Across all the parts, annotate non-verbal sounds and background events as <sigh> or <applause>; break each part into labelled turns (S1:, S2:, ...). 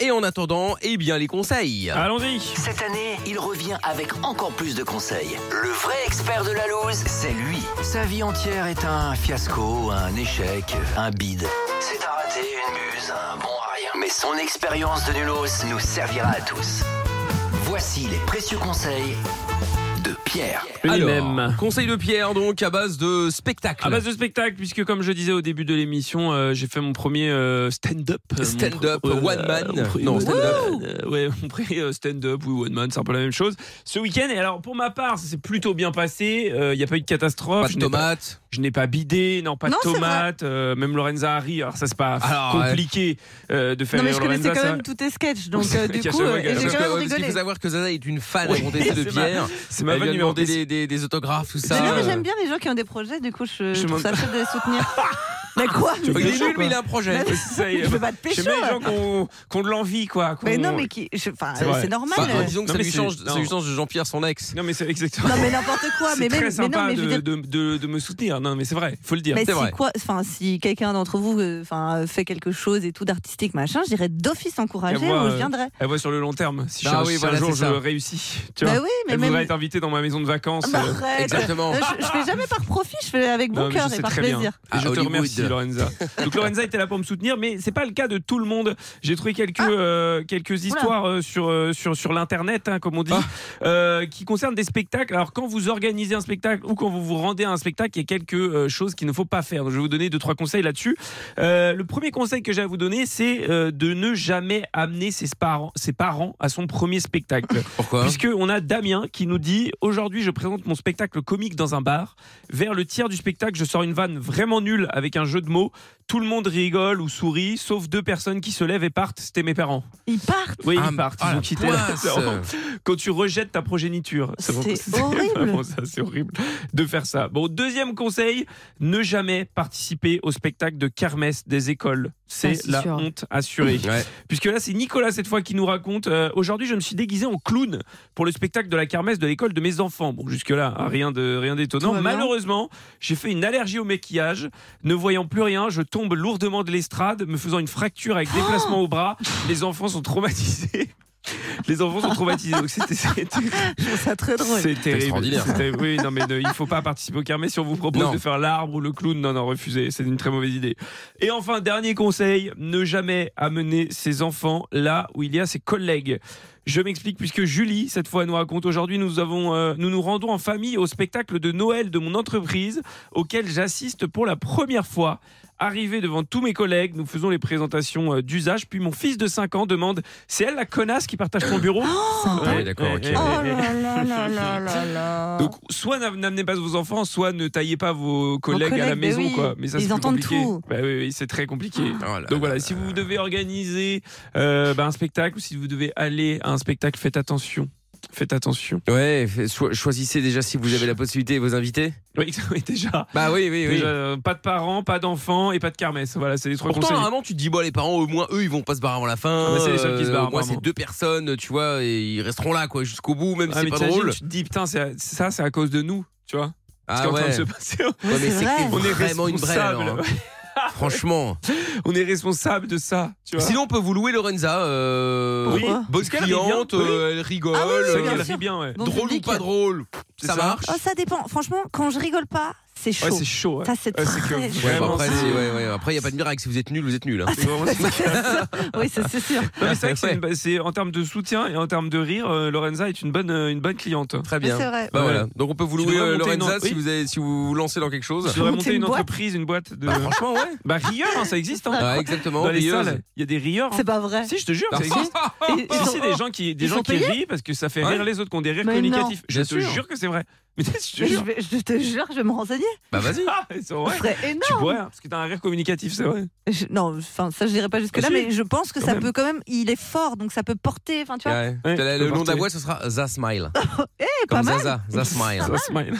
S1: Et en attendant, eh bien les conseils.
S2: Allons-y
S3: Cette année, il revient avec encore plus de conseils. Le vrai expert de la loose, c'est lui. Sa vie entière est un fiasco, un échec, un bide. C'est un raté, une muse, un bon à rien. Mais son expérience de nulos nous servira à tous. Voici les précieux conseils de Pierre.
S2: Lui-même.
S1: Conseil de Pierre donc à base de spectacle.
S2: À base de spectacle, puisque comme je disais au début de l'émission, euh, j'ai fait mon premier euh, stand-up. Euh, mon
S1: Stand-up,
S2: pr- euh,
S1: one man.
S2: mon pr-
S1: Non, stand-up.
S2: Euh, ouais, <laughs> mon premier euh, stand-up ou one man, c'est un peu la même chose. Ce week-end, et alors pour ma part, ça s'est plutôt bien passé. Il n'y a pas eu de catastrophe.
S1: Pas de
S2: Je n'ai
S1: tomates.
S2: Je n'ai pas bidé, non, pas
S4: Non,
S2: de
S4: c'est vrai.
S2: tomates, euh, même Lorenza Harry. Alors, ça, c'est pas
S1: Alors,
S2: compliqué euh, de faire
S4: Non mais je
S2: rire
S4: connaissais
S2: Lorenza.
S4: quand
S2: ça.
S4: même tous tes sketchs, <laughs> donc
S2: C'est
S4: euh,
S2: vrai
S4: du
S2: qu'à
S4: coup,
S2: chaque
S4: euh,
S2: fois,
S4: et j'ai
S1: Parce
S4: quand
S1: que-
S4: même
S1: parce qu'il
S4: rigolé.
S1: faut savoir que Zaza est une fan
S2: Oui,
S1: incontestée de
S2: c'est ma-
S1: Pierre.
S2: C'est ma
S1: Elle lui
S2: vanne
S1: a
S2: numéro
S1: demandé
S2: 10.
S1: des, des- des autographes, tout
S4: Mais
S1: ça.
S4: non, mais
S2: euh,
S4: j'aime bien les gens qui ont des projets, du coup,
S2: je
S4: je, je
S2: m'en-
S4: trouve ça chouette de les soutenir. <laughs> mais quoi
S2: Tu
S1: Il
S2: veux
S1: est
S2: que
S1: nul,
S2: je
S1: mais il a un projet.
S4: <laughs> Mais-
S2: ça y est,
S4: Je veux pas te pécho. hein.
S2: J'aime bien les gens qui ont, qui ont de l'envie, quoi. qui
S4: Mais
S2: ont-
S4: non, mais qui, je- enfin,
S2: C'est
S4: euh,
S2: vrai.
S4: c'est normal.
S1: Enfin,
S4: euh.
S1: disons que
S2: Non,
S1: ça
S2: mais
S1: lui,
S2: c'est-
S1: change, ça
S2: non.
S1: lui change de Jean-Pierre, son ex.
S2: Non, mais c'est exactement.
S4: <laughs> Non
S2: <laughs>
S4: mais n'importe quoi.
S2: C'est
S4: Mais
S2: très
S4: même, mais non,
S2: sympa
S4: mais je veux
S2: de, de,
S4: dire,
S2: de- de me soutenir. Non, mais c'est vrai, faut le dire.
S4: mais
S1: c'est
S4: si
S1: vrai.
S4: quoi, enfin, si quelqu'un d'entre vous, euh, enfin, fait quelque chose et tout d'artistique machin, je dirais d'office encourager,
S2: Et moi,
S4: où je
S2: euh,
S4: viendrai.
S2: Elle voit sur le long terme. Si,
S1: Ah
S2: un-
S1: oui,
S2: si
S1: voilà,
S2: un jour
S1: c'est
S2: je
S1: ça.
S2: réussis, tu
S4: Bah
S2: vois,
S4: oui, mais
S2: elle
S4: même.
S2: voudrait être invitée dans ma maison de vacances.
S4: Ah, bah,
S2: euh,
S4: arrête.
S1: Exactement.
S4: Euh, <laughs> Je, je fais jamais par profit, je fais avec
S2: Non,
S4: bon
S2: mais
S4: cœur
S2: je
S4: et
S2: sais
S4: par
S2: très
S4: plaisir. Ah,
S1: À
S2: bien. Et je te
S1: Hollywood.
S2: remercie, Lorenza. Donc, Lorenza était là pour me soutenir, mais c'est pas le cas de tout le monde. J'ai trouvé quelques,
S4: Ah.
S2: euh, quelques histoires euh, sur, euh, sur, sur l'Internet, hein, comme on dit,
S4: Ah.
S2: euh, qui concernent des spectacles. Alors, quand vous organisez un spectacle ou quand vous vous rendez à un spectacle, il y a quelques euh, choses qu'il ne faut pas faire. Donc, je vais vous donner deux, trois conseils là-dessus. Euh, le premier conseil que j'ai à vous donner, c'est euh, de ne jamais amener ses parents, ses parents à son premier spectacle.
S1: Pourquoi
S2: Puisque on a Damien qui nous dit aujourd'hui je présente mon spectacle comique dans un bar. Vers le tiers du spectacle, je sors une vanne vraiment nulle avec un jeu de mots. Tout le monde rigole ou sourit, sauf deux personnes qui se lèvent et partent. C'était mes parents.
S4: Ils partent.
S2: Oui,
S1: Ah,
S2: ils partent.
S1: ah,
S2: ils
S1: la
S2: ont quitté. la-
S1: poisse.
S2: Quand tu rejettes ta progéniture,
S4: C'est
S2: vraiment- <laughs>
S4: horrible.
S2: vraiment ça, c'est horrible de faire ça. Bon, deuxième conseil ne jamais participer au spectacle de kermesse des écoles.
S4: Ah,
S2: C'est
S4: c'est
S2: la
S4: sûr.
S2: honte assurée.
S1: Ouais.
S2: Puisque là, c'est Nicolas cette fois qui nous raconte. euh, Aujourd'hui, je me suis déguisé en clown pour le spectacle de la kermesse de l'école de mes enfants. Bon, jusque-là, hein, rien de rien
S4: Tout
S2: d'étonnant.
S4: va bien.
S2: Malheureusement, j'ai fait une allergie au maquillage. Ne voyant plus rien, je tombe lourdement de l'estrade, me faisant une fracture avec déplacement au
S4: <gasps>
S2: bras. Les enfants sont traumatisés. Les enfants sont traumatisés. Donc c'était c'était-
S4: <laughs> Je trouve ça très drôle.
S2: c'est terrible.
S1: extraordinaire.
S2: C'est terrible. Oui, non, mais ne- il faut pas participer au carnet si on vous propose
S1: Non.
S2: de faire l'arbre ou le clown. Non, non, refusez. C'est une très mauvaise idée. Et enfin, dernier conseil ne jamais amener ses enfants là où il y a ses collègues. Je m'explique puisque Julie, cette fois, nous raconte aujourd'hui, nous avons, euh, nous nous rendons en famille au spectacle de Noël de mon entreprise auquel j'assiste pour la première fois. Arrivé devant tous mes collègues, nous faisons les présentations euh, d'usage, puis mon fils de 5 ans demande, c'est elle la connasse qui partage ton bureau
S1: Ah oui, d'accord, ok.
S4: Oh là là là là là <laughs> là.
S2: donc, soit n'a- n'amenez pas vos enfants, soit ne taillez pas vos collègues, à la
S4: collègues, mais
S2: maison,
S4: oui.
S2: quoi. Mais ça,
S4: Ils
S2: c'est plus
S4: entendent
S2: compliqué.
S4: tout.
S2: Bah oui, oui, c'est très compliqué.
S1: Oh là
S2: Donc voilà,
S1: là
S2: si
S1: là
S2: vous devez organiser euh, bah, un spectacle ou si vous devez aller à un spectacle, faites attention. Faites attention.
S1: Ouais, fait- cho- choisissez déjà si vous avez la possibilité vos invités.
S2: Oui, <laughs> oui, déjà.
S1: Bah oui, oui, oui.
S2: Déjà, euh, pas de parents, pas d'enfants et pas de kermesse. Voilà, c'est les trois
S1: Pourtant,
S2: conseils.
S1: normalement, tu te dis, bon, les parents, au moins, eux, ils vont pas se barrer avant la fin.
S2: Ah bah, c'est les seuls qui se barrent,
S1: au moins, c'est
S2: vraiment.
S1: deux personnes, tu vois, et ils resteront là, quoi, jusqu'au bout, même
S2: Ah,
S1: si
S2: mais
S1: c'est pas
S2: t'imagines,
S1: drôle.
S2: Tu te dis, putain, c'est à- ça, c'est à cause de nous, tu vois. Ce qui
S1: Ah
S2: est en train de
S1: ouais.
S2: se passer.
S1: Ouais, mais c'est que t'es
S2: On est
S1: vraiment une brêle,
S2: responsable. <laughs>
S1: alors, hein. Franchement.
S2: On est responsable de ça, tu vois.
S1: Sinon, on peut vous louer Lorenza. Euh...
S2: Oui.
S1: Bonne
S2: Parce qu'elle rit bien.
S1: cliente, euh, elle rigole.
S4: Ah oui,
S2: c'est
S1: euh,
S2: vrai
S4: bien
S2: qu'elle
S4: sûr.
S2: rit bien, ouais.
S4: Bon
S1: drôle ou
S4: public.
S1: pas drôle, ça,
S2: ça.
S1: marche.
S4: Oh, ça dépend. Franchement, quand je rigole pas, c'est chaud.
S2: Ouais, c'est chaud. ouais.
S4: Ça, c'est
S2: Ouais, c'est
S4: <laughs>
S2: que
S4: très chaud.
S1: Ouais,
S2: Vraiment,
S1: bah après,
S2: c'est-
S1: c'est- ouais, ouais. Après, il n'y a pas de miracle. Si vous êtes nul, vous êtes nul. hein.
S2: C'est vraiment-
S4: <laughs>
S1: <laughs>
S4: oui, ça, c'est sûr.
S2: Non, mais c'est vrai que c'est une- c'est en termes de soutien et en termes de rire, euh, Lorenza est une bonne, euh, une bonne cliente.
S1: Très
S4: C'est
S1: bien.
S4: vrai.
S1: Bah
S2: Ouais.
S1: voilà. Donc on peut vous
S2: Tu
S1: louer
S2: devrais
S1: euh,
S2: monter une
S1: Lorenza
S2: en-
S1: si
S2: oui.
S1: vous avez- si vous vous lancez dans quelque chose.
S2: Je devrais
S4: Monter
S2: monter
S4: une
S2: une
S4: boîte.
S2: entreprise, une boîte de.
S1: Franchement, ouais.
S2: Bah, rieur, hein, ça existe. Hein.
S1: Ouais, exactement.
S2: Dans les
S1: Rieuse.
S2: salles, il y a des rieurs. hein.
S4: C'est pas vrai.
S2: Si, je te jure,
S1: Ah, <laughs>
S2: ça existe.
S4: Et-
S2: Si,
S4: ils sont- oh,
S2: si, des gens qui, des
S4: ils
S2: gens
S4: sont
S2: qui
S4: payés
S2: rient parce que ça fait
S1: Ouais.
S2: rire les autres, qui ont des rires
S4: Mais non.
S2: communicatifs. Je
S1: Bien
S2: te
S1: sûr.
S2: jure que c'est vrai. <laughs> Mais je te
S4: Mais je,
S2: jure.
S4: vais- je te jure, je vais me renseigner.
S1: Bah vas-y.
S2: <laughs> Ah, c'est
S4: Ce
S2: vrai.
S4: serait
S2: Tu
S4: énorme.
S2: pourrais, hein, parce que t'as un rire communicatif, c'est vrai.
S4: Je- non, enfin, ça, je dirais pas jusque-là,
S2: Ah, si.
S4: mais je pense que
S2: Quand
S4: ça
S2: même.
S4: peut quand même. Il est fort, donc ça peut porter. Enfin, tu vois,
S1: Ouais.
S2: Ouais,
S1: T'as-
S2: je
S1: le
S2: peux
S1: nom de la
S2: porter.
S1: boîte, ce sera The Smile.
S4: eh, pas
S1: Comme
S4: mal.
S1: Zaza. The Smile.
S2: Ça smile.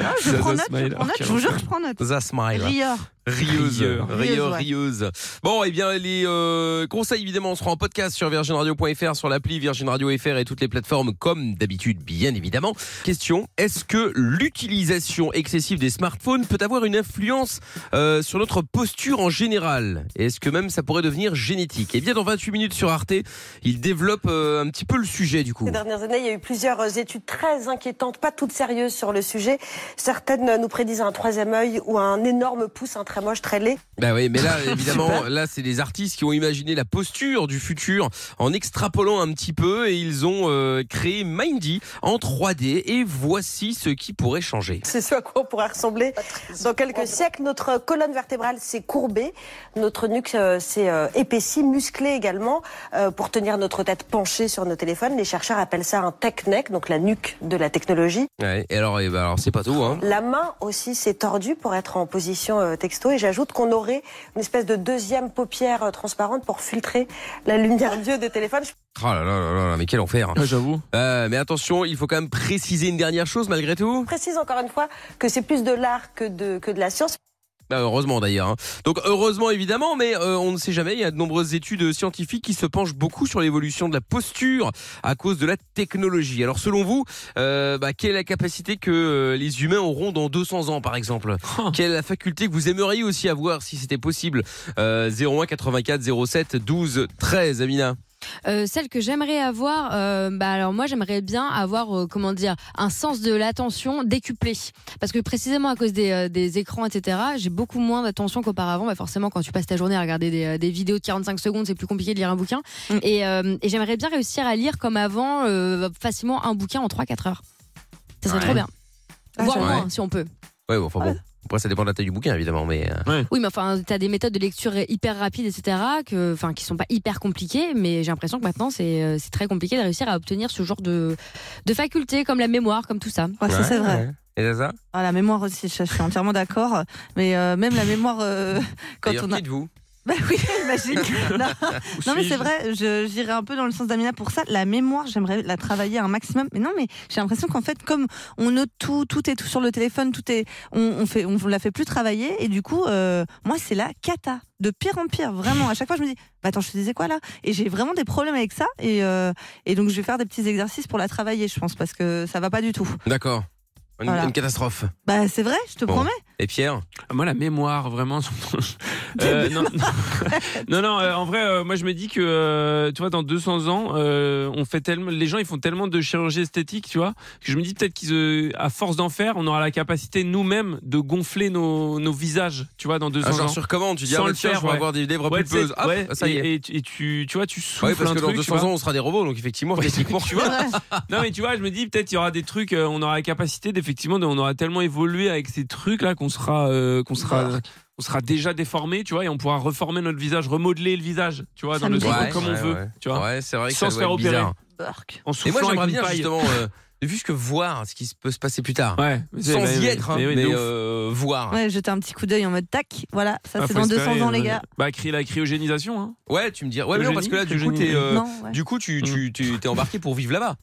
S4: Ah, je
S2: Ça,
S4: prends
S2: ça
S4: note, je
S2: smile.
S4: prends note.
S2: Ah,
S4: Je vous jure, je prends note.
S1: The Smile.
S4: Rieur.
S1: Rieuse,
S2: Rieur.
S1: rieur,
S4: Rieuse, ouais.
S1: rieuse. Bon, et bien les euh, conseils évidemment, on sera en podcast sur virginradio.fr, sur l'appli Virgin Radio FR et toutes les plateformes comme d'habitude, bien évidemment. Question est-ce que l'utilisation excessive des smartphones peut avoir une influence euh, sur notre posture en général Et Est-ce que même ça pourrait devenir génétique Et bien, dans 28 minutes sur Arte, il développe euh, un petit peu le sujet du coup.
S5: Ces dernières années, il y a eu plusieurs euh, études très inquiétantes, pas toutes sérieuses sur le sujet. Certaines euh, nous prédisent un troisième œil ou un énorme pouce, un très moche, très laid. <laughs>
S1: Bah oui, mais là, évidemment, là, c'est des artistes qui ont imaginé la posture du futur en extrapolant un petit peu et ils ont euh, créé Mindy en 3D et voici ce qui pourrait changer.
S5: C'est ce à quoi on pourrait ressembler dans quelques siècles. Notre colonne vertébrale s'est courbée, notre nuque euh, s'est euh, épaissie, musclée également, euh, pour tenir notre tête penchée sur nos téléphones. Les chercheurs appellent ça un tech neck, donc la nuque de la technologie.
S1: Ouais, et alors, eh ben, alors c'est pas tout, hein.
S5: La main aussi s'est tordue pour être en position euh, texto et j'ajoute qu'on aurait une espèce de deuxième paupière euh, transparente pour filtrer la lumière bleue des téléphones.
S1: Oh là là là là, là, mais quel enfer.
S2: J'avoue.
S1: Euh, mais attention, il faut quand même préciser une dernière chose malgré tout.
S5: Je précise encore une fois que c'est plus de l'art que de, que de la science.
S1: Bah, heureusement d'ailleurs. hein. Donc heureusement évidemment, mais euh, on ne sait jamais. Il y a de nombreuses études euh, scientifiques qui se penchent beaucoup sur l'évolution de la posture à cause de la technologie. Alors selon vous, euh, bah, quelle est la capacité que euh, les humains auront dans 200 ans par exemple Quelle est la faculté que vous aimeriez aussi avoir si c'était possible euh, 01 84 07 12 13 Amina.
S6: Euh, celle que j'aimerais avoir, euh, bah alors moi j'aimerais bien avoir, euh, comment dire, un sens de l'attention décuplé. Parce que précisément à cause des, euh, des écrans, etc., j'ai beaucoup moins d'attention qu'auparavant. Bah forcément, quand tu passes ta journée à regarder des, euh, des vidéos de 45 secondes, c'est plus compliqué de lire un bouquin.
S4: Mm.
S6: Et, euh, et j'aimerais bien réussir à lire comme avant, euh, facilement un bouquin en 3-4 heures. Ça serait
S1: Ouais.
S6: trop bien.
S4: Ah,
S6: Voire
S1: j'avoue.
S6: moins, si on peut.
S1: Ouais, bon, enfin bon. Après ça dépend de la taille du bouquin évidemment, mais euh,
S6: Oui, mais enfin, t'as des méthodes de lecture hyper rapides, etc., que, enfin, qui sont pas hyper compliquées, mais j'ai l'impression que maintenant, c'est euh, c'est très compliqué de réussir à obtenir ce genre de, de facultés, comme la mémoire, comme tout ça.
S4: Ouais, ça,
S1: ouais,
S4: c'est vrai.
S1: ouais. Et c'est ça
S4: Ah, la mémoire aussi, je je suis entièrement d'accord. Mais euh, même la mémoire, euh, <laughs> quand
S1: D'ailleurs,
S4: on a.
S1: qui êtes-vous
S4: Bah oui, <laughs> imagine.
S2: <laughs>
S4: Non, non, mais c'est vrai, je- j'irais un peu dans le sens d'Amina pour ça. La mémoire, j'aimerais la travailler un maximum. Mais non, mais j'ai l'impression qu'en fait, comme on note tout, tout est tout sur le téléphone, tout est, on, on fait, on la fait plus travailler. Et du coup, euh, moi, c'est la cata. De pire en pire, vraiment. À chaque fois, je me dis, bah attends, je te disais quoi là Et j'ai vraiment des problèmes avec ça. Et, euh, et donc, je vais faire des petits exercices pour la travailler, je pense, parce que ça va pas du tout.
S1: D'accord. Une-
S4: Voilà.
S1: une catastrophe.
S4: Bah, c'est vrai, je te
S1: Bon.
S4: promets.
S1: Et Pierre
S2: Ah, Moi, la mémoire, vraiment. <laughs>
S4: <laughs>
S2: Euh, non, non, non, euh, en vrai, euh, moi, je me dis que, euh, tu vois, dans 200 ans, euh, on fait tellement, les gens, ils font tellement de chirurgie esthétique, tu vois, que je me dis peut-être qu'ils, euh, à force d'en faire, on aura la capacité nous-mêmes de gonfler nos, nos visages, tu vois, dans 200
S1: Ah, genre
S2: ans.
S1: sur commande, tu dis
S2: Sans
S1: ah, ouais,
S2: le
S1: tiens,
S2: faire,
S1: je vais
S2: ouais.
S1: avoir des lèvres
S2: Ouais,
S1: pulpeuses.
S2: tu sais,
S1: Hop,
S2: ouais,
S1: ça y est.
S2: Et, et tu, et tu, tu vois, tu souffles
S1: Ouais, parce
S2: un
S1: que dans
S2: truc, tu
S1: 200
S2: vois.
S1: ans, on sera des robots, donc
S4: <laughs>
S1: effectivement,
S2: Ouais.
S1: techniquement,
S2: Tu vois <laughs> Non mais tu vois, je me dis peut-être il y aura des trucs, euh, on aura la capacité d'effectivement, de- on aura tellement évolué avec ces trucs là qu'on sera, euh, qu'on
S1: Bah.
S2: sera, on sera déjà déformé, tu vois, et on pourra reformer notre visage, remodeler le visage, tu vois,
S4: Ça
S2: dans
S4: me
S2: le
S4: dégoûte.
S2: sens comme on
S1: Ouais,
S2: veut,
S1: ouais.
S2: tu vois,
S1: ouais, c'est vrai que
S2: sans
S1: ça
S2: se
S1: doit
S2: faire
S1: être
S2: opérer.
S1: bizarre.
S4: Burk.
S1: Et
S2: En
S1: moi,
S2: soufflant
S1: j'aimerais
S2: avec une
S1: bien
S2: paille.
S1: justement, euh, de vu que voir ce qui se peut se passer plus tard,
S2: ouais, mais c'est-
S1: sans
S2: bah,
S1: y
S2: mais-
S1: être, hein,
S2: mais
S1: mais,
S2: oui, de ouf.
S1: euh, voir. Ouais.
S4: Ouais, jeter un petit coup d'œil en mode tac. Voilà, ça
S2: Ah,
S4: c'est
S2: faut
S4: dans
S2: espérer,
S4: 200 ans, les
S2: euh,
S4: gars.
S2: Bah créer la cryogénisation, hein.
S1: tu me dis. Ouais, mais non,
S2: Eugénie,
S1: parce que là, du coup,
S2: Eugénie.
S1: t'es, euh,
S4: non, ouais.
S1: du coup, tu,
S2: Mm.
S1: tu, tu t'es embarqué pour vivre là-bas.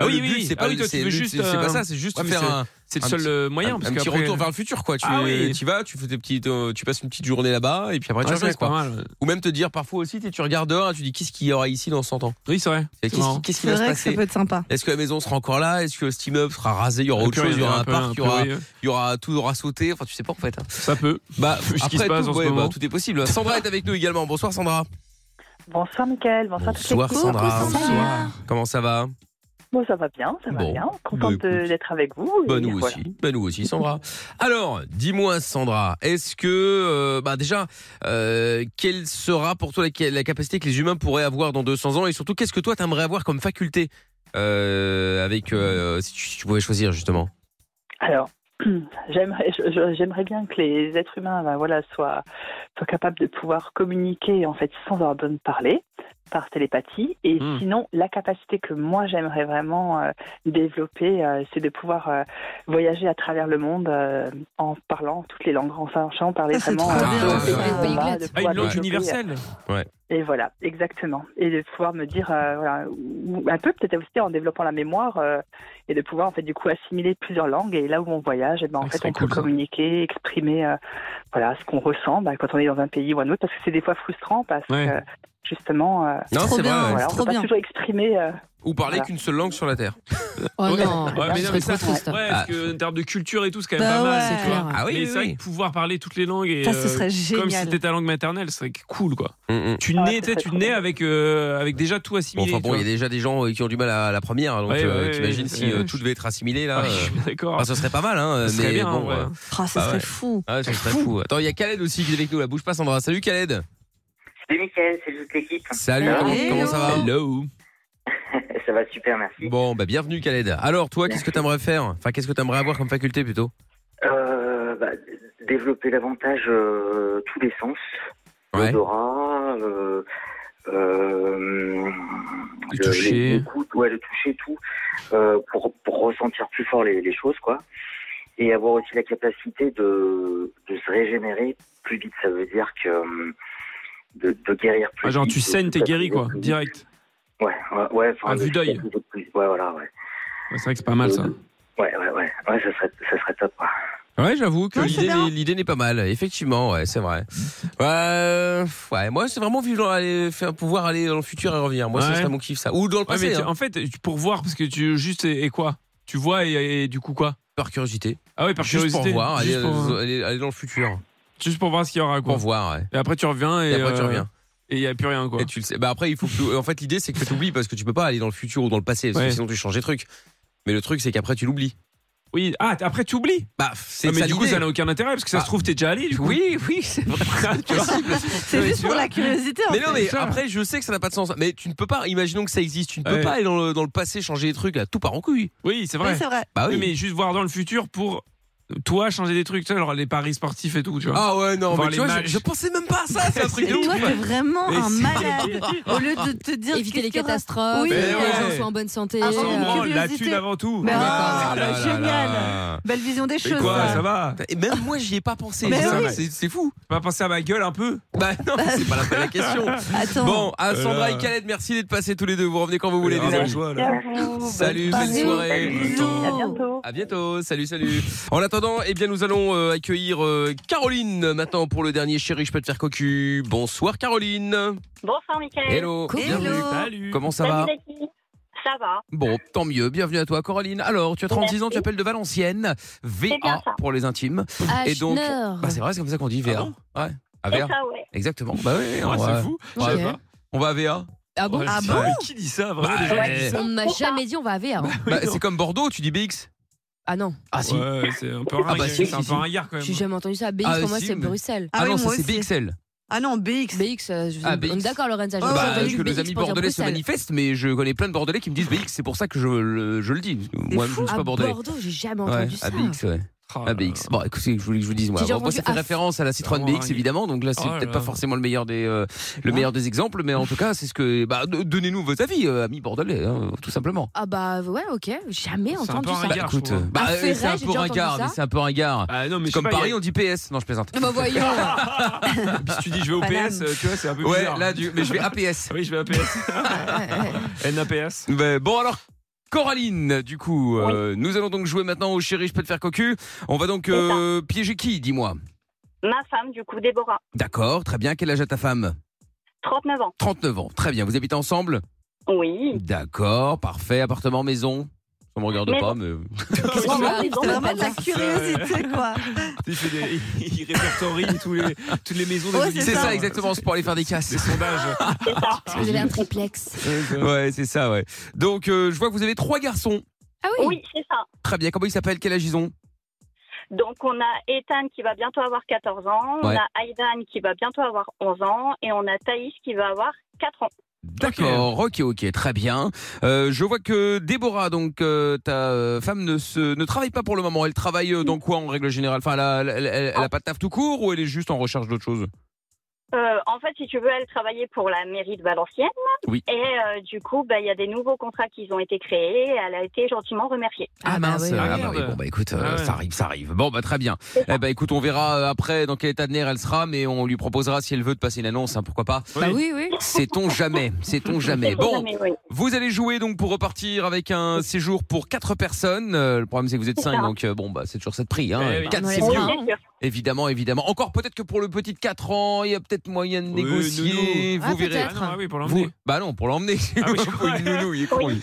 S2: Ah oui,
S1: Le
S2: oui,
S1: but,
S2: oui.
S1: c'est
S2: Ah
S1: pas,
S2: oui, toi, tu
S1: c'est-
S2: veux
S1: le but,
S2: juste,
S1: c'est- c'est pas
S2: euh,
S1: ça, c'est juste
S2: ouais, mais
S1: faire un,
S2: C'est le
S1: Un
S2: seul
S1: petit-
S2: euh, moyen
S1: un-
S2: parce
S1: un
S2: que
S1: petit
S2: après-
S1: retour vers le futur, quoi. Tu,
S2: Ah oui.
S1: tu vas, tu fais tes petites, euh, tu passes une petite journée là-bas, et puis après,
S2: Ouais,
S1: tu
S2: ça,
S1: reviens,
S2: c'est pas
S1: quoi.
S2: mal.
S1: Ou même te dire parfois aussi, tu- tu regardes dehors, et tu dis qu'est-ce qu'il y aura ici dans 100 ans
S2: Oui, c'est vrai.
S1: Qu'est-ce
S2: C'est marrant.
S1: qui- qu'est-ce qui
S4: C'est
S1: va se
S4: vrai que ça
S1: passer
S4: peut être sympa.
S1: Est-ce que la maison sera encore là Est-ce que cet immeuble sera rasé Il y aura autre
S2: Puis,
S1: chose, il y aura un
S2: peu-
S1: parc, il y
S2: peu-
S1: aura,
S2: oui,
S1: il y aura tout aura sauté. Enfin, tu sais pas en fait. hein.
S2: Ça peut.
S1: Bah,
S2: Vu ce qui
S1: après
S2: se passe
S1: tout,
S2: en ce
S1: ouais, bah,
S2: moment.
S1: tout est possible. Sandra est avec nous également. Bonsoir Sandra.
S7: Bonsoir Mickaël, bonsoir, toute l'équipe.
S1: Sandra.
S4: Coucou, Sandra.
S1: Bonsoir. Comment ça va
S7: Bon, ça va bien, ça va
S1: Bon.
S7: bien. Contente
S1: Bah,
S7: de-
S1: écoute.
S7: d'être avec vous.
S1: Bah
S7: et
S1: nous
S7: voilà.
S1: aussi, bah nous aussi Sandra. Alors, dis-moi Sandra, est-ce que euh, bah déjà euh, quelle sera pour toi la, la capacité que les humains pourraient avoir dans 200 ans et surtout qu'est-ce que toi t'aimerais avoir comme faculté euh, avec euh, si tu, si tu pouvais choisir justement.
S7: Alors, <clears throat> j'aimerais je- je- j'aimerais bien que les êtres humains ben, voilà, soient, soient capables de pouvoir communiquer en fait sans avoir besoin de parler. par télépathie. Et
S2: Hmm.
S7: sinon, la capacité que moi j'aimerais vraiment euh, développer, euh, c'est de pouvoir euh, voyager à travers le monde euh, en parlant toutes les langues, en sachant parler
S4: Ah, c'est
S7: vraiment.
S4: trop
S1: bien,
S7: tous les
S1: ça.
S7: pays où on va,
S6: Polyglotte.
S7: de
S2: Ah,
S7: pouvoir
S2: une langue
S7: développer,
S2: universelle.
S7: et voilà, exactement. Et de pouvoir me dire, euh, voilà, ou- un peu peut-être aussi en développant la mémoire, euh, et de pouvoir en fait du coup assimiler plusieurs langues. Et là où on voyage, eh ben, en
S2: Ah, ce
S7: fait
S2: serait
S7: on peut
S2: cool, ça.
S7: communiquer, exprimer, euh, voilà, ce qu'on ressent bah, quand on est dans un pays ou un autre, parce que c'est des fois frustrant, parce
S2: Ouais.
S7: que justement, euh,
S1: Non,
S4: Trop
S1: c'est
S4: bien,
S1: vrai. ouais.
S7: voilà, on
S4: trop
S7: peut pas
S4: bien.
S7: toujours exprimer. euh,
S1: Ou parler
S7: Voilà.
S1: qu'une seule langue sur la
S4: <laughs>
S1: terre.
S6: Oh
S2: Ouais.
S6: non,
S2: Ouais, mais
S6: je
S2: non,
S6: serais trop
S2: mais ça,
S6: triste.
S2: Ouais, parce que en termes de culture et tout, c'est quand même
S4: Bah
S2: pas mal.
S4: ouais.
S6: C'est clair.
S1: Ah oui,
S2: mais
S1: oui,
S2: c'est vrai
S1: oui.
S2: que pouvoir parler toutes les langues et
S4: Ça, ce
S2: euh,
S4: serait
S2: comme si
S4: génial.
S2: c'était ta langue maternelle, ce serait cool quoi.
S1: Mm, mm.
S2: Tu
S7: Ah,
S2: nais,
S7: c'est
S2: tu sais,
S7: très
S2: tu
S7: cool.
S2: nais avec euh, avec déjà tout
S1: Bon,
S2: assimilé.
S1: enfin bon,
S2: tu
S1: il y a déjà des gens euh, qui ont du mal à la première, donc
S2: Ouais,
S1: euh,
S2: ouais,
S1: t'imagines
S2: ouais,
S1: si
S2: ouais.
S1: euh, tout devait être assimilé
S2: vois.
S1: là.
S2: Ouais, je
S1: euh,
S2: suis d'accord.
S1: enfin, ce serait pas mal, hein.
S2: Ça serait
S1: mais
S2: bien,
S1: bon,
S2: en vrai.
S1: euh,
S4: Ah, ça
S1: Bah
S4: serait
S1: ouais.
S4: fou.
S1: ouais, ce serait fou. Attends, il y a Khaled aussi qui est avec nous, la bouge pas Sandra. Salut Khaled.
S8: Salut Mickaël, salut toute l'équipe.
S1: Salut,
S8: Hello.
S1: comment, comment ça va
S2: Hello.
S8: Ça va super, merci.
S1: Bon, bah bienvenue Khaled. Alors toi, qu'est-ce que t'aimerais faire Enfin, qu'est-ce que t'aimerais avoir comme faculté plutôt
S8: Euh, bah, développer davantage euh, tous les sens,
S1: Ouais.
S8: l'odorat, euh, euh,
S2: Le
S8: le-
S2: toucher.
S8: les- l'écoute, ouais, le toucher, tout, euh, pour, pour ressentir plus fort les, les choses, quoi. Et avoir aussi la capacité de, de se régénérer plus vite, ça veut dire que euh, de, de guérir plus
S2: Ah, genre
S8: vite,
S2: tu
S8: de-
S2: saignes, t'es
S8: de-
S2: guéri quoi,
S8: de-
S2: direct.
S8: Ouais, ouais, ouais. enfin,
S2: À
S8: de-
S2: vue d'œil.
S8: de- de- de- Ouais, voilà, ouais.
S2: Ouais, c'est vrai que c'est pas mal ça.
S8: Ouais, ouais, ouais, ouais, ça serait, ça serait top. quoi.
S1: Ouais, j'avoue que
S4: Ouais, c'est
S1: l'idée
S4: bien.
S1: n'est- l'idée n'est pas mal. Effectivement, ouais, c'est vrai. Euh, ouais, moi c'est vraiment vivre dans aller faire pouvoir aller dans le futur et revenir. Ah, Moi,
S2: Ouais.
S1: c'est ça mon kiff ça. Ou dans le
S2: Ouais,
S1: passé.
S2: mais tu-
S1: hein.
S2: en fait, tu- pour voir, parce que tu juste et, et quoi Tu vois et, et du coup quoi
S1: Par curiosité.
S2: Ah ouais, par
S1: Juste
S2: curiosité.
S1: pour voir, euh,
S2: juste,
S1: aller,
S2: pour,
S1: aller- aller dans le futur.
S2: juste pour voir ce qu'il y aura
S1: Pour
S2: quoi.
S1: voir. ouais.
S2: Et après tu reviens et,
S1: Et après, tu
S2: euh,
S1: reviens.
S2: Et il y a plus rien quoi.
S1: Et tu le sais. Bah après, il faut. que- En fait, l'idée c'est que tu oublies parce que tu peux pas aller dans le futur ou dans le passé parce
S2: Ouais.
S1: que sinon tu changes des trucs. Mais le truc c'est qu'après tu l'oublies.
S2: Oui. Ah t- après tu oublies.
S1: Bah c'est
S2: Ah, mais
S1: ça
S2: du coup
S1: l'idée.
S2: ça n'a aucun intérêt parce que ça
S1: Ah.
S2: se trouve t'es déjà allé. Du coup. <laughs>
S1: Oui, oui, c'est vrai.
S2: Tu vois
S4: C'est juste pour la curiosité. en
S1: Mais non,
S4: fait.
S1: mais
S2: ça.
S1: après, je sais que ça n'a pas de sens. Mais tu ne peux pas, imaginons que ça existe, tu ne peux
S2: Ouais.
S1: pas aller dans le, dans le passé changer des trucs, là, tout part en couille.
S2: oui, c'est
S4: Oui,
S2: vrai.
S4: c'est vrai.
S1: Bah
S2: Oui, mais juste voir dans le futur pour euh, toi changer des trucs, tu sais, alors les paris sportifs et tout, tu vois.
S1: Ah ouais, non, mais
S2: Voir
S1: tu
S2: les
S1: vois, je-
S2: matchs.
S1: je, pensais même pas à ça, c'est un truc de
S4: Toi,
S1: ouf.
S4: t'es vraiment
S2: Mais
S4: un
S2: si.
S4: malade. Au lieu de te dire
S6: Éviter
S4: que
S6: les
S4: tu auras-
S6: catastrophes,
S4: Oui.
S1: Eh
S6: que
S2: Mais
S6: les gens
S2: ouais.
S6: soient en bonne santé.
S4: Ah,
S2: On s'en
S4: euh,
S2: branle, la
S4: curiosité.
S2: thune avant tout.
S4: Mais
S1: Ah,
S4: ah,
S1: là, là,
S4: génial.
S1: là.
S4: Belle vision des
S2: Et
S4: choses.
S2: quoi,
S4: ça.
S2: ça va
S1: Et même moi, j'y ai pas pensé.
S4: Mais
S1: C'est-
S2: oui.
S1: c'est- C'est fou.
S2: Bah, Tu vas penser à ma gueule un peu
S1: Bah non, c'est pas la, pas la
S4: <laughs>
S2: <laughs>
S1: question.
S4: Attends.
S1: Bon, à Sandra
S2: Euh.
S1: et Khaled, merci d'être passés tous les deux. Vous revenez quand vous voulez,
S2: Ah,
S1: les
S2: bah,
S1: amis.
S2: je vois, là.
S7: et à vous, bonne
S1: Salut, bonne
S4: Bisous.
S1: soirée.
S4: Bisous.
S7: À bientôt.
S1: À bientôt, salut, salut. En attendant, eh bien, nous allons euh, accueillir euh, Caroline euh, maintenant pour le dernier Chéri, je peux te faire cocu. Bonsoir, Caroline.
S9: Bonsoir Mickaël.
S1: Hello.
S4: Coucou.
S1: bienvenue.
S4: Hello.
S2: Salut.
S1: Comment ça
S9: Salut
S1: va
S9: l'équipe. Ça va.
S1: Bon, tant mieux. Bienvenue à toi, Caroline. Alors, tu as 36 ans,
S9: Merci.
S1: tu appelles de Valenciennes. VA
S9: bien ça.
S1: pour les intimes. Et donc-
S6: Ashner.
S1: Bah, c'est vrai, c'est comme ça qu'on dit VA. ouais. À
S9: C'est
S1: VA.
S9: ça, ouais.
S1: Exactement. Bah oui, on,
S2: Ah,
S1: va,
S2: c'est fou.
S1: on va- on va à VA.
S6: Ah bon
S2: Ouais,
S4: Ah
S2: c'est-
S4: bon
S2: mais Qui dit ça vraiment
S1: Bah,
S2: les gens
S1: ouais.
S2: disent ça
S6: On ne m'a jamais dit on va à VR.
S1: Bah, c'est comme Bordeaux, tu dis BX.
S6: Ah non,
S1: Ah si.
S2: Ouais, c'est un peu
S1: Ah,
S2: ringard,
S1: bah, si,
S2: c'est un
S1: si,
S2: peu ringard quand
S6: j'ai
S2: même.
S6: jamais entendu ça. BX
S1: Ah,
S6: pour moi
S1: si,
S6: c'est
S1: mais-
S6: Bruxelles.
S4: Ah,
S1: Ah,
S4: oui,
S1: non, ça
S4: moi
S1: c'est
S4: aussi.
S1: BXL.
S4: Ah non, BX.
S6: BX, euh, je-
S1: Ah,
S6: on
S1: BX.
S6: est d'accord Lorenza. j'ai
S4: Ouais,
S6: entendu
S1: Bah,
S4: entendu
S1: que
S6: BX
S1: nos amis
S6: pour dire
S1: bordelais se
S6: Bruxelles.
S1: manifestent, mais je connais plein de bordelais qui me disent BX, c'est pour ça que je le, je le dis. parce que Moi, je ne suis
S6: À
S1: pas bordelais.
S6: Bordeaux, j'ai jamais
S1: Ouais,
S6: entendu ça.
S1: ABX, ouais.
S2: Oh là là.
S1: ABX. Bon, écoutez, je voulais que je vous dise, moi.
S6: J'ai
S1: Bon, moi,
S6: entendu
S1: ça fait
S6: Af.
S1: référence à la Citroën
S2: Vraiment
S1: BX,
S2: dingue.
S1: évidemment. Donc là, c'est
S2: Oh là
S1: peut-être
S2: là.
S1: pas forcément le meilleur des, euh, le
S6: Ouais.
S1: meilleur des exemples, mais en tout cas, c'est ce que, bah, do- donnez-nous vos avis, euh, amis bordelais, hein, tout simplement.
S6: Ah bah ouais, ok, jamais
S2: C'est un
S6: entendu
S2: peu
S6: ça.
S2: un
S1: Bah,
S2: Ringard,
S1: écoute,
S2: je trouve.
S1: euh, bah,
S6: Ah,
S1: euh, c'est
S6: Ferret,
S1: un
S6: j'ai
S1: peu
S6: déjà entendu
S1: ringard,
S6: ça.
S1: mais c'est un peu ringard.
S2: Ah non, mais je sais
S1: Comme
S2: pas,
S1: Paris,
S2: il y a-
S1: on dit PS. <laughs> Non, je plaisante.
S6: Bah voyons.
S2: Puis si tu dis je vais au
S4: Paname.
S2: PS, euh, tu vois, c'est un peu
S1: Ouais,
S2: bizarre.
S1: là, du- mais je vais APS. <laughs>
S2: Ah Oui, je vais à PS. NAPS.
S1: Ben, bon alors. Coraline, du coup, euh, nous allons donc jouer maintenant au chéri, je peux te faire cocu. On va donc euh, piéger qui, dis-moi
S9: Ma femme, du coup, Déborah,
S1: D'accord, très bien. Quel âge a ta femme
S9: 39 ans.
S1: 39 ans. Très bien. Vous habitez ensemble
S9: Oui.
S1: D'accord, parfait. Appartement, maison Ça me regarde
S9: Maison.
S1: pas, mais.
S6: Qu'est-ce
S9: Oh,
S6: qu'on a
S9: oui,
S4: C'est vraiment de la curiosité, quoi.
S2: <laughs> Il, fait des- il- il répertorie tous les, toutes les maisons des
S4: Ouais,
S2: auditeurs.
S1: C'est ça, exactement, c'est pour aller faire des casses.
S2: Des sondages.
S6: Parce que vous avez un
S1: <laughs>
S6: triplex.
S1: Ouais, c'est ça, ouais. Donc, euh, je vois que vous avez trois garçons.
S6: Ah oui.
S9: Oui, c'est ça.
S1: Très bien. Comment ils s'appellent Quel âge ils ont
S9: Donc, on a Ethan qui va bientôt avoir 14 ans.
S1: Ouais.
S9: On a Aidan qui va bientôt avoir 11 ans. Et on a Thaïs qui va avoir 4 ans.
S1: D'accord, ok, ok, très bien. Euh, je vois que Déborah, donc euh, ta euh, femme ne se ne travaille pas pour le moment. Elle travaille euh, dans quoi en règle générale Enfin, elle a, elle, elle- elle a pas de taf tout court ou elle est juste en recherche d'autre chose
S9: Euh, en fait, si tu veux, elle travaillait pour la mairie de Valenciennes.
S1: Oui.
S9: Et euh, du coup, bah, il y a des nouveaux contrats qui ont été créés. Et elle a été gentiment remerciée.
S1: Ah,
S6: Ah bah
S1: mince,
S6: ouais.
S1: ah
S2: Ah
S1: bah oui,
S2: merde.
S1: bon bah écoute, euh,
S2: Ah ouais.
S1: ça arrive, ça arrive. Bon bah très bien. Eh bah écoute, on verra euh, après dans quel état de nerf elle sera, mais on lui proposera si elle veut de passer une annonce, hein, pourquoi pas.
S6: Bah oui, oui.
S1: Sait-on jamais, sait-on
S3: <laughs>
S1: jamais. Bon,
S9: Jamais, oui.
S1: vous allez jouer donc pour repartir avec un séjour pour quatre personnes. Euh, le problème c'est que vous êtes
S9: C'est
S1: cinq,
S9: ça.
S1: donc euh, bon bah c'est toujours ça de prix. Hein.
S2: Eh oui.
S1: Quatre,
S6: On
S1: c'est
S6: laisse
S9: Oui,
S1: mieux.
S6: pas.
S9: bien sûr.
S1: Évidemment, évidemment. Encore peut-être que pour le petit de 4 ans, <laughs> il y a peut-être moyen de
S2: Oui,
S1: négocier.
S6: nounou. Ah,
S1: vous verrez.
S2: Ah non, ah oui, pour
S1: Vous-
S2: l'emmener.
S1: bah non, pour l'emmener. <laughs>
S2: Ah oui,
S1: Pour une nounou, il est con, lui.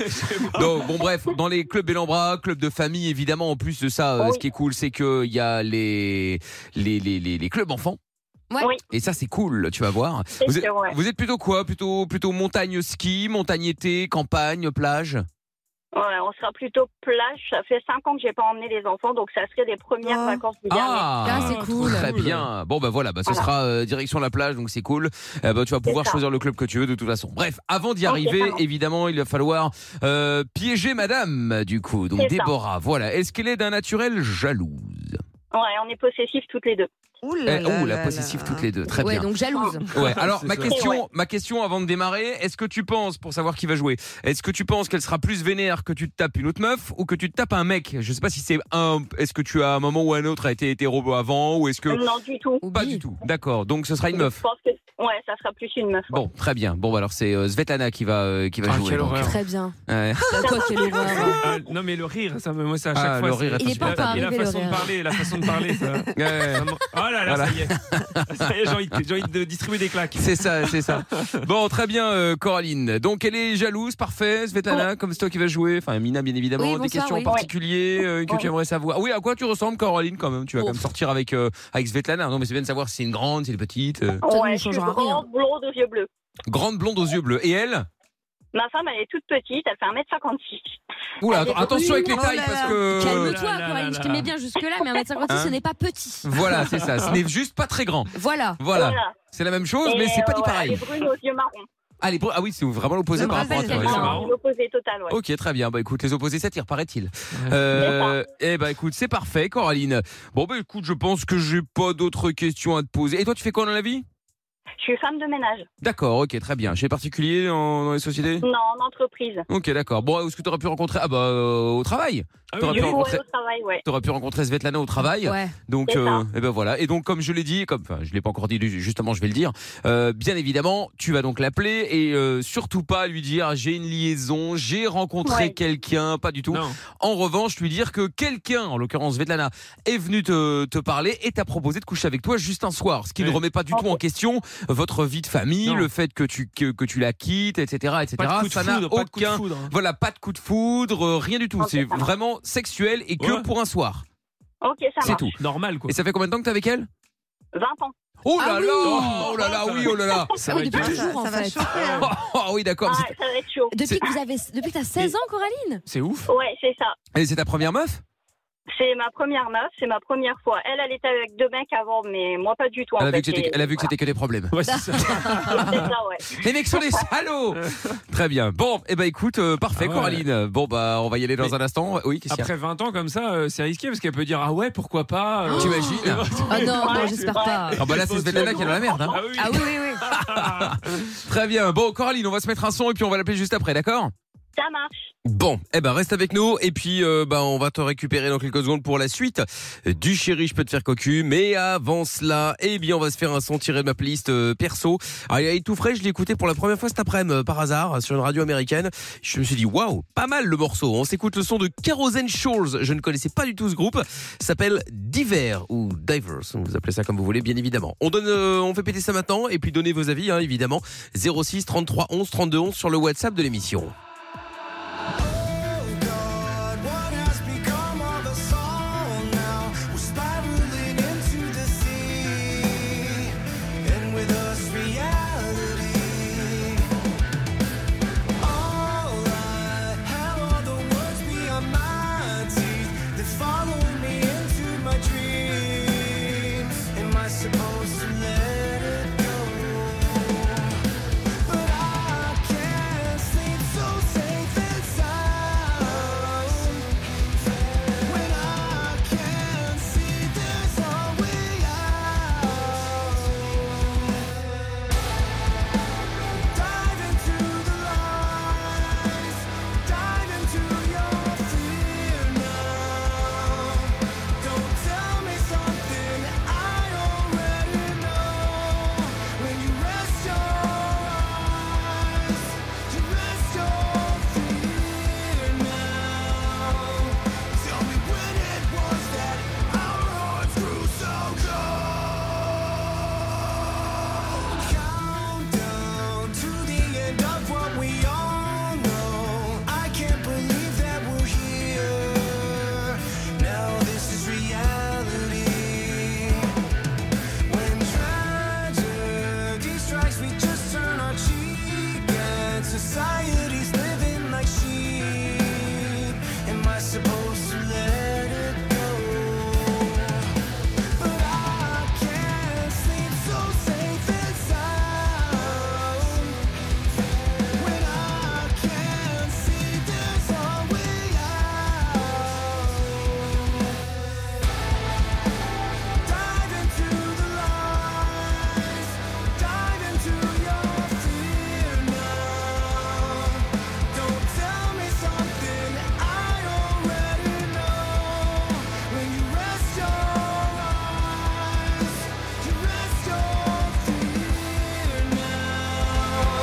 S1: Donc bon bref, dans les clubs Bellambra, clubs de famille évidemment en plus de ça, euh,
S9: Oui.
S1: ce qui est cool c'est que il y a les les, les, les les clubs enfants.
S6: Ouais.
S9: Oui.
S1: Et ça c'est cool, tu vas voir.
S9: C'est
S1: Vous êtes,
S9: sûr, ouais.
S1: vous êtes plutôt quoi Plutôt plutôt montagne ski, montagne été, campagne, plage.
S9: Ouais, on sera plutôt plage. Ça fait cinq ans que j'ai pas emmené les enfants, donc ça serait les premières
S4: Ah.
S9: vacances du dernier.
S1: Ah,
S6: Ah, c'est cool.
S1: Très bien. Bon bah voilà, bah ce
S9: Voilà.
S1: sera euh, direction la plage donc c'est cool. Euh, bah, tu vas pouvoir
S9: ça.
S1: choisir le club que tu veux de toute façon. Bref, avant d'y
S9: Ok,
S1: arriver,
S9: ça marche.
S1: évidemment, il va falloir euh, piéger madame du coup. Donc
S9: C'est ça.
S1: Déborah, voilà, est-ce qu'elle est d'un naturel jalouse
S9: Ouais, on est possessifs toutes les deux.
S4: Ouh
S1: Eh,
S4: là là
S1: oh, la
S4: là
S1: possessive
S4: là.
S1: toutes les deux, très
S6: ouais,
S1: bien.
S6: donc jalouse.
S1: <laughs> Ouais, alors
S2: C'est
S1: ma
S2: ça.
S1: question,
S9: Et ouais.
S1: ma question avant de démarrer, est-ce que tu penses, pour savoir qui va jouer, est-ce que tu penses qu'elle sera plus vénère que tu te tapes une autre meuf ou que tu te tapes un mec Je sais pas si c'est un, est-ce que tu as un moment ou un autre a été hétéro avant ou est-ce que
S9: Euh, Non, du tout.
S6: Ou
S1: pas
S6: bi.
S1: du tout D'accord, donc ce sera une
S9: Je
S1: meuf.
S9: pense que ouais, ça sera plus une meuf.
S1: Bon, très bien. Bon, bah, alors c'est euh, Svetlana qui va euh, qui va
S2: Ah,
S1: jouer.
S2: quelle
S1: donc.
S2: horreur.
S6: Très bien.
S1: Ouais.
S6: Bah, quoi, quelle horreur.
S2: Ah, <laughs> non mais le rire, ça me- moi ça à chaque
S1: Ah,
S2: fois.
S1: le rire
S2: c'est-
S1: est Il est pas
S6: insupportable.
S2: Et
S6: encore
S2: la
S6: arrivé,
S2: façon
S6: le
S2: de
S6: rire.
S2: parler, la façon de
S1: <laughs>
S2: parler. Ça... <laughs>
S1: Ouais.
S2: ça me- Oh là là, ça y est, <laughs> Ça y est, j'ai envie, de- j'ai envie de distribuer des claques.
S1: C'est ça, c'est ça. Bon, très bien, euh, Coraline. Donc, elle est jalouse, parfait. Svetlana, comme c'est toi qui vas jouer. Enfin, Mina, bien évidemment.
S6: Oui,
S1: des
S6: bonsoir,
S1: questions en
S6: oui.
S1: particulier euh, que
S9: Ouais.
S1: tu aimerais savoir. Oui, à quoi tu ressembles, Coraline, quand même Tu vas
S6: Oh.
S1: quand même sortir avec, euh, avec Svetlana. Non, mais c'est bien de savoir si c'est une grande, si c'est une petite. euh.
S6: Ça ne
S9: ouais,
S6: nous
S9: je suis
S6: changera rien.
S9: grande, blonde aux yeux bleus.
S1: Grande blonde aux yeux bleus. Et elle
S9: Ma femme, elle est toute petite, elle fait 1m56.
S6: Ah,
S1: Oula,
S9: Elle est
S1: att- attention avec les
S4: brune.
S1: tailles,
S4: Oh là
S1: parce
S4: là.
S1: que.
S2: Là, là,
S6: Calme-toi,
S2: là,
S6: Coraline. Je
S2: là.
S6: t'aimais bien jusque-là, mais 1m56,
S1: Hein
S6: ce n'est pas petit.
S1: Voilà, c'est ça. Ce n'est juste pas très grand.
S6: Voilà.
S1: Voilà. C'est la même chose,
S9: Et,
S1: mais c'est pas
S9: euh,
S1: dit
S9: ouais, Elle
S1: pareil.
S9: est brune aux yeux marrons.
S1: Ah, les bro- ah oui, c'est vraiment l'opposé
S4: Ça me
S1: par rapport à
S4: rappelle
S1: toi.
S2: Ouais,
S9: C'est
S2: c'est
S1: d'accord.
S2: marrant.
S9: l'opposé total, ouais.
S1: Ok, très bien. Bah écoute, les opposés s'attirent, paraît-il. Euh, eh bah écoute, c'est parfait, Coraline. Bon bah écoute, je pense que j'ai pas d'autres questions à te poser. Et toi, tu fais quoi dans la vie
S9: Je suis femme de ménage.
S1: D'accord, ok, très bien. Chez les particuliers, en- dans les sociétés
S9: Non, en entreprise.
S1: Ok, d'accord. Bon, est-ce que t'aurais pu rencontrer Ah bah euh, au travail.
S2: Ah
S1: T'aurais
S2: oui,
S9: Du
S1: pu
S9: coup,
S1: rencontrer.
S9: ouais, au travail, ouais.
S1: T'aurais pu rencontrer Svetlana au travail.
S6: Ouais.
S1: Donc,
S9: C'est
S1: euh,
S9: ça.
S1: eh ben voilà. Et donc, comme je l'ai dit, comme enfin, je l'ai pas encore dit, justement, je vais le dire. euh, bien évidemment, tu vas donc l'appeler et euh, surtout pas lui dire j'ai une liaison, j'ai rencontré
S9: Ouais.
S1: quelqu'un, pas du tout.
S2: Non.
S1: En revanche, lui dire que quelqu'un, en l'occurrence Svetlana, est venu te, te parler et t'a proposé de coucher avec toi juste un soir. Ce qui ne
S2: Oui.
S1: remet pas du tout en question votre vie de famille,
S2: Non.
S1: le fait que tu, que, que tu la quittes, etc. etc.
S2: Pas de coup de
S1: Ça n'a
S2: foudre, pas de coup de
S1: aucun.
S2: foudre.
S1: Voilà, pas de coup de foudre, euh, rien du tout.
S9: Ok,
S1: C'est
S9: ça marche.
S1: vraiment sexuel et que
S2: Ouais.
S1: pour un soir.
S9: Ok, ça
S1: C'est
S9: marche.
S1: tout.
S2: Normal quoi.
S1: Et ça fait combien de temps que t'es avec elle
S9: 20 ans.
S1: Oh
S6: Ah
S1: là
S6: oui.
S1: là Oh là là, oui, oh là là
S2: Ça
S6: Ah oui,
S2: va être
S6: depuis
S2: dur.
S4: Ça,
S6: toujours, en
S4: ça va
S6: fait.
S4: chauffer, hein.
S1: Oh, <laughs> oh, oui, d'accord.
S9: Ah, ça va être chaud.
S6: Depuis que vous avez, depuis que t'as 16 ans, Coraline.
S2: C'est ouf.
S9: Ouais, c'est ça.
S1: Et c'est ta première meuf
S9: C'est ma première meuf, c'est ma première fois. Elle, elle était avec deux mecs avant, mais moi pas du tout.
S1: Elle
S9: en
S1: a vu
S9: fait.
S1: que c'était-
S9: Et-
S1: elle a vu que c'était que des problèmes.
S2: Ouais, c'est ça.
S6: <laughs>
S9: voilà. <laughs> C'est ça, ouais.
S1: Les mecs sont des salauds Très bien. Bon, eh ben écoute, euh, parfait
S2: Ah ouais.
S1: Coraline. Bon bah on va y aller dans
S2: Mais-
S1: un instant. Oui, qu'est-ce qu'il y a
S2: Après 20 ans comme ça, euh, c'est risqué parce qu'elle peut dire ah ouais pourquoi pas. euh, <laughs>
S1: T'imagines
S6: <laughs> Ah non, non, j'espère pas.
S1: Ah bah là c'est Svetlana qui est dans la merde. hein.
S2: Ah oui.
S6: Ah oui, oui, oui.
S1: Très bien. Bon Coraline, on va se mettre un son et puis on va l'appeler juste après, d'accord
S9: Ça marche.
S1: Bon, eh ben reste avec nous et puis euh, bah, on va te récupérer dans quelques secondes pour la suite du chéri, je peux te faire cocu. Mais avant cela, eh bien on va se faire un son tiré de ma playlist euh, perso. Ah, il est tout frais, je l'ai écouté pour la première fois cet après-midi euh, par hasard sur une radio américaine. Je me suis dit waouh, pas mal le morceau. On s'écoute le son de Kerosene Shores. Je ne connaissais pas du tout ce groupe. Ça S'appelle Diver ou Divers. Vous appelez ça comme vous voulez, bien évidemment. On donne, euh, on fait péter ça maintenant et puis donnez vos avis hein, évidemment. 06 33 11 32 11 sur le WhatsApp de l'émission.
S10: Supposed to let it go, but I can't sleep so. society's living like sheep. Am I supposed to let it go? But I can't sleep so safe and sound. When I can't see, there's a way out. Dive into the lies. Dive into your fear now. Don't tell me something I already know. When you rest your eyes, you rest your fear now.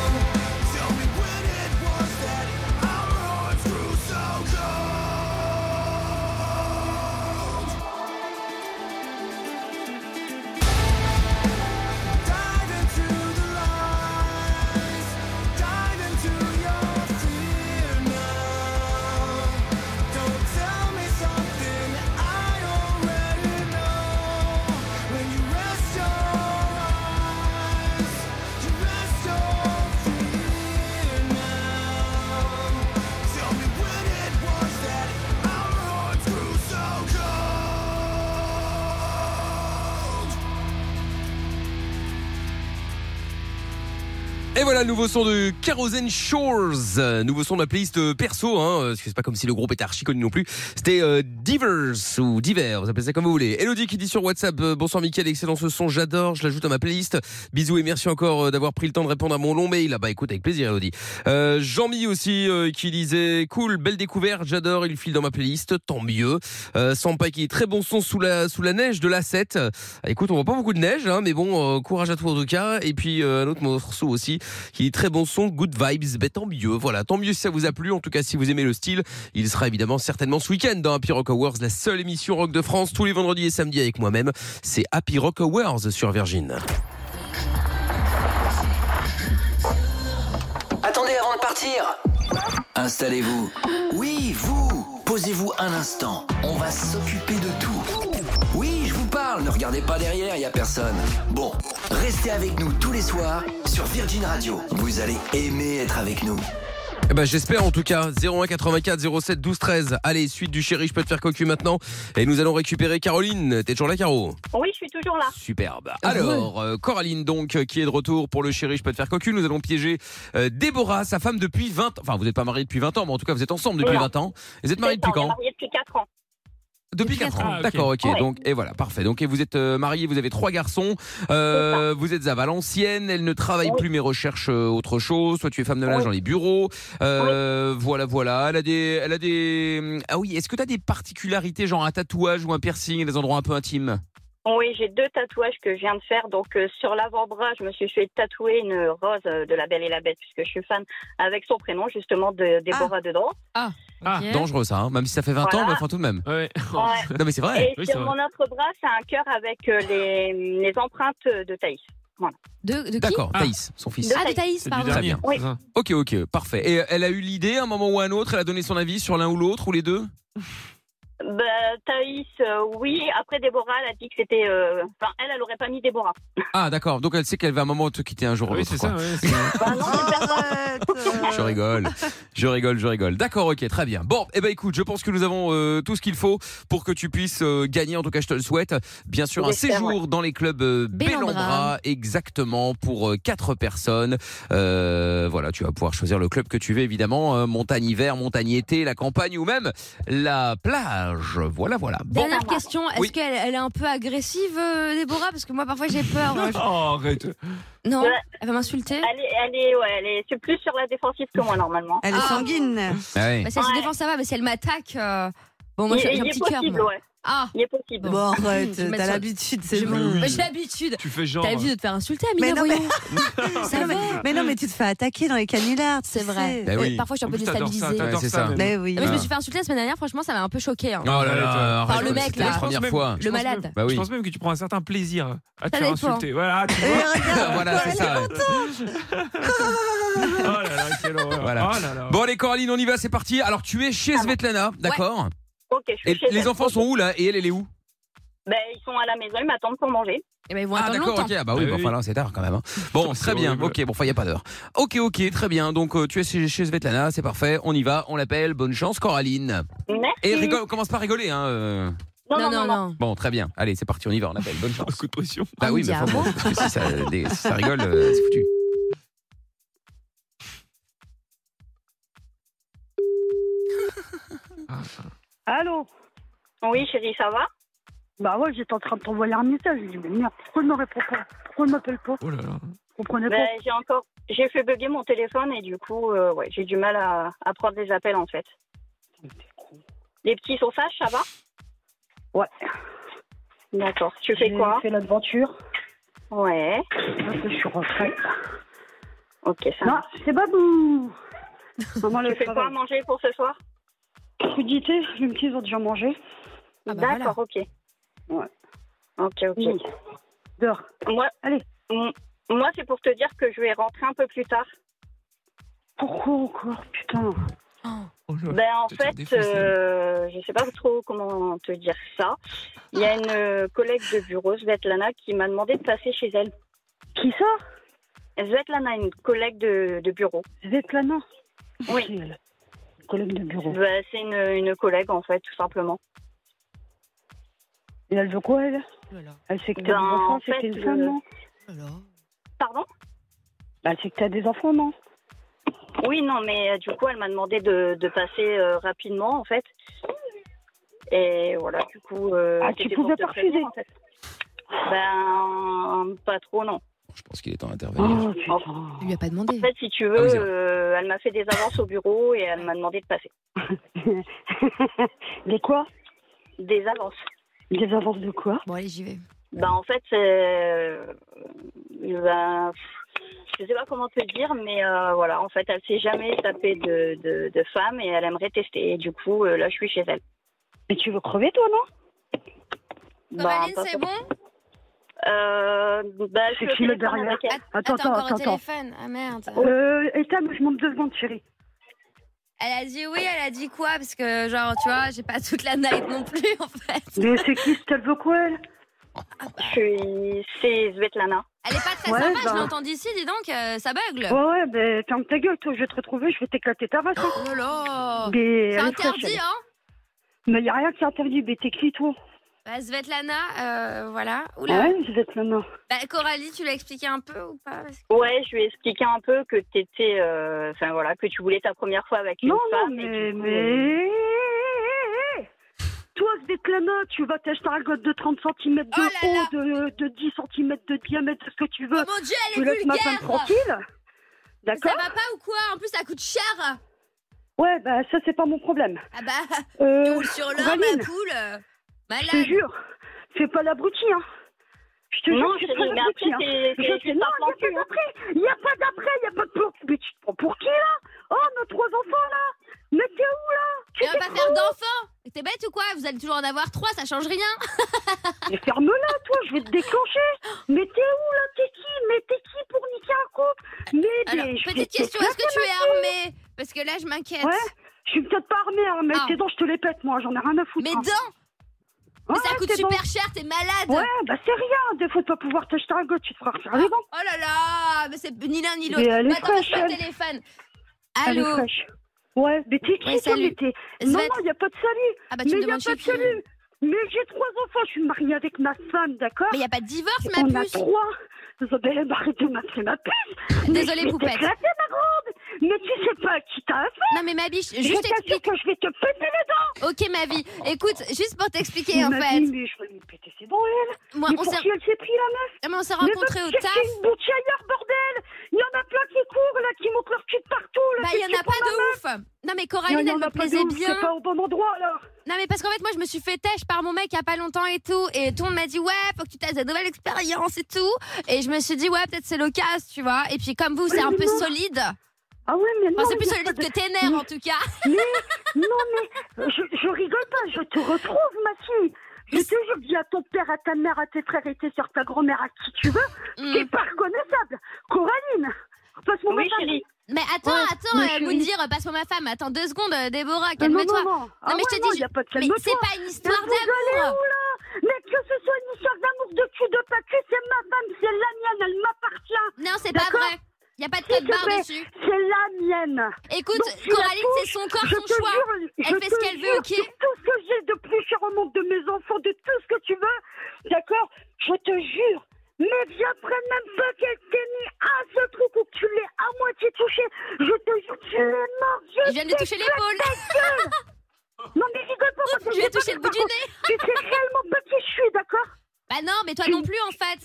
S10: Tell me when it was that our hearts grew so cold. Dive into the lies. Dive into your fear now. Don't tell me something I already know. When you rest your eyes, you rest your fear now. Tell me when it was that our hearts grew so cold.
S1: Et voilà, nouveau son de Kerosene Shores. Euh, Nouveau son de ma playlist euh, perso, hein, euh, parce que c'est pas comme si le groupe était archi connu non plus. C'était euh, Divers ou Divers, vous appelez ça comme vous voulez. Elodie qui dit sur WhatsApp, euh, bonsoir Mickaël, excellent ce son, j'adore, je l'ajoute à ma playlist. Bisous et merci encore euh, d'avoir pris le temps de répondre à mon long mail. Là-bas, écoute, avec plaisir Elodie. Euh, Jean-Mi aussi euh, qui disait, cool, belle découverte, j'adore, il file dans ma playlist, tant mieux. Euh, Sampa qui est très bon son sous la, sous la neige de la 7. Euh, Écoute, on voit pas beaucoup de neige, hein, mais bon, euh, courage à toi en tout cas. Et puis euh, un autre morceau aussi qui est très bon son, Good Vibes. Ben, tant mieux, voilà, tant mieux si ça vous a plu. En tout cas, si vous aimez le style, il sera évidemment certainement ce week-end dans Happy Rock Awards, la seule émission rock de France, tous les vendredis et samedis avec moi-même. C'est Happy Rock Awards sur Virgin.
S3: Attendez avant de partir. Installez-vous. Oui, vous. Posez-vous un instant. On va s'occuper de tout. Oui, je vous parle. Ne regardez pas derrière, il y a personne. Bon, restez avec nous tous les soirs sur Virgin Radio. Vous allez aimer être avec nous.
S1: Eh ben, j'espère en tout cas. 01 84 07 12 13. Allez, suite du chéri, je peux te faire cocu maintenant. Et nous allons récupérer Caroline. T'es toujours là, Caro
S9: Oui, je suis toujours là.
S1: Superbe. Alors, euh, Coraline donc, euh, qui est de retour pour le chéri, je peux te faire cocu. Nous allons piéger euh, Déborah, sa femme depuis 20 Enfin, vous n'êtes pas mariés depuis 20 ans, mais en tout cas, vous êtes ensemble depuis
S9: Non.
S1: 20 ans. Et Vous êtes mariés
S9: C'est ça,
S1: depuis
S9: on est
S1: quand
S9: mariés depuis 4 ans.
S1: Depuis
S6: depuis
S1: 4
S6: quatre Ah,
S1: ans.
S2: ans.
S9: Ah,
S1: D'accord, ok.
S9: Ouais.
S1: Donc, et voilà, parfait. Donc, et vous êtes euh, mariés, vous avez trois garçons. Euh, vous êtes à Valenciennes. Elle ne travaille
S9: Oui.
S1: plus, mais recherche euh, autre chose. Toi, tu es femme de ménage
S9: Oui.
S1: dans les bureaux. Euh, Voilà, voilà. Elle a des, elle a des. Ah oui. Est-ce que tu as des particularités, genre un tatouage ou un piercing, des endroits un peu intimes
S9: Oui, j'ai deux tatouages que je viens de faire. Donc, euh, sur l'avant-bras, je me suis fait tatouer une rose euh, de la Belle et la Bête, puisque je suis fan, avec son prénom, justement, de Déborah dedans.
S2: Ah,
S6: Ok.
S1: Dangereux, ça. hein, même si ça fait 20 ans,
S9: Voilà.
S1: mais enfin tout de même.
S2: Ouais.
S9: Ouais.
S1: <laughs> Non, mais c'est vrai.
S9: et
S2: oui, c'est
S9: sur
S2: vrai.
S9: mon autre bras, c'est un cœur avec euh, les, les empreintes de Thaïs.
S6: De, de qui
S1: D'accord.
S2: Ah.
S1: Thaïs, son fils.
S9: De-
S6: Ah, de Thaïs,
S2: C'est du
S6: pardon.
S1: Très
S2: dernier.
S1: bien.
S9: Oui.
S2: c'est ça.
S1: Ok, ok, parfait. Et euh, elle a eu l'idée à un moment ou à un autre. Elle a donné son avis sur l'un ou l'autre ou les deux.
S9: Bah, Thaïs, euh, oui. Après, Déborah, elle a dit que c'était. euh, Enfin, elle, elle n'aurait pas mis Déborah.
S1: Ah, d'accord. Donc elle sait qu'elle va à un moment te quitter un jour ou
S2: Oui,
S1: l'autre.
S2: c'est
S1: quoi.
S2: ça. ouais,
S9: <laughs>
S2: c'est-
S9: Bah, non, c'est pas ça.
S4: Arrête, euh,
S1: Je rigole, je rigole, je rigole. D'accord, ok, très bien. Bon, eh ben écoute, je pense que nous avons euh, tout ce qu'il faut pour que tu puisses euh, gagner. En tout cas, je te le souhaite. Bien sûr, un
S9: J'espère,
S1: séjour dans les clubs euh,
S6: Bellambra.
S1: Bellambra, exactement pour euh, quatre personnes. Euh, voilà, tu vas pouvoir choisir le club que tu veux, évidemment, euh, montagne hiver, montagne été, la campagne ou même la plage. Voilà, voilà. Bon,
S6: Dernière question, est-ce
S1: Oui.
S6: qu'elle elle est un peu agressive, euh, Déborah Parce que moi, parfois, j'ai peur.
S2: Oh,
S9: <laughs>
S6: Je-
S2: arrête.
S6: Non,
S1: Oh
S9: Ouais.
S6: elle va m'insulter.
S9: Elle est, elle est, ouais, elle est plus sur la défensive que moi, normalement.
S4: Elle est
S6: Ah.
S4: sanguine.
S1: Ah ouais.
S6: Bah, si elle se
S9: Ouais.
S6: défend, ça va, mais si elle m'attaque. euh, Bon, moi,
S9: il,
S6: j'ai j'ai
S9: il
S6: un
S9: est
S6: petit cœur.
S9: possible,
S6: moi.
S9: ouais.
S6: Ah,
S9: Il est possible.
S4: Bon, arrête,
S6: Je vais
S4: t'as
S6: mettre ça.
S4: l'habitude, c'est
S6: j'ai
S4: bon.
S2: oui.
S6: bah, j'ai l'habitude.
S2: Tu fais genre.
S6: T'as l'habitude de te faire insulter,
S4: Mais
S6: Amélie,
S4: non, mais-
S6: voyons. Ça va.
S4: Mais non, mais tu te fais attaquer dans
S11: <laughs>
S4: les canulars, tu
S6: C'est vrai.
S4: sais.
S1: Bah
S6: Ouais,
S1: oui.
S6: Parfois, je suis un peu
S2: En plus, t'adores ça,
S6: déstabilisée.
S2: t'adores
S1: Ouais, c'est ça.
S2: même.
S12: Ben
S4: Bah oui.
S6: Ah, mais je me suis fait insulter la semaine dernière, franchement, ça m'a un peu choqué.
S11: hein.
S1: Oh là là,
S2: Par
S1: arrête,
S6: le mec,
S1: c'était
S6: là.
S1: la première
S2: Je pense
S1: fois.
S6: Le malade.
S1: Bah
S2: Je
S1: oui.
S2: pense même que tu prends un certain plaisir à te
S6: Ça
S2: faire
S6: dépend.
S2: insulter. Voilà, tu
S4: Et
S2: vois.
S1: <laughs> <laughs>
S4: regarde,
S1: Voilà,
S4: quoi,
S1: c'est
S4: elle
S1: ça.
S4: est
S1: ouais.
S4: contente.
S2: Oh là là, quelle horreur.
S1: Voilà.
S2: Oh là là.
S1: Bon allez Coraline, on y va, c'est parti. Alors tu es chez Svetlana, d'accord
S9: Ok, je suis
S1: Et
S9: chez
S1: les
S9: elle.
S1: enfants sont où là Et elle, elle est où
S9: Ben, ils sont à la maison, ils m'attendent pour manger.
S11: Et ben, ils vont
S1: Ah
S11: attendre
S1: d'accord,
S11: longtemps.
S1: ok, ah bah oui,
S2: Ah
S1: bah,
S2: oui.
S1: enfin là c'est tard quand même. hein. Bon,
S2: C'est
S1: très bien,
S2: horrible.
S1: ok, bon, enfin il n'y a pas d'heure. Ok, ok, très bien, donc euh, tu es chez, chez Svetlana, c'est parfait, on y va, on l'appelle, bonne chance Coraline.
S9: Merci.
S1: Et rigole, commence pas à rigoler, hein. euh.
S9: Non, non, non, non.
S1: Bon, très bien, allez, c'est parti, on y va, on l'appelle,
S2: <laughs>
S1: bonne chance.
S2: Beaucoup de pression.
S1: Bah oui,
S11: On
S1: mais
S11: dit
S1: enfin, bon,
S11: avant.
S1: parce que si ça, des- si ça rigole, euh, c'est foutu.
S12: Allô
S9: Oui, chérie, ça va
S12: Bah ouais, j'étais en train de t'envoyer un message. J'ai dit, mais merde, pourquoi il me répond pas Pourquoi il m'appelle pas
S2: Oh là là.
S12: Vous comprenez
S9: Ben,
S12: pas
S9: J'ai encore. J'ai fait bugger mon téléphone et du coup, euh, ouais, j'ai du mal à, à prendre des appels en fait. Les petits sont sages, ça va
S12: Ouais.
S9: D'accord. Tu fais
S12: J'ai
S9: quoi
S12: fait l'aventure.
S9: Ouais.
S12: Parce que je suis rentrée.
S9: Ok, ça
S12: Non,
S9: va. <laughs>
S12: c'est Babou Maman,
S9: Tu
S12: le
S9: fais quoi à
S12: travail.
S9: manger pour ce soir
S12: Crudité, les petits ils ont déjà mangé.
S11: Ah bah
S9: D'accord, ok.
S12: Ouais.
S9: Ok, ok.
S12: Oui. Dehors.
S9: Moi,
S12: Allez.
S9: m- moi c'est pour te dire que je vais rentrer un peu plus tard.
S12: Pourquoi encore Putain.
S2: Oh là là.
S9: Ben, en
S2: Tu te
S9: fait,
S2: défonces, hein.
S9: euh, je sais pas trop comment te dire ça. Il y a une euh, collègue de bureau, Svetlana, qui m'a demandé de passer chez elle.
S12: Qui ça
S9: Svetlana, une collègue de, de bureau.
S12: Svetlana
S9: Oui.
S12: C'est elle. Collègue de bureau.
S9: Ben, c'est une, une collègue, en fait, tout simplement.
S12: Et elle veut quoi, elle
S11: Oh là là.
S12: Elle sait que t'as
S9: Ben,
S12: des enfants,
S9: en
S12: c'est que
S9: fait,
S12: t'es une femme,
S9: euh,
S12: non
S11: Oh là là.
S9: Pardon
S12: Bah, Elle sait que t'as des enfants, non <laughs>
S9: Oui, non, mais euh, du coup, elle m'a demandé de, de passer euh, rapidement, en fait. Et voilà, du coup... euh,
S12: Ah, tu
S9: c'était pour
S12: pouvais
S9: te
S12: pas
S9: prévenir,
S12: refuser.
S9: en fait. Ben, pas trop, non.
S1: Je pense qu'il est temps d'intervenir.
S12: Oh, putain.
S11: Il lui a pas demandé.
S9: En fait, si tu
S1: Ah oui,
S9: veux,
S1: c'est vrai.
S9: euh, elle m'a fait des avances au bureau et elle m'a demandé de passer.
S12: Des quoi
S9: Des avances.
S12: Des avances de quoi
S11: Bon, allez, j'y vais.
S9: Bah, en fait, euh, bah, je sais pas comment te dire, mais euh, voilà, en fait, elle s'est jamais tapée de, de, de femme et elle aimerait tester. Et du coup, euh, là, je suis chez elle.
S12: Mais tu veux crever, toi, non
S9: Bah, pas-
S11: bon
S9: Euh, bah, je suis
S12: C'est
S9: au
S12: qui le
S9: téléphone
S12: derrière
S9: avec elle.
S12: Attends, attends,
S11: encore
S12: attends,
S11: au
S12: attends.
S11: téléphone. Ah merde.
S12: Euh, Ethan, je monte deux
S11: <laughs>
S12: secondes, chérie.
S11: Elle a dit oui, elle a dit quoi Parce que, genre, tu vois, j'ai pas toute la night non plus, <laughs> en fait.
S12: Mais c'est qui ce qu'elle veut quoi, elle
S9: Je suis... C'est Svetlana.
S11: Ah, bah. Elle est pas très
S12: Ouais,
S11: sympa, je
S12: bah.
S11: l'entends d'ici, dis donc, euh, ça bugle.
S12: Ouais, ouais, ben ferme ta gueule, toi, je vais te retrouver, je vais t'éclater ta race. hein.
S11: Oh là là
S12: Mais
S11: C'est
S12: elle est fraîche,
S11: interdit,
S12: elle.
S11: hein
S12: Mais y a rien qui est interdit, mais t'es qui, toi Ah
S11: bah, Svetlana, euh, voilà. Oula.
S12: Ouais, vous êtes là, non.
S11: Bah, Coralie, tu l'as expliqué un peu ou pas Parce que-
S9: Ouais, je lui ai expliqué un peu que t'étais... euh, Enfin, voilà, que tu voulais ta première fois avec une
S12: Non, non,
S9: femme. et
S12: mais.
S9: du coup, euh,
S12: mais... Toi, Svetlana, tu vas t'acheter un gosse de 30 cm de
S11: Oh là là.
S12: haut, de, de 10 cm de diamètre, ce que tu
S11: Oh
S12: veux.
S11: mon dieu,
S12: tu
S11: elle est
S12: laisses ma femme
S11: vulgaire
S12: tranquille
S11: Ça
S12: D'accord
S11: va pas ou quoi En plus, ça coûte cher Ah
S12: Ouais, bah ça, c'est pas mon problème.
S11: bah, tu
S12: Euh,
S11: roules sur l'homme,
S12: Coraline.
S11: la poule euh,
S12: je te
S11: Malade
S12: jure, fais pas l'abruti, hein. Je te
S9: Non,
S12: jure,
S9: je
S12: fais pas
S9: mais après,
S12: l'abruti, hein.
S9: c'est
S12: Je
S9: c'est
S12: sais,
S9: juste
S12: non,
S9: un plan
S12: il
S9: cul,
S12: n'y a
S9: hein.
S12: pas d'après, il n'y a pas d'après, il n'y a pas de plan. Mais tu te prends pour qui là Oh, nos trois enfants là Mais t'es où là Tu
S11: Et on va pas faire d'enfant T'es bête ou quoi Vous allez toujours en avoir trois, ça change rien
S12: Mais ferme-la toi, je vais te déclencher Mais t'es où là T'es qui Mais t'es qui pour niquer un couple Mais
S11: Alors,
S12: mais je vais
S11: petite
S12: te
S11: question, est-ce
S12: claquer,
S11: que tu es armée Parce que là, je m'inquiète.
S12: Ouais, je suis peut-être pas armée, hein, mais
S11: Ah.
S12: tes dents, je te les pète, moi, j'en ai rien à foutre.
S11: Mes
S12: hein.
S11: dents Mais ça
S12: Ouais,
S11: coûte
S12: tes dents.
S11: super cher, t'es malade
S12: Ouais, bah c'est rien, des fois de pas pouvoir t'acheter un gosse, tu te feras refaire les dents.
S11: Oh là là Mais c'est ni l'un ni l'autre
S12: Mais elle est
S11: Bah, Attends, passe
S12: fraîche,
S11: pas le
S12: elle. Ah,
S11: téléphone
S12: Elle est
S11: Allô
S12: fraîche. Ouais, mais t'es qui
S11: Ouais,
S12: toi,
S11: salut.
S12: mais t'es- Non,
S11: Svet-
S12: non, il n'y a pas de salut
S11: Ah bah,
S12: Mais
S11: tu me
S12: il n'y a
S11: demandes
S12: pas
S11: chez
S12: de
S11: qui Mais
S12: salut Mais j'ai trois enfants, je suis mariée avec ma femme, d'accord
S11: il n'y a pas de divorce, ma
S12: On a
S11: puce
S12: trois Isabelle, arrête de m'appeler ma puce Mais
S11: Désolée,
S12: je vais
S11: Poupette.
S12: t'éclater, ma grande Mais tu sais pas à qui t'as affaire
S11: Non, mais ma biche,
S12: Je
S11: juste
S12: t'assure
S11: explique.
S12: que je vais te péter les dents
S11: Ok, ma vie. Écoute, juste pour t'expliquer, en
S12: Il m'a
S11: fait.
S12: dit, mais je vais lui péter ses dents, elle
S11: Moi,
S12: Mais
S11: on
S12: pour
S11: s'est
S12: qui elle s'est pris, la meuf
S11: Ah, mais on s'est
S12: Mais
S11: rencontrés
S12: va
S11: au
S12: te chercher
S11: taf.
S12: une bouche ailleurs, bordel Il y en a plein qui courent, là, qui montent leur cul de partout là,
S11: Bah,
S12: puis
S11: il y en
S12: tu
S11: a
S12: prends
S11: pas de ouf. Non, mais
S12: la-
S11: Coraline,
S12: Il y
S11: elle me
S12: en a pas de
S11: plaisait
S12: ouf,
S11: bien.
S12: C'est pas au bon endroit, alors
S11: Non, mais parce qu'en fait, moi, je me suis fait têche par mon mec il y a pas longtemps et tout. Et tout le monde m'a dit, ouais, faut que tu testes de nouvelles expériences et tout. Et je me suis dit, ouais, peut-être c'est l'occasion, tu vois. Et puis, comme vous, c'est un peu solide.
S12: Ah ouais, mais non
S11: Enfin, c'est
S12: il
S11: plus
S12: y a
S11: solide
S12: pas de-
S11: que tes nerfs, en tout cas.
S12: Non, mais je, je rigole pas, je te retrouve, ma fille. Je te jure, dis à ton père, à ta mère, à tes frères et tes soeurs, ta grand-mère, à qui tu veux,
S11: Hmm.
S12: t'es pas reconnaissable. Coraline, passe mon
S9: Oui,
S12: message.
S9: chérie.
S11: Mais attends,
S12: Ouais,
S11: attends,
S12: mais
S11: euh,
S12: je suis-
S11: Moundir, passe-moi ma femme. Attends deux secondes, euh, Déborah,
S12: Non, non,
S11: calme-toi.
S12: non, non. Ah
S11: mais je
S12: ouais,
S11: te
S12: non,
S11: dis,
S12: y a pas de
S11: Mais
S12: calme-toi.
S11: c'est pas une histoire
S12: Mais vous allez
S11: d'amour.
S12: où, là Mais que ce soit une histoire d'amour de cul de pas cul, c'est ma femme, c'est la mienne, elle m'appartient.
S11: Non, c'est pas vrai. Il n'y a pas de
S12: S'il
S11: code
S12: te
S11: barre
S12: plaît,
S11: dessus.
S12: C'est la mienne.
S11: Écoute,
S12: Donc, tu la
S11: Coraline, c'est
S12: touches,
S11: son corps,
S12: je
S11: son
S12: te
S11: choix.
S12: jure,
S11: Elle
S12: je
S11: fait
S12: te
S11: ce qu'elle veut,
S12: jure,
S11: ok
S12: sur tout ce que j'ai de plus cher au monde, de mes enfants, de tout ce que tu veux, d'accord Je te jure. Mais j'apprends même pas qu'elle t'ait mis un seul truc où tu l'es à moitié touché. Je te jure, tu es mort. Je,
S11: Euh, Je viens de lui toucher l'épaule. <laughs>
S12: Non, mais rigole pas. parce que
S11: je lui ai
S12: pas
S11: touché le
S12: fait
S11: bout du
S12: par contre. <laughs>
S11: nez.
S12: Tu sais réellement pas qui je suis, d'accord
S11: Bah non, mais toi non plus en fait.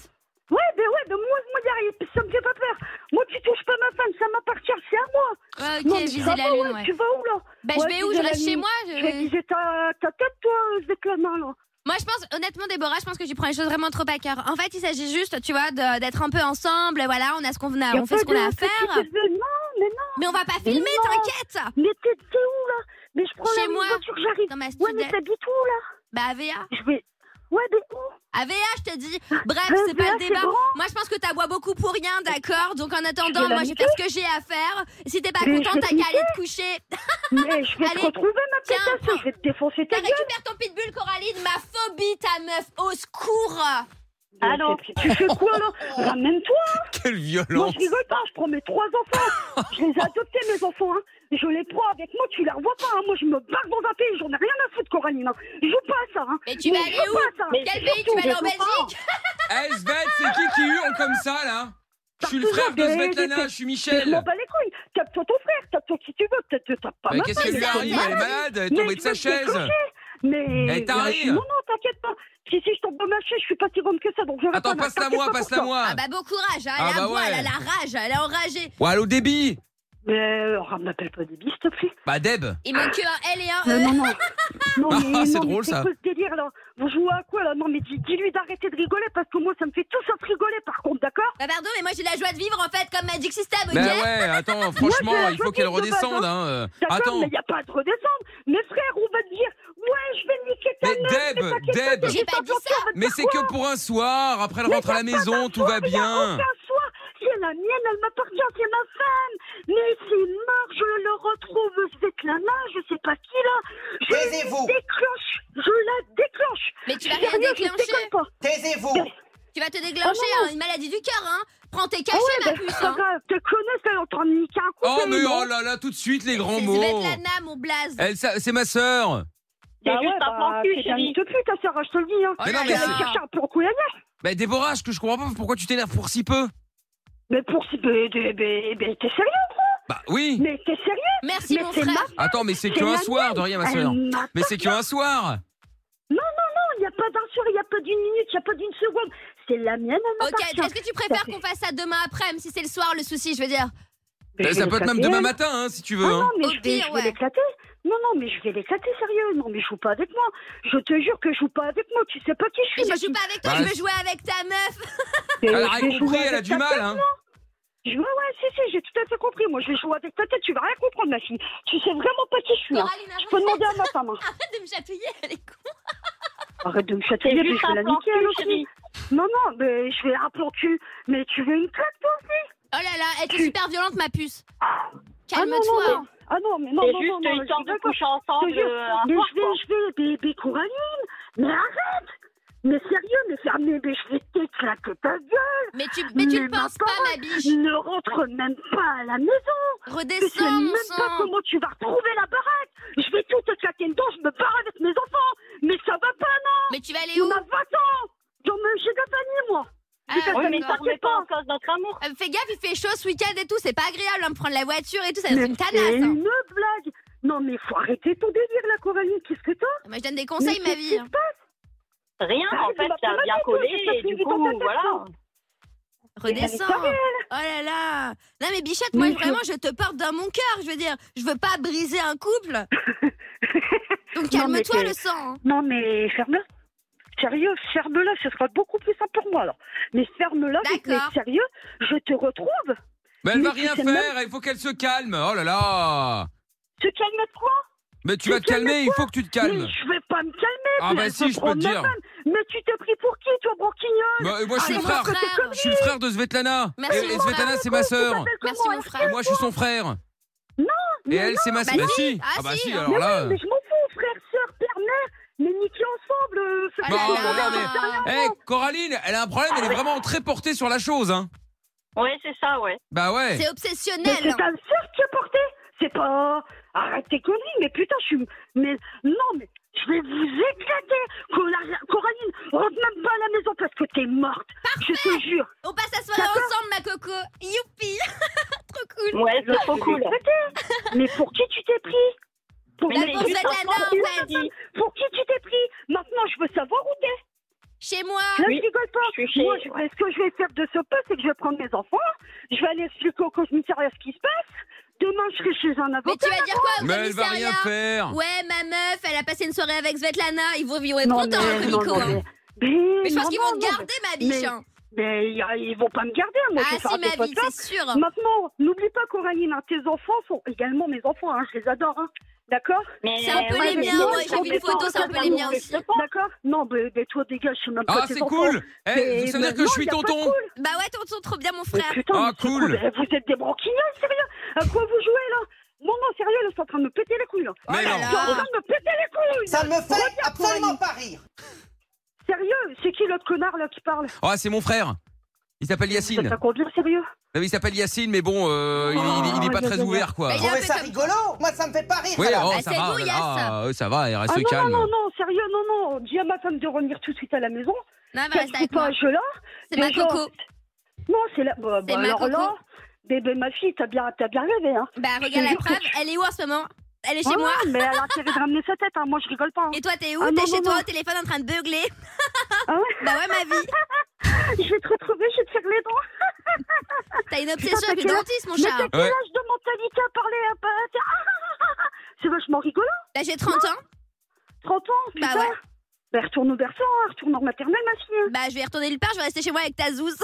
S12: Ouais, mais ouais, mais moi, moi derrière, ça me fait pas peur. Moi, tu touches pas ma femme, ça m'appartient, c'est à moi.
S11: Ouais, ok,
S12: Non, mais
S11: viser
S12: ça
S11: la
S12: va,
S11: lune,
S12: ouais,
S11: ouais.
S12: Tu vas où, là
S11: Bah, je vais où
S12: viser
S11: Je
S12: la
S11: reste chez
S12: lune.
S11: moi,
S12: Je
S11: je-
S12: vais viser ta, ta tête, toi, Zéclamin, là.
S11: Moi, je pense, honnêtement, Déborah, je pense que tu prends les choses vraiment trop à cœur. En fait, il s'agit juste, tu vois, de- d'être un peu ensemble. Voilà, on a ce qu'on a,
S12: Y a
S11: on fait
S12: pas
S11: ce qu'on a à
S12: de- que tu
S11: faire.
S12: te veux, Non, mais non.
S11: Mais on va pas
S12: Mais
S11: filmer,
S12: non.
S11: t'inquiète.
S12: Mais t'es t'es où, là Mais je prends
S11: Chez
S12: la
S11: moi,
S12: voiture, j'arrive.
S11: dans ma
S12: Ouais, mais
S11: studette.
S12: t'habites où, là
S11: Bah, AVA.
S12: Je vais... Ouais, mais où Ah,
S11: AVA, je te dis. Bref,
S12: Mais
S11: c'est pas
S12: AVA,
S11: le
S12: c'est
S11: débat.
S12: grand.
S11: Moi, je pense que t'aboies beaucoup pour rien, d'accord Donc, en attendant,
S12: vais la
S11: moi, je vais faire ce que j'ai à faire. Si t'es pas
S12: Mais
S11: contente,
S12: je vais
S11: t'as
S12: te
S11: qu'à aller te coucher. <laughs>
S12: Mais je vais
S11: Allez,
S12: te retrouver, ma
S11: tiens,
S12: pétasse. Je vais te défoncer
S11: T'as
S12: ta gueule.
S11: récupère ton pitbull, Coraline. Ma phobie, ta meuf, au secours.
S12: Allô Tu fais quoi, là <laughs> Ramène-toi
S1: Quelle
S12: Moi,
S1: violence
S12: je rigole pas, je prends mes trois enfants. je les ai adoptés, mes enfants. Hein. Je les prends avec moi, tu les revois pas. hein. Moi, je me barre dans un pays, j'en ai rien à foutre, Coraline. hein. Je joue pas à ça. Hein.
S11: Mais tu vas
S12: je
S11: aller
S12: joue pas à ça.
S11: où Quel pays Tu vas aller en Belgique
S13: Eh, Svet, c'est qui qui hurle comme ça, là Je suis le frère de
S12: Eh,
S13: Svetlana, je suis
S12: Je m'en
S13: Michel.
S12: bats les couilles. Tape-toi ton frère, tape-toi qui tu veux. Peut-être tape pas
S13: Mais
S12: ma
S13: Bah, qu'est-ce
S12: femme,
S13: qui lui
S12: tape
S13: arrive
S12: ma
S13: Elle est
S12: femme.
S13: malade, elle est
S12: Mais
S13: tombée de
S12: je
S13: sa
S12: vais te
S13: chaise.
S12: décrocher. Mais. bah,
S13: Eh, t'arrives.
S12: Non, non, t'inquiète pas. Si, si, je tombe de ma chaise, je suis pas si grande que ça, donc je
S13: Attends, passe-la
S11: <laughs>
S13: moi, passe-la moi.
S11: Ah, bah, bon courage. hein.
S13: Ah,
S11: Elle
S13: bah
S11: aboie, elle a
S13: ouais.
S11: la rage, elle a enragée.
S1: Ouais, allô, débit
S12: Mais, euh, oh, m'appelle pas débile, s'il te plaît.
S1: Bah, Deb
S11: Il manque que un L et un
S12: Euh,
S11: E.
S12: non, non. <laughs> Non,
S1: Ah,
S12: mais,
S1: c'est
S12: non, mais
S1: drôle, ça.
S12: quoi ce délire là Vous jouez à quoi là Non, mais dis- dis-lui d'arrêter de rigoler parce que moi ça me fait tout sauf rigoler par contre, d'accord
S11: Bah pardon, mais moi j'ai la joie de vivre en fait comme Magic System, ok
S1: Bah ouais, attends, franchement,
S12: Moi, je-
S1: il
S12: je
S1: faut qu'elle
S12: dis de base,
S1: redescende.
S12: hein.
S1: Hein. euh.
S12: D'accord,
S1: Attends,
S12: mais il n'y a pas de redescendre. Mes frères, on va te dire Ouais, je vais niquer ta
S13: Mais
S12: mère,
S13: Deb,
S12: mais t'inquiète
S13: Deb.
S12: t'inquiète
S11: J'ai pas dit ça.
S12: on va te
S13: Mais
S12: faire
S13: c'est
S12: quoi
S13: que pour un soir, après elle
S12: Mais
S13: rentre à la
S12: y a pas
S13: maison,
S12: d'un
S13: tout va
S12: soir, y a
S13: bien. Oh,
S12: aucun soir. C'est la mienne, elle m'appartient, c'est ma femme. Mais c'est mort, je le retrouve, Svetlana, je sais pas qui là. Je
S3: Taisez-vous.
S12: la déclenche, je la déclenche.
S11: Mais tu vas rien
S12: Sérieux, je
S11: déclencher.
S12: déconne pas.
S3: Taisez-vous
S11: Tu vas te déclencher
S12: Ah non, non.
S11: hein, une maladie du cœur, hein Prends tes cachets,
S12: Ah ouais,
S11: ma
S12: bah,
S11: puce,
S12: c'est pas
S11: hein
S12: grave, Te connais, t'es en train de niquer un couple.
S13: Oh, mais
S12: non.
S13: oh là là, tout de suite, les grands
S11: C'est Oh
S13: mots.
S11: Svetlana, mon blaze
S1: elle, ça- c'est ma sœur.
S9: C'est
S12: Bah ouais,
S9: juste un
S12: bah,
S9: plan cul,
S12: c'est un
S9: chérie.
S12: mythe de pute, ta sœur, je te le dis. Hein.
S11: Oh
S1: Mais
S11: là
S1: non, mais
S11: là.
S12: Elle me cherche un peu en couille ailleurs.
S1: Bah, Déborah, je- que je comprends pas pourquoi tu t'énerves pour si peu.
S12: Mais pour si. Mais, mais, mais- mais t'es sérieux
S1: Bah oui.
S12: Mais t'es sérieux
S11: Merci,
S12: Mais
S11: mon
S12: c'est
S11: frère
S1: Attends, mais c'est
S12: C'est
S1: qu'un
S12: la
S1: soir, de rien, ma sœur.
S12: Elle m'a-
S1: Mais c'est qu'un soir.
S12: Non, il n'y a pas d'un soir, il n'y a pas d'une minute, il n'y a pas d'une seconde. C'est la mienne, elle
S11: Ok,
S12: m'appartient.
S11: est-ce que tu préfères
S12: Ça fait-
S11: qu'on fasse ça demain après, même si c'est le soir le souci, je veux dire
S12: Mais
S1: Ça
S12: je
S1: peut
S12: vais
S1: être même
S12: l'éclater,
S1: demain
S12: elle.
S1: matin, hein, si tu veux.
S12: Non,
S1: hein.
S12: Ah non, mais
S11: Au
S12: je vais,
S11: pire,
S12: je
S11: ouais.
S12: vais l'éclater. Non, non, mais je vais l'éclater, sérieux. Non, mais joue pas avec moi. Je te jure que je joue pas avec moi. Tu sais pas qui je
S11: Mais
S12: suis.
S11: je
S12: Maxime.
S11: joue pas avec toi,
S1: Bah,
S11: je veux jouer avec ta meuf
S12: Mais
S1: Elle a
S12: je
S1: rien
S12: vais
S1: compris,
S12: jouer
S1: elle
S12: avec
S1: a du
S12: ta
S1: mal.
S12: tête,
S1: Hein.
S12: non Je ouais, ouais, si, si, j'ai tout à fait compris. Moi, je vais jouer avec ta tête. Tu vas rien comprendre, ma fille. Tu sais vraiment pas qui je suis. Hein.
S11: Coraline,
S12: Tu peux demander à ma
S11: <laughs>
S12: femme. hein.
S11: arrête de me chapouiller, elle est con
S12: Arrête de me
S9: C'est
S12: chatouiller, puis
S9: juste
S12: je vais
S9: un
S12: la
S9: plan
S12: niquer, elle
S9: cul,
S12: aussi.
S9: chérie.
S12: Non, non, mais je vais un plan cul. Mais tu veux une claque, toi
S11: Oh là là, elle est super violente, ma puce
S12: Ah non, non,
S11: Calme-toi
S12: mais- Ah non, mais non,
S9: C'est
S12: non,
S9: juste
S12: non, non,
S9: histoire
S12: je suis
S9: de
S12: d'accord.
S9: coucher
S12: Je te
S9: ensemble
S12: jure,
S9: euh, un
S12: mais
S9: soir,
S12: je vais, je vais, mais, mais Coraline, mais arrête Mais sérieux, mais fermez, mais je vais t'éclater ta gueule
S11: Mais tu mais tu ne
S12: Mais ma
S11: penses pas, ma biche
S12: Ne rentre même pas à la maison Tu sais
S11: Redescends,
S12: même
S11: mon
S12: pas
S11: sang
S12: comment tu vas retrouver la baraque Je vais tout éclater dedans, je me barre avec mes enfants Mais ça va pas, non
S11: Mais tu vas aller où
S12: On a 20 ans J'en me- J'ai de la famille, moi
S11: Ah,
S12: Putain,
S11: ouais,
S12: ça
S9: Oui, mais
S12: me
S9: ça remet
S12: t'inquiète
S9: pas
S12: pas
S9: en cause notre amour.
S11: Euh, Fais gaffe, il fait chaud ce week-end et tout, c'est pas agréable, hein, de prendre la voiture et tout, ça va
S12: Mais
S11: être une
S12: c'est
S11: tanasse hein.
S12: une blague Non, mais faut arrêter ton délire, là, Coraline, qu'est-ce que t'as
S11: Moi, je donne des conseils, ma vie. hein.
S9: Rien, en
S12: Arrête,
S9: fait,
S12: bah,
S9: ça
S12: pas
S9: a bien
S12: du tout,
S9: collé
S12: c'est ça
S9: et
S12: qui
S9: du
S12: est dans ta
S9: coup,
S12: tête,
S9: voilà.
S11: Redescends.
S12: Mais elle est
S11: Oh là là. Non, mais Bichette, moi,
S12: Mais je-
S11: vraiment, je te porte dans mon cœur. Je veux dire, je veux pas briser un couple. Donc,
S12: Non, mais
S11: calme-toi,
S12: t'es-
S11: le sang. hein.
S12: Non, mais ferme-la. Sérieux, ferme-la, ce sera beaucoup plus simple pour moi. Alors. Mais ferme-la, mais- mais
S11: D'accord.
S12: sérieux, je te retrouve.
S1: Mais elle
S12: Mais
S1: va
S12: tu
S1: rien
S12: sais même-
S1: faire, il faut qu'elle se calme. Oh là là.
S12: Tu calmes quoi
S1: Mais tu vas te calmer, il faut que tu te
S12: Mais
S1: calmes.
S12: je vais pas me calmer.
S1: Ah
S12: mais
S1: bah
S12: elle
S1: si,
S12: se
S1: je
S12: prend
S1: peux te
S12: ma
S1: dire.
S12: femme. Mais tu t'es pris pour qui, toi, broquignol
S1: Bah, moi, je suis
S11: Ah,
S1: le
S11: mon
S1: frère.
S11: frère.
S1: Je suis le frère de Svetlana.
S11: Merci,
S1: et, et
S11: mon frère.
S1: Svetlana, c'est ma sœur.
S11: Merci, mon frère.
S1: Et moi, je suis son frère.
S12: Non,
S1: Et elle, c'est ma
S11: Bah
S1: sœur.
S11: si.
S1: si.
S11: Ah,
S1: Ah bah
S11: si.
S1: si,
S12: Mais
S1: alors
S12: oui,
S1: là.
S12: mais je m'en fous, frère, sœur, père, mère. Mais niquez ensemble. le. ce
S1: Bon,
S12: truc.
S1: regardez. Eh, Coraline, elle a un problème, elle est vraiment très portée sur la chose. Hein.
S14: Oui, c'est ça, ouais.
S1: Bah ouais.
S11: C'est
S12: Mais
S11: obsessionnel.
S12: c'est ta sœur qui a porté C'est pas. Arrête tes conneries, mais putain, je suis. Mais non, mais je vais vous éclater Cora- Coraline, rentre même pas à la maison parce que t'es morte Je te jure
S11: On passe la soirée
S12: D'accord.
S11: ensemble, ma coco. Youpi. <laughs> Trop cool.
S14: Ouais, c'est trop cool.
S12: Mais pour qui tu t'es pris
S11: Mais la grosse
S12: juste
S11: banane,
S12: un
S11: en
S12: enfant.
S11: fait.
S12: Pour qui tu t'es pris Maintenant, je veux savoir où t'es.
S11: Chez moi.
S12: Là, je rigole pas. Moi, je- ce que je vais faire de ce pas, c'est que je vais prendre mes enfants, je vais aller expliquer au commissariat ce qui se passe. Demain, je serai chez un avocat.
S11: Mais tu vas dire quoi au
S1: Mais elle va
S11: commissariat
S1: rien faire.
S11: Ouais, ma meuf, elle a passé une soirée avec Svetlana. Ils vont vivre être
S12: Non,
S11: contents,
S12: mais-
S11: hein,
S12: non,
S11: Nico.
S12: non,
S11: hein.
S12: Mais,
S11: Mais je pense qu'ils vont te garder, ma biche,
S12: Mais,
S11: hein.
S12: mais y a- ils vont pas me garder, hein, moi.
S11: Ah,
S12: je vais faire
S11: si,
S12: un
S11: ma
S12: peu
S11: vie,
S12: de ça.
S11: c'est sûr.
S12: Maintenant, n'oublie pas, Coraline, hein, tes enfants sont également mes enfants. hein, je les adore, hein. D'accord
S11: C'est un peu les miens,
S12: non,
S11: ouais,
S12: ils
S11: j'ai
S12: sont
S11: vu une
S12: mes
S11: photo,
S12: enfants,
S11: c'est un peu
S12: regarde,
S11: les
S12: maman,
S11: miens
S12: mais-
S11: aussi.
S12: D'accord Non, mais mais toi, dégage, je sais même
S1: Ah,
S12: pas tes
S1: c'est
S12: enfants.
S1: cool Eh,
S12: Mais-
S1: ça veut
S12: mais
S1: dire que je
S12: non,
S1: suis
S12: y a pas
S1: tonton.
S12: cool.
S11: Bah ouais, tonton, trop bien, mon
S12: Mais
S11: frère.
S12: putain, mais
S1: Ah,
S12: c'est
S1: cool.
S12: Eh, Vous êtes des branquignoles, sérieux À quoi vous jouez, là Non, non, sérieux, là, c'est en train de me péter les couilles, là. Ils
S1: Mais non.
S12: sont en train de me péter les couilles
S15: Ça me fait
S12: Regarde,
S15: absolument
S12: Coraline.
S15: pas rire.
S12: Sérieux, c'est qui l'autre connard, là, qui parle
S1: Ah, c'est mon frère. Il s'appelle
S12: Ça
S1: Yacine.
S12: va conduire, sérieux
S1: Non, mais il s'appelle Yacine, mais bon, euh, il, il- il est pas
S12: Oh,
S1: très
S12: j'adore.
S1: ouvert, quoi.
S11: Bah, il
S15: Vous
S11: a un
S15: trouvez
S11: peu
S15: ça
S11: comme-
S15: rigolo Moi, ça me fait pas rire.
S1: Oui,
S15: ça.
S1: oh,
S11: Ah,
S1: ça
S11: c'est
S1: va.
S11: vous,
S1: là,
S11: Yass.
S1: là, euh, ça va, elle
S12: Ah
S1: reste
S12: non,
S1: calme.
S12: non, non, non, sérieux, non, non. Dis à ma femme de revenir tout de suite à la maison.
S11: Non, elle va
S12: Qu'elle
S11: rester
S12: fout
S11: avec
S12: pas
S11: moi.
S12: un jeu là.
S11: C'est ma
S12: Déjà,
S11: coco.
S12: Non, c'est là. Bah, bah,
S11: ma
S12: alors
S11: coco.
S12: là, bébé, ma fille, t'as bien, t'as bien rêvé, hein.
S11: Bah,
S12: Je te
S11: regarde la
S12: jure que
S11: preuve.
S12: je-
S11: Elle est où en ce moment Elle est chez
S12: Ouais,
S11: moi.
S12: ouais, Ah, Mais
S11: <laughs>
S12: elle a intérêt de ramener sa tête, hein. Moi, je rigole pas. hein.
S11: Et toi, t'es où
S12: Ah, non,
S11: T'es chez toi
S12: non, non.
S11: au téléphone en train de beugler
S12: Ah ouais
S11: Bah ouais, ma vie.
S12: <laughs> je vais te retrouver, je vais te faire les dents.
S11: <laughs> T'as une
S12: Putain,
S11: obsession
S12: t'as
S11: avec le
S12: quel âge
S11: dentiste, mon
S12: Mais
S11: chat.
S12: t'as quel
S1: Ouais.
S12: âge de mentalité à parler à pas tiens, ah, ah, ah, ah. <laughs> C'est vachement rigolo.
S11: Là, j'ai 30 ans.
S12: 30 ans,
S11: Bah
S12: putain.
S11: ouais.
S12: Bah, retourne au berceau, hein, retourne en maternelle, ma fille. hein.
S11: Bah, je vais retourner le parc, je vais rester chez moi avec ta zouze.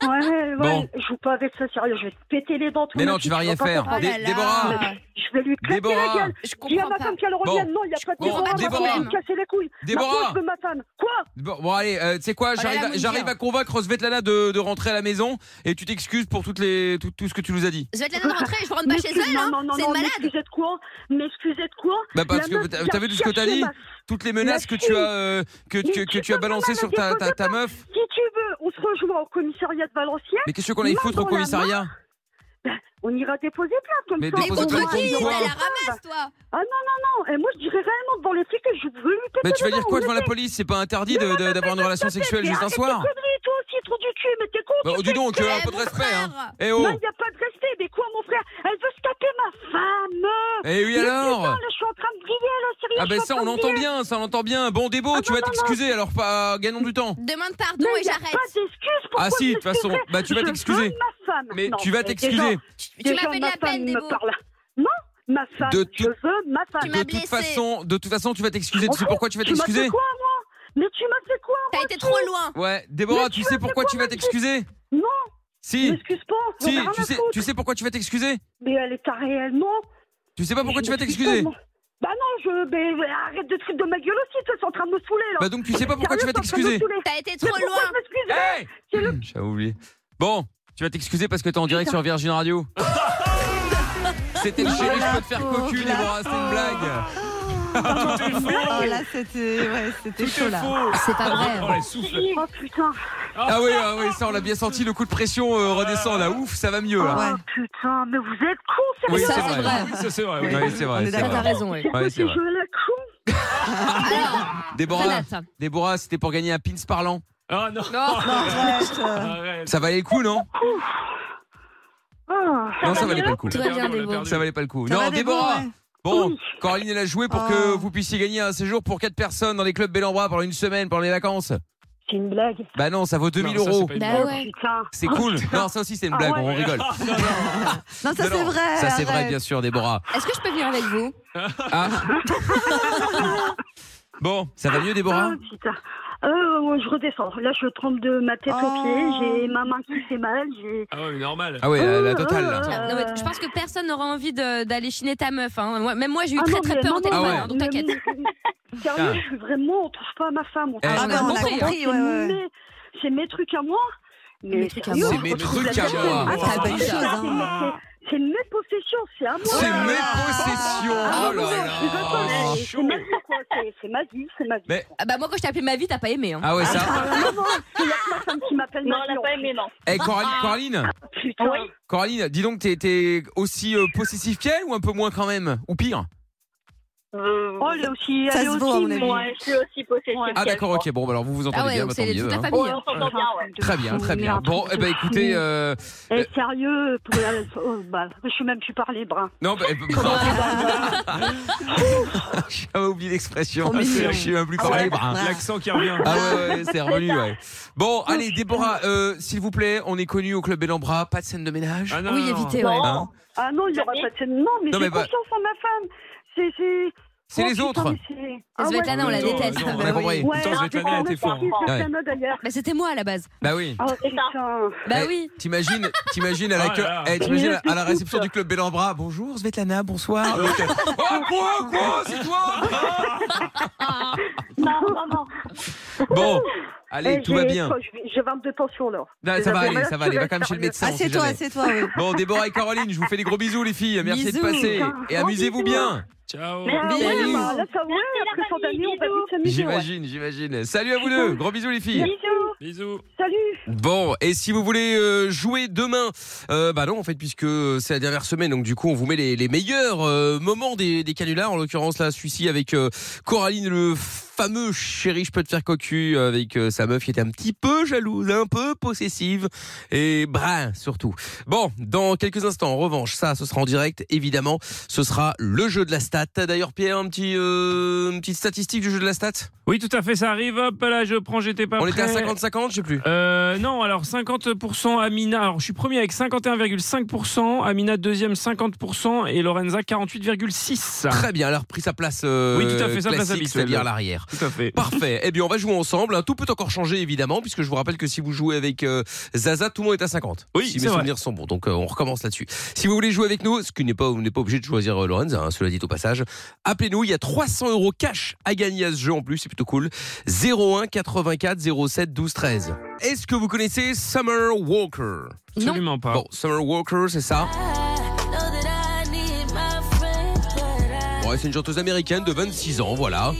S12: Ouais, ouais,
S1: Bon.
S12: joue pas avec ça, sérieux, je vais te péter les dents. toi,
S1: Mais
S12: ma
S1: non, tu
S12: fille,
S1: vas rien
S12: pas
S1: faire.
S12: comprendre.
S1: Dé-
S11: Oh là là.
S1: Déborah,
S12: Je vais lui claquer
S1: Déborah.
S12: la gueule.
S11: Je
S12: Dis à
S11: comprends
S12: ma
S11: pas.
S12: femme qu'elle revienne.
S1: Bon.
S12: Non, il n'y a pas de
S1: Bon,
S12: Déborah. ma femme,
S1: Déborah.
S12: elle va me casser les couilles.
S1: Déborah.
S12: Maintenant, je veux ma femme. Quoi
S1: Bon, bon, allez, euh, tu sais quoi,
S11: là là,
S1: j'arrive à,
S11: Mounir.
S1: j'arrive à convaincre Svetlana de, de rentrer à la maison et tu t'excuses pour toutes les, tout, tout ce que tu nous as dit.
S11: Je vais te la donner de rentrer, je rentre pas
S12: Mais
S11: chez
S12: excuse-
S11: elle, hein.
S12: Non, non, non,
S11: C'est
S12: non,
S11: une malade.
S12: Mais excusez de quoi Mais excusez de quoi
S1: Bah, parce
S12: La
S1: que
S12: meuf
S1: t'as-
S12: vient
S1: t'as vu tout ce que t'as
S12: chercher
S1: dit
S12: ma-
S1: Toutes les menaces que
S12: la
S1: tu as, euh, que,
S12: Mais
S1: que, que
S12: tu
S1: tu as
S12: peux pas
S1: balancées
S12: me
S1: sur ta,
S12: dire
S1: ta,
S12: que
S1: ta meuf.
S12: Si tu veux, on se rejoint au commissariat de Valenciennes.
S1: Mais qu'est-ce qu'on aille
S12: Main
S1: foutre au
S12: dans la main. <laughs>
S1: commissariat
S12: On ira déposer plainte comme
S1: Mais
S12: ça.
S11: Mais
S1: dépose
S12: on
S1: plainte
S11: contre qui
S12: verra
S1: pour
S12: s'il y
S11: T'as
S12: aura
S1: quoi
S11: la
S12: des
S11: ramasse, toi
S12: Ah non, non, non. Et moi, je dirais réellement devant les flics que je veux lui péter
S1: Bah, tu vas
S12: les
S1: dire
S12: dents,
S1: quoi
S12: on
S1: devant
S12: le
S1: la
S12: sait.
S1: police C'est pas interdit de- de- d'avoir une relation sexuelle
S12: Mais
S1: juste un
S12: arrête
S1: soir
S12: tes conneries, toi aussi, trou du cul, mais t'es con.
S1: Bah, oh, dis donc, euh, un peu de
S11: mon
S1: respect, hein
S11: frère.
S1: Eh
S12: Non,
S1: oh
S12: il n'y a pas de respect. Mais quoi, mon frère Elle veut se taper ma femme.
S1: Eh oui
S12: Mais putain,
S1: alors
S12: là, je suis en train de griller, là, sérieux.
S1: Ah,
S12: je
S1: bah
S12: suis
S1: ça,
S12: en train
S1: on
S12: de
S1: entend
S12: griller.
S1: bien, ça on entend bien. Bon, Débo,
S12: Ah
S1: tu vas t'excuser alors, pas gagnons du temps.
S11: Demande
S12: Mais
S11: pardon et
S12: y a
S11: j'arrête.
S12: Pas d'excuse pour
S1: Ah si, de toute façon, bah, tu vas t'excuser. Mais tu vas t'excuser.
S11: Tu m'as fait de la peine, Débo.
S12: Non, ma femme,
S1: De
S12: je
S1: tout-
S12: veux ma
S11: Tu m'as
S12: femme.
S1: De toute
S11: blessé.
S1: façon, de toute façon, tu vas t'excuser. Tu sais
S12: Enfin,
S1: pourquoi tu vas
S12: m'as fait
S1: t'excuser
S12: quoi, moi Mais tu m'as fait quoi
S11: T'as été trop loin.
S1: Ouais, Déborah,
S12: Mais
S1: tu
S12: tu
S1: sais
S12: m'as fait
S1: pourquoi
S12: quoi,
S1: tu vas
S12: ma petite
S1: t'excuser
S12: Non,
S1: Si,
S12: m'excuse pas. j'en ai
S1: si,
S12: rien
S1: tu
S12: à
S1: sais,
S12: foutre.
S1: tu sais pourquoi tu vas t'excuser
S12: Mais elle est réellement.
S1: Tu sais pas pourquoi
S12: Je
S1: tu vas
S12: m'excuse
S1: t'excuser
S12: pas, moi. Bah non, je. mais- mais arrête de te foutre de ma gueule aussi, toi, c'est en train de me saouler, là.
S1: Bah donc tu sais pas pourquoi tu vas
S12: Sérieux, t'es en train de me
S1: t'excuser
S12: saouler.
S11: T'as été trop
S12: Mais pourquoi
S11: loin.
S12: je m'excuse
S1: Hey Hmm,
S12: C'est le-
S1: J'avais oublié. Bon, tu vas t'excuser parce que t'es en direct sur Virgin
S12: <laughs>
S1: Radio. C'était le chéri, je peux te faire cocu, Déborah, c'est une blague.
S5: Tout est
S4: <laughs> Oh
S5: faux
S4: là, c'était ouais, c'était
S5: Tout
S4: chaud
S5: est
S4: là.
S5: faux
S11: C'est pas
S5: Oh, les souffles
S12: Oh putain,
S1: Ah oui, ah oui, ça on l'a bien senti, le coup de pression euh, redescend là, ouf, ça va mieux là.
S12: oh putain, mais vous êtes cons, sérieux.
S1: Oui,
S4: Ça,
S1: c'est
S4: c'est
S1: vrai.
S4: vrai.
S5: Oui, ça, c'est vrai, oui.
S1: Oui, c'est
S4: On
S1: vrai,
S4: est
S1: c'est
S4: d'accord.
S1: vrai.
S4: T'as
S11: raison, oui.
S1: Ouais, c'est
S12: C'est
S1: vrai.
S12: je la con.
S1: Déborah, Déborah, c'était pour gagner un pins parlant.
S5: Ah non
S4: Arrête, euh,
S12: <laughs>
S5: Arrête
S1: Ça valait le coup, non
S12: Oh.
S16: Ah,
S1: Non, ça valait pas le coup.
S11: Tout va bien,
S5: On l'a
S11: Débo.
S5: perdu.
S1: Ça valait pas le coup.
S4: ça
S1: Non,
S4: va, Débo,
S1: Déborah.
S4: ouais.
S1: Bon, Coraline, elle a joué pour que
S4: Oh.
S1: vous puissiez gagner un séjour pour 4 personnes dans les clubs Bellambra pendant une semaine, pendant les vacances.
S12: C'est une blague.
S1: Bah non, ça vaut 2000
S5: Non, ça, c'est
S1: euros.
S5: pas une
S11: Bah
S5: blague.
S11: ouais.
S12: Putain.
S1: C'est cool. Non, ça aussi, c'est une
S12: Ah
S1: blague,
S12: ouais.
S1: on rigole.
S4: Non, ça
S1: Non,
S4: c'est
S1: non,
S4: vrai.
S1: Ça, c'est vrai,
S4: arrête.
S1: bien sûr, Déborah.
S11: Est-ce que je peux venir avec vous
S1: Ah. bon, ça va mieux, Déborah
S12: Ah, putain. Euh, je redescends. Là, je trempe de ma tête
S4: Oh.
S12: aux pieds. J'ai ma main qui fait mal. J'ai.
S5: Ah ouais, mais normal
S1: Ah ouais, la, la
S12: Euh,
S1: totale, là.
S12: euh,
S6: Ah,
S12: euh,
S11: Non, mais Je pense que personne n'aura envie de- d'aller chiner ta meuf. hein. Moi- Même moi, j'ai eu
S12: Ah
S11: très
S12: non,
S11: très
S12: mais-
S11: peur au
S12: non, non,
S11: téléphone,
S1: mais-
S11: hein, donc t'inquiète.
S12: mais- Sérieux, je suis <laughs> vraiment, on touche pas à ma femme. on touche
S1: Hein. Eh.
S12: pas à
S4: Ah,
S12: ma
S4: ben on a
S12: femme.
S4: compris,
S12: C'est
S4: ouais, ouais.
S12: mes- C'est mes trucs à moi. Mais
S11: Mes trucs à
S12: sérieux,
S11: moi.
S1: C'est mes
S12: on retrouve
S1: trucs
S12: la
S1: à
S12: même
S1: moi.
S12: chose.
S4: Ah, c'est la bonne
S12: C'est-
S4: chose, hein.
S12: c'est- C'est mes possessions, c'est à moi.
S1: C'est mes
S4: là là.
S1: possessions.
S12: Ah,
S1: Oh
S12: mais
S1: là
S12: attends,
S1: hein.
S12: C'est ma vie, quoi. C'est- C'est ma vie, c'est ma vie.
S1: Mais-
S6: Ah bah moi quand je t'ai appelé ma vie, t'as pas aimé. Hein.
S1: Ah ouais, ça.
S12: Non, non, il y a que ma femme qui m'appelle Ah.
S9: Non,
S12: ma
S9: elle
S12: vie,
S9: a
S12: en
S9: pas
S12: fait.
S9: aimé, non.
S1: Eh, Coraline,
S9: Ah.
S1: Coraline,
S12: Putain.
S1: Coraline, dis donc, t'es- t'es aussi euh, possessif qu'elle ou un peu moins quand même Ou pire
S12: Oh, elle est aussi.
S4: Ça
S12: elle est
S4: se
S12: aussi,
S4: voit, à mon avis.
S12: moi.
S9: Ouais, je suis aussi possessive.
S1: Ah d'accord, ok, bon, bah alors vous vous entendez
S6: Ah ouais,
S1: bien,
S6: donc
S1: bah, tant
S6: c'est
S1: mieux,
S6: toute la
S1: hein.
S6: famille.
S9: On s'entend bien, ouais.
S1: Très bien, très bien. Bon, eh ben écoutez, euh,
S12: Eh, sérieux, pour la- oh, bah, je suis même plus par les brins.
S1: non, bah, <laughs> non. j'avais oublié l'expression.
S4: Trop mignon.
S1: Je suis même plus
S2: Ah
S1: parlé.
S2: ouais.
S1: bah.
S2: L'accent qui revient.
S1: Ah ouais, ouais, ouais, c'est revenu. Ouais. Bon, allez, Déborah, euh, s'il vous plaît, on est connu au club Bellambra, pas de scène de ménage.
S2: Ah non,
S6: Oui,
S2: non, non.
S6: évitez, ouais.
S12: Non.
S1: Hein
S12: Ah non, il n'y aura pas de scène. Non, mais
S1: Non,
S12: j'ai
S1: mais bah-
S12: confiance en ma femme. C'est. c'est-
S1: C'est
S12: Oh,
S1: les
S12: putain,
S1: autres.
S12: mais c'est-
S6: Ah, Svetlana, on la
S2: Non, non,
S6: déteste. hein.
S2: non,
S1: On a compris.
S12: Ouais,
S2: Putain,
S12: alors,
S2: Svetlana,
S12: j'ai
S2: elle était
S12: pas
S2: forte.
S12: remarqué Svetlana, d'ailleurs.
S6: Bah c'était moi à la base.
S1: Bah oui.
S12: Oh putain.
S6: Bah
S1: Eh,
S6: oui.
S1: T'imagines, t'imagines à la,
S2: Oh là là.
S1: eh, t'imagines à la
S12: Écoute.
S1: réception du club Bellambra. Bonjour, Svetlana,
S2: Ah,
S1: bonsoir. oh, quoi, quoi, c'est toi hein
S9: Non, non, non.
S1: Bon, allez,
S12: Eh,
S1: tout va
S12: j'ai-
S1: bien.
S12: je vais- J'ai 22 tensions, là.
S1: Non,
S12: J'ai
S1: ça va
S12: la
S1: aller, ça va aller. Va quand même chez le
S12: sérieuse.
S1: médecin. on sait
S4: Assieds-toi,
S1: jamais.
S4: assieds-toi, oui.
S1: Bon, Déborah et Caroline, je vous fais des gros bisous, les filles. Merci
S6: Bisous.
S1: de passer. Et
S12: Gros
S1: amusez-vous
S12: bisous.
S1: bien.
S2: Ciao.
S12: Ah ouais,
S6: Bisous.
S12: bah, là, ça, ouais, après
S9: la
S12: fin d'année, on va
S9: famille,
S12: vite s'amuser. ouais.
S1: J'imagine, j'imagine. Salut à vous deux. Gros bisous, les filles.
S12: Bisous.
S2: Bisous.
S12: Salut.
S1: Bon, et si vous voulez euh, jouer demain, euh, bah non, en fait, puisque c'est la dernière semaine, donc du coup, on vous met les, les meilleurs euh, moments des, des canulars, en l'occurrence là, celui-ci avec euh, Coraline, le fameux chéri, je peux te faire cocu, euh, avec euh, sa meuf qui était un petit peu jalouse, un peu possessive, et brin surtout. Bon, dans quelques instants, en revanche, ça, ce sera en direct, évidemment, ce sera le jeu de la stat. D'ailleurs, Pierre, un petit, euh, une petite statistique du jeu de la stat
S2: Oui, tout à fait, ça arrive. Hop là, je prends, j'étais pas
S1: On
S2: prêt.
S1: était à 50-50, je sais plus.
S2: Euh, non, alors 50% Amina. Alors je suis premier avec 51,5%, Amina deuxième 50% et Lorenza 48,6%.
S1: Très bien, elle a repris sa place euh,
S2: Oui, tout à fait, sa place
S1: classique,
S2: habituelle.
S1: c'est-à-dire à l'arrière.
S2: Tout à fait.
S1: Parfait. Eh bien, on va jouer ensemble. Tout peut encore changer, évidemment, puisque je vous rappelle que si vous jouez avec euh, Zaza, tout le monde est à 50.
S2: Oui,
S1: si
S2: c'est
S1: mes
S2: vrai.
S1: souvenirs sont bons. Donc, euh, on recommence là-dessus. Si vous voulez jouer avec nous, ce qui n'est pas, on n'est pas obligé de choisir euh, Lorenz, hein, cela dit au passage, appelez-nous. Il y a 300 euros cash à gagner à ce jeu en plus, c'est plutôt cool. 01 84 07 12 13. Est-ce que vous connaissez Summer Walker
S6: Non.
S2: Absolument pas.
S1: Bon, Summer Walker, c'est ça. Ouais, c'est une chanteuse américaine de 26 ans, voilà.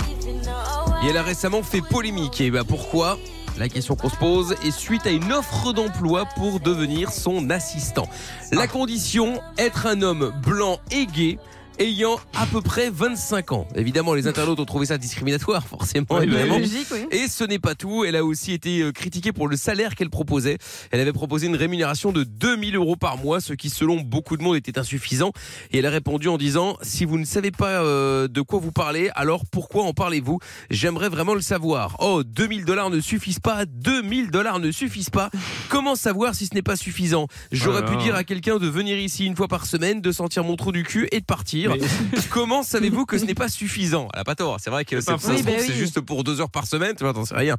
S1: Et elle a récemment fait polémique. Et bah pourquoi La question qu'on se pose est suite à une offre d'emploi pour devenir son assistant.
S2: Ah.
S1: La condition, être un homme blanc et gay ayant à peu près 25 ans. Évidemment, les internautes ont trouvé ça discriminatoire, forcément,
S2: Oui, bah
S1: évidemment.
S4: Logique, oui.
S1: Et ce n'est pas tout, elle a aussi été euh, critiquée pour le salaire qu'elle proposait. Elle avait proposé une rémunération de 2000 euros par mois, ce qui selon beaucoup de monde était insuffisant. Et elle a répondu en disant, si vous ne savez pas euh, de quoi vous parlez, alors pourquoi en parlez-vous J'aimerais vraiment le savoir. Oh, 2000 dollars ne suffisent pas, 2000 dollars ne suffisent pas. Comment savoir si ce n'est pas suffisant J'aurais
S2: Oh là
S1: pu
S2: là.
S1: dire à quelqu'un de venir ici une fois par semaine, de sentir mon trou du cul et de partir.
S2: Mais-
S1: <laughs> Comment savez-vous que ce n'est pas suffisant Elle a pas tort, c'est vrai que
S2: C'est
S1: c'est
S2: pas
S1: ça se
S4: faux. Oui,
S1: trouve,
S4: bah
S1: c'est
S4: oui.
S1: juste pour deux heures par semaine, tu vois, t'en sais rien.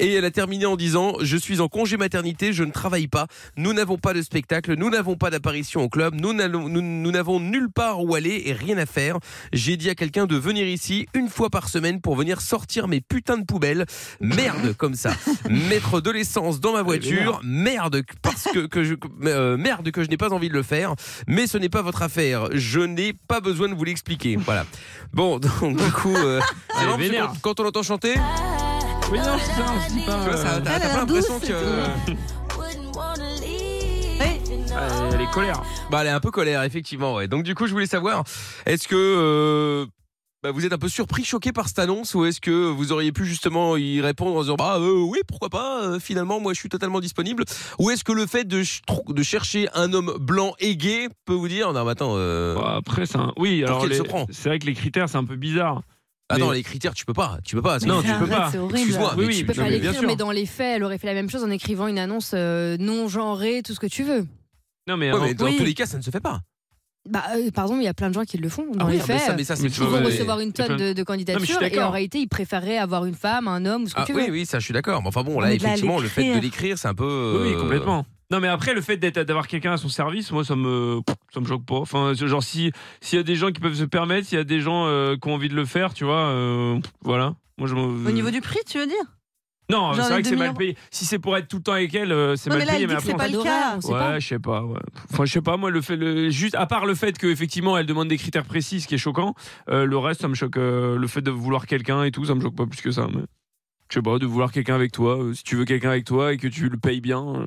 S1: Et elle a terminé en disant Je suis en congé maternité, je ne travaille pas, nous n'avons pas de spectacle, nous n'avons pas d'apparition au club, nous n'allons- nous- nous n'avons nulle part où aller et rien à faire. J'ai dit à quelqu'un de venir ici une fois par semaine pour venir sortir mes putains de poubelles. Merde, comme ça. Mettre de l'essence dans ma voiture, merde, parce que, que je, euh, merde que je n'ai pas envie de le faire, mais ce n'est pas votre affaire. Je n'ai pas besoin de vous l'expliquer. Voilà. Bon, donc du coup, euh, c'est marrant parce que
S2: vénère.
S1: quand, quand on l'entend chanter,
S2: Oui, non, c'est ça, c'est pas.
S1: tu vois, ça- t'as
S2: euh,
S4: Elle a
S1: t'as pas
S4: l'air
S1: l'impression
S4: douce
S1: que. euh,
S4: et Oui.
S2: euh, Elle est colère.
S1: Bah, elle est un peu colère, effectivement. Ouais. Donc, du coup, je voulais savoir, est-ce que euh, bah, vous êtes un peu surpris, choqué par cette annonce, ou est-ce que vous auriez pu justement y répondre en disant, bah euh, oui, pourquoi pas euh, Finalement, moi, je suis totalement disponible. Ou est-ce que le fait de, ch- trou- de chercher un homme blanc et gay peut vous dire, non, mais attends, euh,
S2: Bah, après, c'est un. Oui,
S1: Pour
S2: alors.
S1: qu'elle
S2: les-
S1: se prend.
S2: C'est vrai que les critères, c'est un peu bizarre.
S1: attends,
S2: mais-
S1: les critères, tu peux pas, tu peux pas.
S2: Non,
S1: tu-
S2: tu peux pas.
S6: C'est horrible.
S1: Excuse-moi,
S2: Oui,
S1: mais
S2: oui,
S1: tu
S6: Tu peux
S2: Non,
S6: pas
S2: mais bien
S6: l'écrire,
S2: sûr.
S6: mais dans les faits, elle aurait fait la même chose en écrivant une annonce euh, non genrée, tout ce que tu veux.
S2: Non, mais.
S1: Ouais,
S2: avant-
S1: mais dans
S6: Oui.
S1: tous les cas, ça ne se fait pas.
S6: Bah, euh, pardon, il y a plein de gens qui le font. Dans
S1: Ah oui,
S6: les
S1: ah, mais
S6: faits,
S1: ça, mais ça, c'est
S2: mais tu
S6: ils
S2: vois,
S1: toujours,
S6: vont
S1: euh,
S6: recevoir une tonne de, de
S2: Non, mais je
S6: candidatures
S2: suis
S6: et
S2: d'accord.
S6: en réalité, ils préféreraient avoir une femme, un homme, ou ce que
S1: Ah
S6: tu veux.
S1: oui, oui, ça, je suis d'accord. Mais enfin bon, là,
S4: Mais de là,
S1: effectivement, le fait de
S4: l'écrire.
S1: l'écrire, c'est un peu.
S2: Oui,
S1: euh,
S2: complètement. Non, mais après, le fait d'être- d'avoir quelqu'un à son service, moi, ça me, ça me choque pas. Enfin, c'est genre, si- s'il y a des gens qui peuvent se permettre, s'il y a des gens euh, qui ont envie de le faire, tu vois, euh, voilà. Moi, je
S4: Au niveau du prix, tu veux dire
S2: Non,
S1: Genre
S2: c'est vrai
S1: les
S2: que c'est
S1: 2000
S2: mal payé. Si c'est pour être tout le temps avec elle, euh, c'est
S4: Non,
S2: mal
S4: mais là,
S2: payé.
S4: elle dit que c'est
S2: après,
S4: pas
S2: on-
S4: le cas, on sait pas.
S2: Ouais, je sais pas. ouais. Enfin, je sais pas. Moi, le fait, le- juste à part le fait qu'effectivement, elle demande des critères précis, ce qui est choquant. euh, le reste, ça me choque. euh, le fait de vouloir quelqu'un et tout, ça me choque pas plus que ça. mais- Je sais pas, de vouloir quelqu'un avec toi. euh, si tu veux quelqu'un avec toi et que tu le payes bien. euh,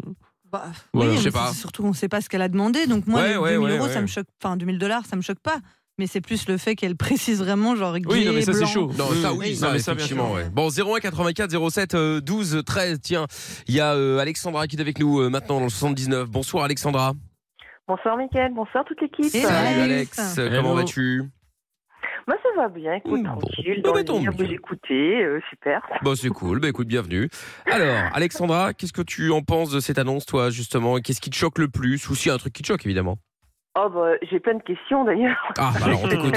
S4: Bah,
S2: Voilà,
S4: oui,
S2: je sais
S4: mais
S2: pas.
S4: c'est Surtout, on ne sait pas ce qu'elle a demandé. Donc, moi,
S2: Ouais,
S4: les
S2: ouais,
S4: 2000
S2: ouais,
S4: euros, ça
S2: ouais.
S4: me choque. Enfin, 2000 dollars, ça me choque pas. Mais c'est plus le fait qu'elle précise vraiment, genre, gay, blanc.
S1: Non, ça Mm. oui,
S4: Oui,
S1: ça,
S4: non, mais ça, bien
S1: effectivement.
S4: sûr.
S1: ouais. Bon, 01 84 07 euh, 12 13. Tiens, il y a euh, Alexandra qui est avec nous euh, maintenant dans le 79. Bonsoir Alexandra.
S17: Bonsoir Mickaël, bonsoir toute l'équipe.
S1: Salut Alex,
S17: Hello.
S1: comment vas-tu
S17: Moi ça va bien,
S13: Mm,
S17: écoute, tranquille, dans le lien, vous écoutez, euh, super.
S1: Bon, c'est cool. Bah écoute, bienvenue. Alors, Alexandra, qu'est-ce que tu en penses de cette annonce, toi, justement Qu'est-ce qui te choque le plus Ou si y a un truc qui te choque, évidemment.
S17: Oh bah j'ai plein de questions d'ailleurs. <laughs>
S1: Ah, bah alors, on t'écoute.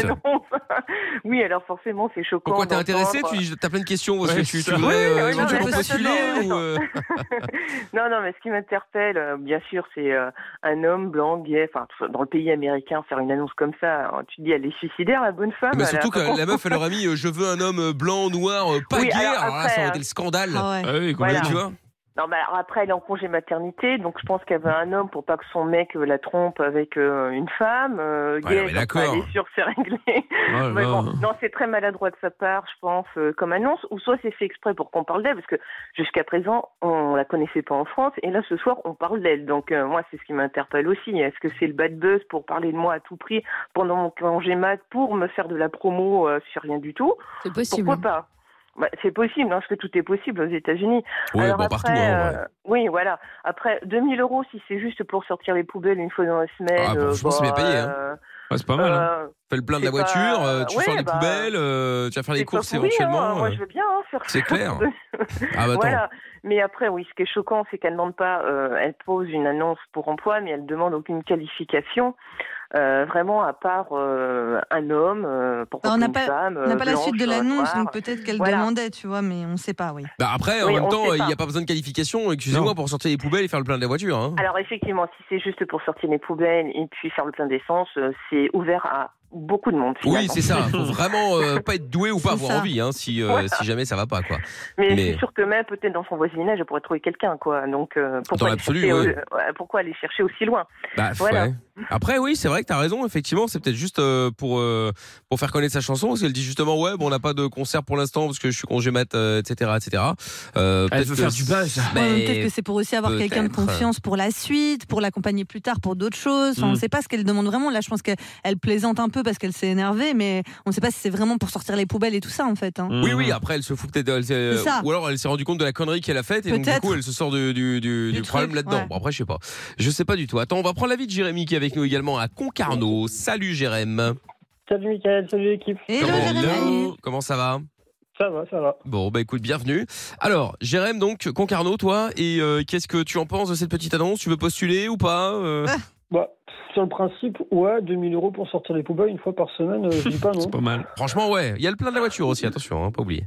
S17: oui, alors forcément c'est choquant.
S1: Pourquoi t'es
S17: d'entendre-
S1: intéressé Tu dis- t'as plein de questions parce
S13: Ouais,
S1: que tu, tu
S13: ça.
S1: voudrais
S13: Oui,
S1: euh,
S13: oui, non,
S1: éventuellement
S13: mais ça,
S1: postuler
S13: non,
S1: ou, euh,
S17: <laughs> Non, non, mais ce qui m'interpelle, euh, bien sûr, c'est euh, un homme blanc, gay, enfin, tout ça, dans le pays américain, faire une annonce comme ça, hein, tu te dis, elle est suicidaire, la bonne femme.
S1: Mais
S17: Ah, bah, elle a-
S1: Bah, surtout que la meuf, elle aurait mis euh, Je veux un homme blanc, noir, euh, pas
S17: Oui,
S1: gay.
S17: alors
S1: Alors là,
S17: après,
S1: ça aurait
S17: hein.
S1: été le scandale.
S17: Ah ouais. Ah oui,
S1: Voilà.
S17: complètement.
S1: Tu vois
S17: Non, mais alors après, elle est en congé maternité, donc je pense qu'elle veut un homme pour pas que son mec euh, la trompe avec euh, une femme. Euh,
S1: Ouais,
S17: gay,
S1: non, mais
S17: comme ça,
S1: d'accord.
S17: Elle est sûre que c'est réglé.
S1: là
S17: <laughs> Mais bon,
S1: là.
S17: non, c'est très maladroit de sa part, je pense, euh, comme annonce, ou soit c'est fait exprès pour qu'on parle d'elle, parce que jusqu'à présent, on la connaissait pas en France, et là, ce soir, on parle d'elle. Donc, euh, moi, c'est ce qui m'interpelle aussi. Est-ce que c'est le bad buzz pour parler de moi à tout prix pendant mon congé mat pour me faire de la promo euh, sur rien du tout
S6: C'est possible.
S17: Pourquoi pas bah, c'est possible, hein, parce que tout est possible aux États-Unis.
S6: Ouais,
S17: Alors
S6: bon,
S17: après, euh,
S6: partout, hein, ouais.
S17: oui, voilà. Après, 2000 euros, si c'est juste pour sortir les poubelles une fois dans la semaine.
S2: bah,
S1: Ah, bon,
S17: euh,
S1: je pense que c'est bien
S17: bon,
S1: payé. hein.
S17: euh,
S1: Ouais, c'est pas mal. hein.
S17: euh,
S1: Fais le plein de la
S17: c'est pas-
S1: voiture, euh, tu
S17: ouais,
S1: sors les
S17: bah,
S1: poubelles, euh, tu vas faire les
S17: c'est pas
S1: courses
S17: pourri, hein,
S1: éventuellement.
S17: moi,
S1: euh.
S17: je veux bien hein, faire
S1: c'est
S17: ça. <laughs>
S1: clair. Ah, bah, attends.
S17: voilà. Mais après, oui, ce qui est choquant, c'est qu'elle demande pas, euh, elle pose une annonce pour emploi, mais elle demande aucune qualification, euh, vraiment à part euh, un homme, euh, pourquoi
S4: Bah, on n'a
S17: une
S4: pas,
S17: femme,
S4: on n'a
S17: euh,
S4: pas la
S17: blanche,
S4: suite de
S17: euh,
S4: l'annonce,
S17: noire.
S4: donc peut-être qu'elle
S17: Voilà.
S4: demandait, tu vois, mais on ne sait pas, oui.
S1: Bah après, en
S17: Oui,
S1: même
S17: on
S1: temps,
S17: sait
S1: il n'y a
S17: pas.
S1: pas besoin de qualification, excusez-moi, pour sortir les poubelles et faire le plein de la voiture. Hein.
S17: Alors effectivement, si c'est juste pour sortir les poubelles et puis faire le plein d'essence, euh, c'est ouvert à beaucoup de monde.
S1: Oui,
S17: finalement.
S1: c'est ça.
S17: <laughs>
S1: Faut vraiment euh, pas être doué ou pas
S17: C'est
S1: avoir
S17: ça.
S1: envie, hein, si, euh,
S17: Voilà.
S1: si jamais ça va pas, quoi.
S17: Mais, je suis sûre que même peut-être dans son voisinage, elle pourrait trouver quelqu'un, quoi. Donc euh, pourquoi,
S1: Dans
S17: aller
S1: l'absolu,
S17: chercher,
S1: oui.
S17: euh, ouais, pourquoi aller chercher aussi loin
S1: Bah, ouais. Après, oui, c'est vrai que t'as raison. Effectivement, c'est peut-être juste euh, pour euh, pour faire connaître sa chanson, parce qu'elle dit justement, ouais, bon, on n'a pas de concert pour l'instant parce que je suis congé mat, euh, etc., etc. Euh,
S2: Elle
S1: peut-être
S2: veut
S1: que-
S2: faire du buzz.
S1: Mais
S4: Ouais, peut-être que c'est pour aussi avoir quelqu'un de
S1: peut-être.
S4: confiance pour la suite, pour l'accompagner plus tard pour d'autres choses. Enfin, On
S1: Mm.
S4: ne sait pas ce qu'elle demande vraiment. Là, je pense qu'elle elle plaisante un peu parce qu'elle s'est énervée, mais on ne sait pas si c'est vraiment pour sortir les poubelles et tout ça, en fait. hein.
S1: Oui, oui, après, elle se fout peut-être. elle s'est- euh,
S4: C'est ça.
S1: Ou alors, elle s'est rendue compte de la connerie qu'elle a faite et donc, du
S4: Peut-être.
S1: coup, elle se sort du, du, du- du problème là-dedans.
S4: ouais.
S1: Bon, après, je sais pas. Je sais pas du tout. Attends, on va prendre l'avis de Jérémy qui est avec nous également à Concarneau. Salut, Jérémy.
S18: Salut Mickaël, salut l'équipe.
S1: Comment- Comment ça va
S18: Ça va, ça va.
S1: Bon, bah écoute, bienvenue. Alors, Jérémy, donc, Concarneau, toi, et euh, qu'est-ce que tu en penses de cette petite annonce Tu veux postuler ou pas Euh,
S18: Bah, sur le principe, ouais, 2000 euros pour sortir les poubelles une fois par semaine, euh, je dis
S1: <laughs>
S18: pas non.
S1: Pas mal. Franchement, ouais. Il y a le plein de la voiture aussi, attention, hein, pas oublier.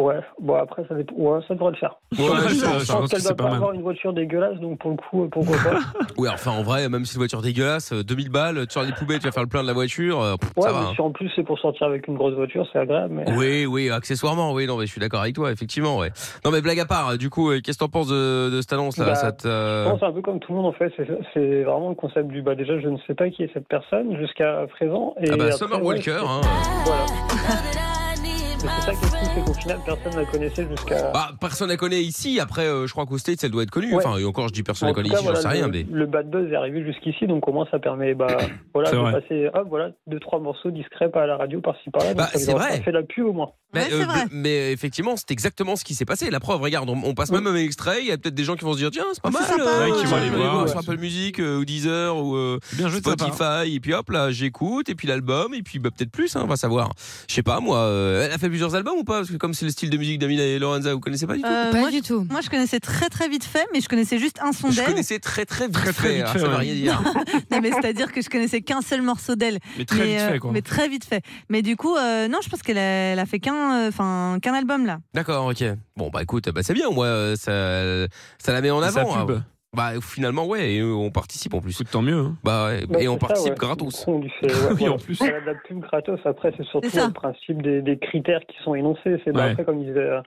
S18: Ouais, bon après, ça, dépend- ouais, ça devrait le faire.
S1: Ouais,
S18: Surtout,
S1: je- je
S18: je
S1: pense que
S18: pense qu'elle
S1: c'est
S18: va
S1: pas
S18: pas
S1: mal.
S18: avoir une voiture dégueulasse, donc pour le coup, euh, pourquoi
S1: <laughs>
S18: pas.
S1: Oui, enfin, en vrai, même si c'est une voiture dégueulasse, euh, 2000 balles, tu sors les poubelles, tu vas faire le plein de la voiture, euh, pff,
S18: Ouais,
S1: ça va.
S18: mais
S1: hein.
S18: si en plus c'est pour sortir avec une grosse voiture, c'est agréable, mais
S1: Oui, oui, accessoirement, oui, non, mais je suis d'accord avec toi, effectivement, ouais. Non, mais blague à part, euh, du coup, euh, qu'est-ce que t'en penses de, de cette annonce là
S18: Bah,
S1: ça te, euh,
S18: je pense un peu comme tout le monde en fait. C'est- C'est vraiment le concept du bah déjà, je ne sais pas qui est cette personne jusqu'à présent. Et
S1: Ah bah,
S18: après,
S1: Summer
S18: ouais,
S1: Walker,
S18: c'est-
S1: hein.
S18: Voilà. Et c'est ça qui est fou, c'est qu'au final, personne ne la connaissait jusqu'à.
S1: Bah, personne la connaît ici. Après, euh, je crois qu'au States, elle doit être connue.
S18: Ouais.
S1: Enfin, et encore, je dis personne la
S18: En tout
S1: connaît
S18: cas,
S1: ici, j'en
S18: voilà,
S1: sais
S18: le,
S1: rien, mais.
S18: le bad buzz est arrivé jusqu'ici, donc au moins ça permet bah,
S1: <coughs>
S18: voilà,
S1: C'est
S18: de
S1: vrai.
S18: passer hop, voilà, deux, trois morceaux discrets à la radio par-ci par-là.
S1: Bah,
S18: donc ça lui
S1: c'est
S18: aura
S1: vrai.
S18: fait la pub au moins.
S1: Mais, euh, mais- mais effectivement, c'est exactement ce qui s'est passé. La preuve, regarde, on, on passe même un extrait. Il y a peut-être des gens qui vont se dire tiens, c'est pas mal.
S13: sympa. Ouais, qui vont aller
S1: je vais
S13: voir, ouais.
S1: sur Apple Music euh, ou Deezer ou euh,
S13: de sa part.
S1: Spotify. Et puis hop, là, j'écoute. Et puis l'album. Et puis bah, peut-être plus, hein, on va savoir. Je sais pas, moi. euh, elle a fait plusieurs albums ou pas Parce que comme c'est le style de musique d'Amina et Lorenza, vous connaissez pas du tout
S4: Euh, moi, je- Moi, je connaissais très très vite fait, mais je connaissais juste un son
S1: Je
S4: d'elle.
S1: connaissais très très vite
S13: Très, très
S1: fait,
S13: vite
S1: hein,
S13: fait,
S1: ça veut
S13: ouais.
S1: rien dire.
S4: <laughs> non, mais c'est-à-dire que je connaissais qu'un seul morceau d'elle.
S1: Mais très vite fait, quoi.
S4: Mais très vite fait. Mais du coup, euh, non, je pense qu'elle a, elle a fait qu'un, euh, enfin, qu'un album là.
S1: D'accord, ok. Bon, bah écoute, bah, c'est bien, moi, euh, ça, ça la met en
S2: C'est sa
S1: avant.
S2: pub.
S1: hein. Bah finalement, ouais, et euh, on participe en plus. tant mieux.
S2: hein.
S1: Bah ouais,
S18: Bah,
S1: et on
S18: c'est ça,
S1: participe
S18: ouais.
S1: gratos.
S18: On lui fait,
S2: <laughs>
S18: ouais,
S1: <laughs>
S18: voilà. Elle a de la pub gratos. Après, c'est surtout le principe des, des critères qui sont énoncés. C'est bah,
S1: Ouais.
S18: après, comme disait euh,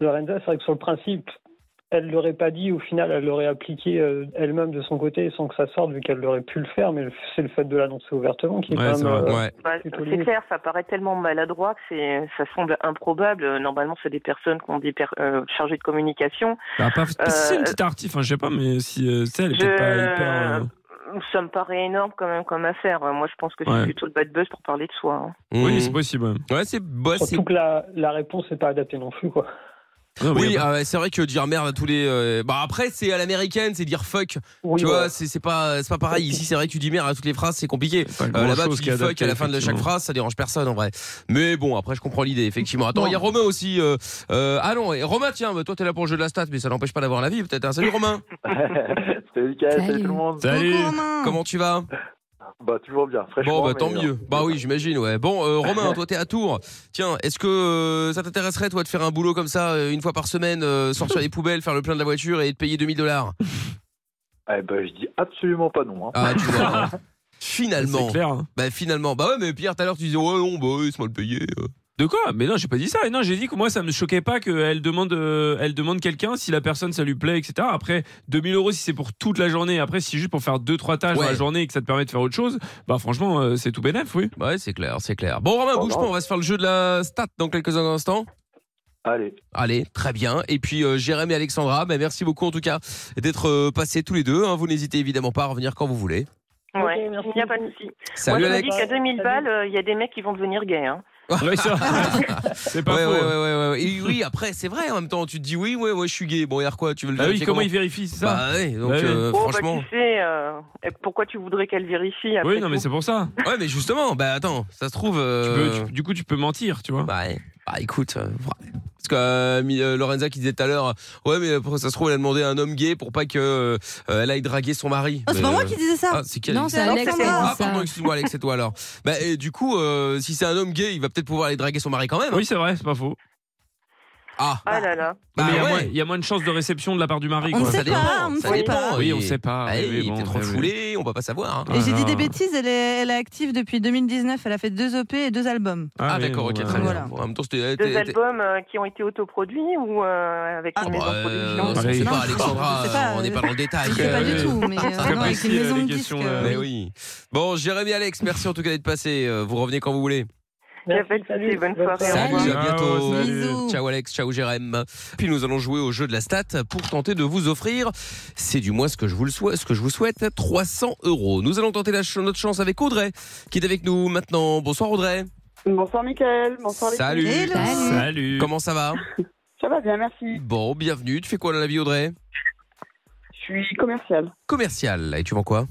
S18: Lorenza, c'est vrai que sur le principe, elle l'aurait pas dit, au final, elle l'aurait appliqué euh, elle-même de son côté sans que ça sorte, vu qu'elle aurait pu le faire, mais le- c'est le fait de l'annoncer ouvertement qui est quand même. euh,
S17: Bah,
S18: plutôt
S17: c'est
S18: limite.
S17: clair, ça paraît tellement maladroit que c'est- ça semble improbable. Euh, Normalement, c'est des personnes qui ont des per- euh, chargées de communication.
S1: Ah.
S2: Bah, pas-
S17: Euh,
S2: si, une petite artiste, enfin, je sais pas, mais si euh, tu sais, elle est peut-être pas hyper. euh,
S17: Ça me paraît énorme quand même comme affaire. Euh, Moi, je pense que c'est
S2: Ouais.
S17: plutôt le bad buzz pour parler de soi. hein.
S2: Oui, c'est possible.
S1: Ouais, c'est
S18: Surtout que la, la réponse n'est pas adaptée non plus, quoi.
S1: oui, ah ouais, c'est vrai que dire merde à tous les. euh, Bah après, c'est à l'américaine, c'est dire fuck. tu
S18: bah.
S1: vois, c'est c'est pas, c'est pas pareil. Ici, c'est vrai que tu dis merde à toutes les phrases, c'est compliqué. Euh, Là-bas,
S2: grand-chose
S1: tu dis
S2: qui est
S1: fuck
S2: adapté,
S1: à la fin de chaque
S2: effectivement.
S1: phrase, ça dérange personne en vrai. Mais bon, après, je comprends l'idée, effectivement. Attends,
S2: Non.
S1: il y a Romain aussi. euh, euh, ah non, et Romain, tiens, bah, toi, t'es là pour le jeu de la stat, mais ça n'empêche pas d'avoir la vie, peut-être. hein. Salut Romain.
S19: <laughs> Salut Mickaël, salut tout le monde.
S1: Salut. Comment tu vas
S19: Bah toujours bien, fraîchement.
S1: Bon, bah
S19: mais,
S1: tant
S19: euh,
S1: mieux. Bah oui, j'imagine, ouais. Bon, euh, Romain, toi, t'es à Tours. Tiens, est-ce que euh, ça t'intéresserait, toi, de faire un boulot comme ça, euh, une fois par semaine, euh, sortir les poubelles, faire le plein de la voiture et de payer 2000 dollars
S19: Eh ben, je dis absolument pas non. hein.
S1: Ah,
S19: <laughs>
S1: tu vois. Finalement.
S2: C'est clair, hein.
S1: Bah finalement. Bah ouais, mais Pierre, tout à l'heure, tu disais, ouais, non, bah ouais, c'est mal payé. euh.
S2: De quoi Mais non, j'ai pas dit ça. Et non, j'ai dit que moi, ça me choquait pas qu'elle demande, euh, elle demande quelqu'un si la personne ça lui plaît, etc. Après, 2000 euros si c'est pour toute la journée. Après, si c'est juste pour faire deux trois tâches dans la journée et que ça te permet de faire autre chose, bah franchement, euh, c'est tout bénef, oui.
S1: Bah Ouais, c'est clair, c'est clair. Bon, Romain, bouge pas, on va se faire le jeu de la stat dans quelques instants.
S19: Allez.
S1: Allez, très bien. Et puis euh, Jérém et Alexandra, bah, merci beaucoup en tout cas d'être euh, passés tous les deux. hein. Vous n'hésitez évidemment pas à revenir quand vous voulez.
S17: Ouais, il n'y a pas de souci. Moi,
S1: Salut,
S17: je me
S1: Alex.
S17: dis qu'à 2000 balles, euh, il y a des mecs qui vont devenir gays. hein.
S2: <laughs>
S1: c'est
S2: pas
S1: ouais,
S2: faux. hein.
S1: Ouais, ouais, ouais, ouais. Et oui, après, c'est vrai en même temps. Tu te dis oui, ouais, ouais, je suis gay. Bon, hier quoi, tu veux le
S2: Bah oui,
S1: vérifier
S2: comment ils vérifient, c'est ça
S1: Bah ouais, donc
S2: Bah oui.
S1: euh,
S17: Oh, bah,
S1: franchement.
S17: tu sais, euh, et pourquoi tu voudrais qu'elle vérifie après
S1: non, mais c'est
S2: pour ça.
S1: Ouais, mais justement, bah attends, ça se trouve. euh,
S2: peux- du coup, tu peux mentir, tu vois.
S1: Bah, ouais. Bah, écoute. euh, Parce que euh, mi- euh, Lorenza qui disait tout à l'heure, euh, ouais, mais euh, ça se trouve, elle a demandé à un homme gay pour pas que euh, euh, elle aille draguer son mari.
S4: Oh, c'est
S1: Mais,
S4: pas moi
S1: euh,
S4: qui disais ça.
S1: Ah, c'est qui
S4: Non, c'est Alex qui
S1: Ah,
S4: disait ça.
S1: pardon, excuse-moi, Alex, c'est toi alors. Bah, et du coup, euh, si c'est un homme gay, il va peut-être pouvoir aller draguer son mari quand même. hein.
S2: Oui, c'est vrai, c'est pas faux.
S1: Ah.
S17: Ah là là.
S1: Bah,
S2: mais il y a
S1: ouais.
S2: moins- il y, a moins de chances de réception de la part du mari.
S1: On
S2: quoi.
S1: ne sait Ça dépend, pas, on ne ça sait dépend. pas.
S2: Oui, on sait pas.
S1: Ah,
S2: oui,
S1: il
S2: oui,
S1: était
S2: bon,
S1: trop
S2: oui, oui.
S1: foulé, on va pas savoir. hein.
S2: Ah,
S4: Et j'ai
S2: là,
S4: dit des
S2: là.
S4: bêtises, elle est, elle est active depuis 2019, elle a fait deux EP et deux albums.
S1: Ah, d'accord, ok, très
S4: Voilà.
S1: bien. Bon, En même temps, c'était.
S17: Deux
S1: t'es- t'es-
S17: albums euh, qui ont été autoproduits ou euh, avec une maison de
S1: Euh,
S17: production
S1: on s'en sait
S2: Non,
S1: pas,
S2: je-
S1: Alexandra, euh,
S2: je sais pas,
S1: on n'est pas dans le détail.
S2: je sais pas du Euh, <laughs> tout, mais, euh, très non, avec précis, une maison les de questions, disques, euh.
S1: Mais oui. Bon, Jérémy, Alex, merci en tout cas d'être passé. Euh, Vous revenez quand vous voulez.
S17: J'appelle salut, bonne soirée. au revoir.
S1: Salut, à bientôt. Ciao Alex, ciao Jérém. Puis nous allons jouer au jeu de la stat pour tenter de vous offrir, c'est du moins ce que je vous le souhaite, ce que je vous souhaite, 300 euros. Nous allons tenter la ch- notre chance avec Audrey, qui est avec nous maintenant. Bonsoir Audrey.
S16: Bonsoir Mickaël, bonsoir les
S1: Salut.
S16: filles.
S1: Comment ça va
S16: Ça va bien, merci.
S1: Bon, bienvenue. Tu fais quoi dans la vie Audrey
S16: Je suis commercial.
S1: Commercial. Et tu vends quoi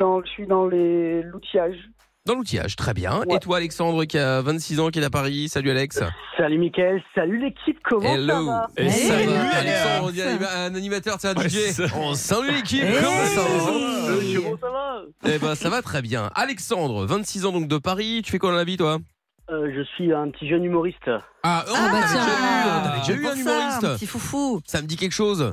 S16: Dans, je suis dans les- l'outillage.
S1: Dans l'outillage, très bien. Et toi Alexandre qui a 26 ans, qui est à Paris. Salut Alex.
S20: Salut Mickaël, salut l'équipe, comment Oh, ça
S1: Hello.
S20: va
S1: Et ça va, Alexandre, on dit un animateur, c'est un DJ. On salue l'équipe.
S20: Hey.
S1: Comment Eh, ça va
S20: Salut, Comment ça va
S1: Eh ben ça va très bien. Alexandre, 26 ans donc de Paris, tu fais quoi dans la vie toi
S20: Euh, Je suis un petit jeune humoriste.
S1: Ah, oh, t'avais déjà eu, t'avais déjà eu
S20: bah pour
S1: un
S20: ça,
S1: humoriste
S20: un petit
S4: foufou.
S1: Ça me dit quelque chose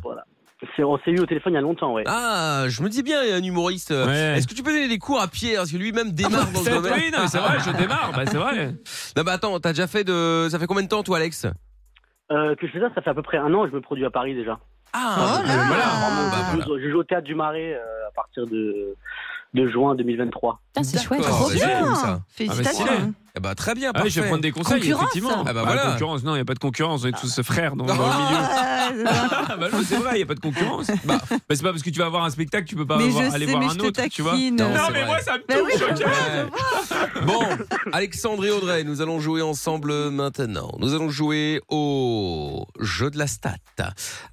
S20: C'est- On s'est eu au téléphone il y a longtemps, ouais.
S1: Ah, je me dis bien, il y a un humoriste. Est-ce que tu peux donner des cours à Pierre Parce que lui-même démarre dans ce
S2: peut-être,
S1: domaine.
S2: oui, non, mais Ah, c'est vrai, je démarre, bah, c'est vrai.
S1: Non, bah attends, t'as déjà fait de. Ça fait combien de temps, toi, Alex
S20: Euh, que je fais ça, ça fait à peu près un an, je me produis à Paris déjà.
S4: oh
S20: euh,
S1: Ah,
S20: voilà, je, joue, je joue au théâtre du Marais euh, à partir de, de juin 2023.
S4: Ah,
S6: c'est
S1: chouette.
S20: Trop bien.
S2: Félicitations.
S1: Eh bah, très bien,
S2: Ah oui,
S1: parfait.
S2: je vais prendre des conseils, effectivement.
S1: Ah bah,
S2: Bah,
S1: voilà. Ah.
S2: concurrence, non, il n'y a pas de concurrence, on est tous frères dans,
S1: <laughs>
S2: dans le milieu. Ah, bah non, c'est vrai, il n'y a pas de concurrence. Bah, bah, c'est pas parce que tu vas voir un spectacle, tu peux pas
S1: Mais
S2: avoir-
S1: je
S2: aller
S1: sais,
S2: voir
S1: mais
S2: un
S1: je te
S2: autre, tu vois.
S1: taquine. Non, c'est vrai.
S2: ça me
S1: Bah oui, je vois,
S2: ok.
S1: Bon, Alexandre et Audrey, nous allons jouer ensemble maintenant. Nous allons jouer au jeu de la stat.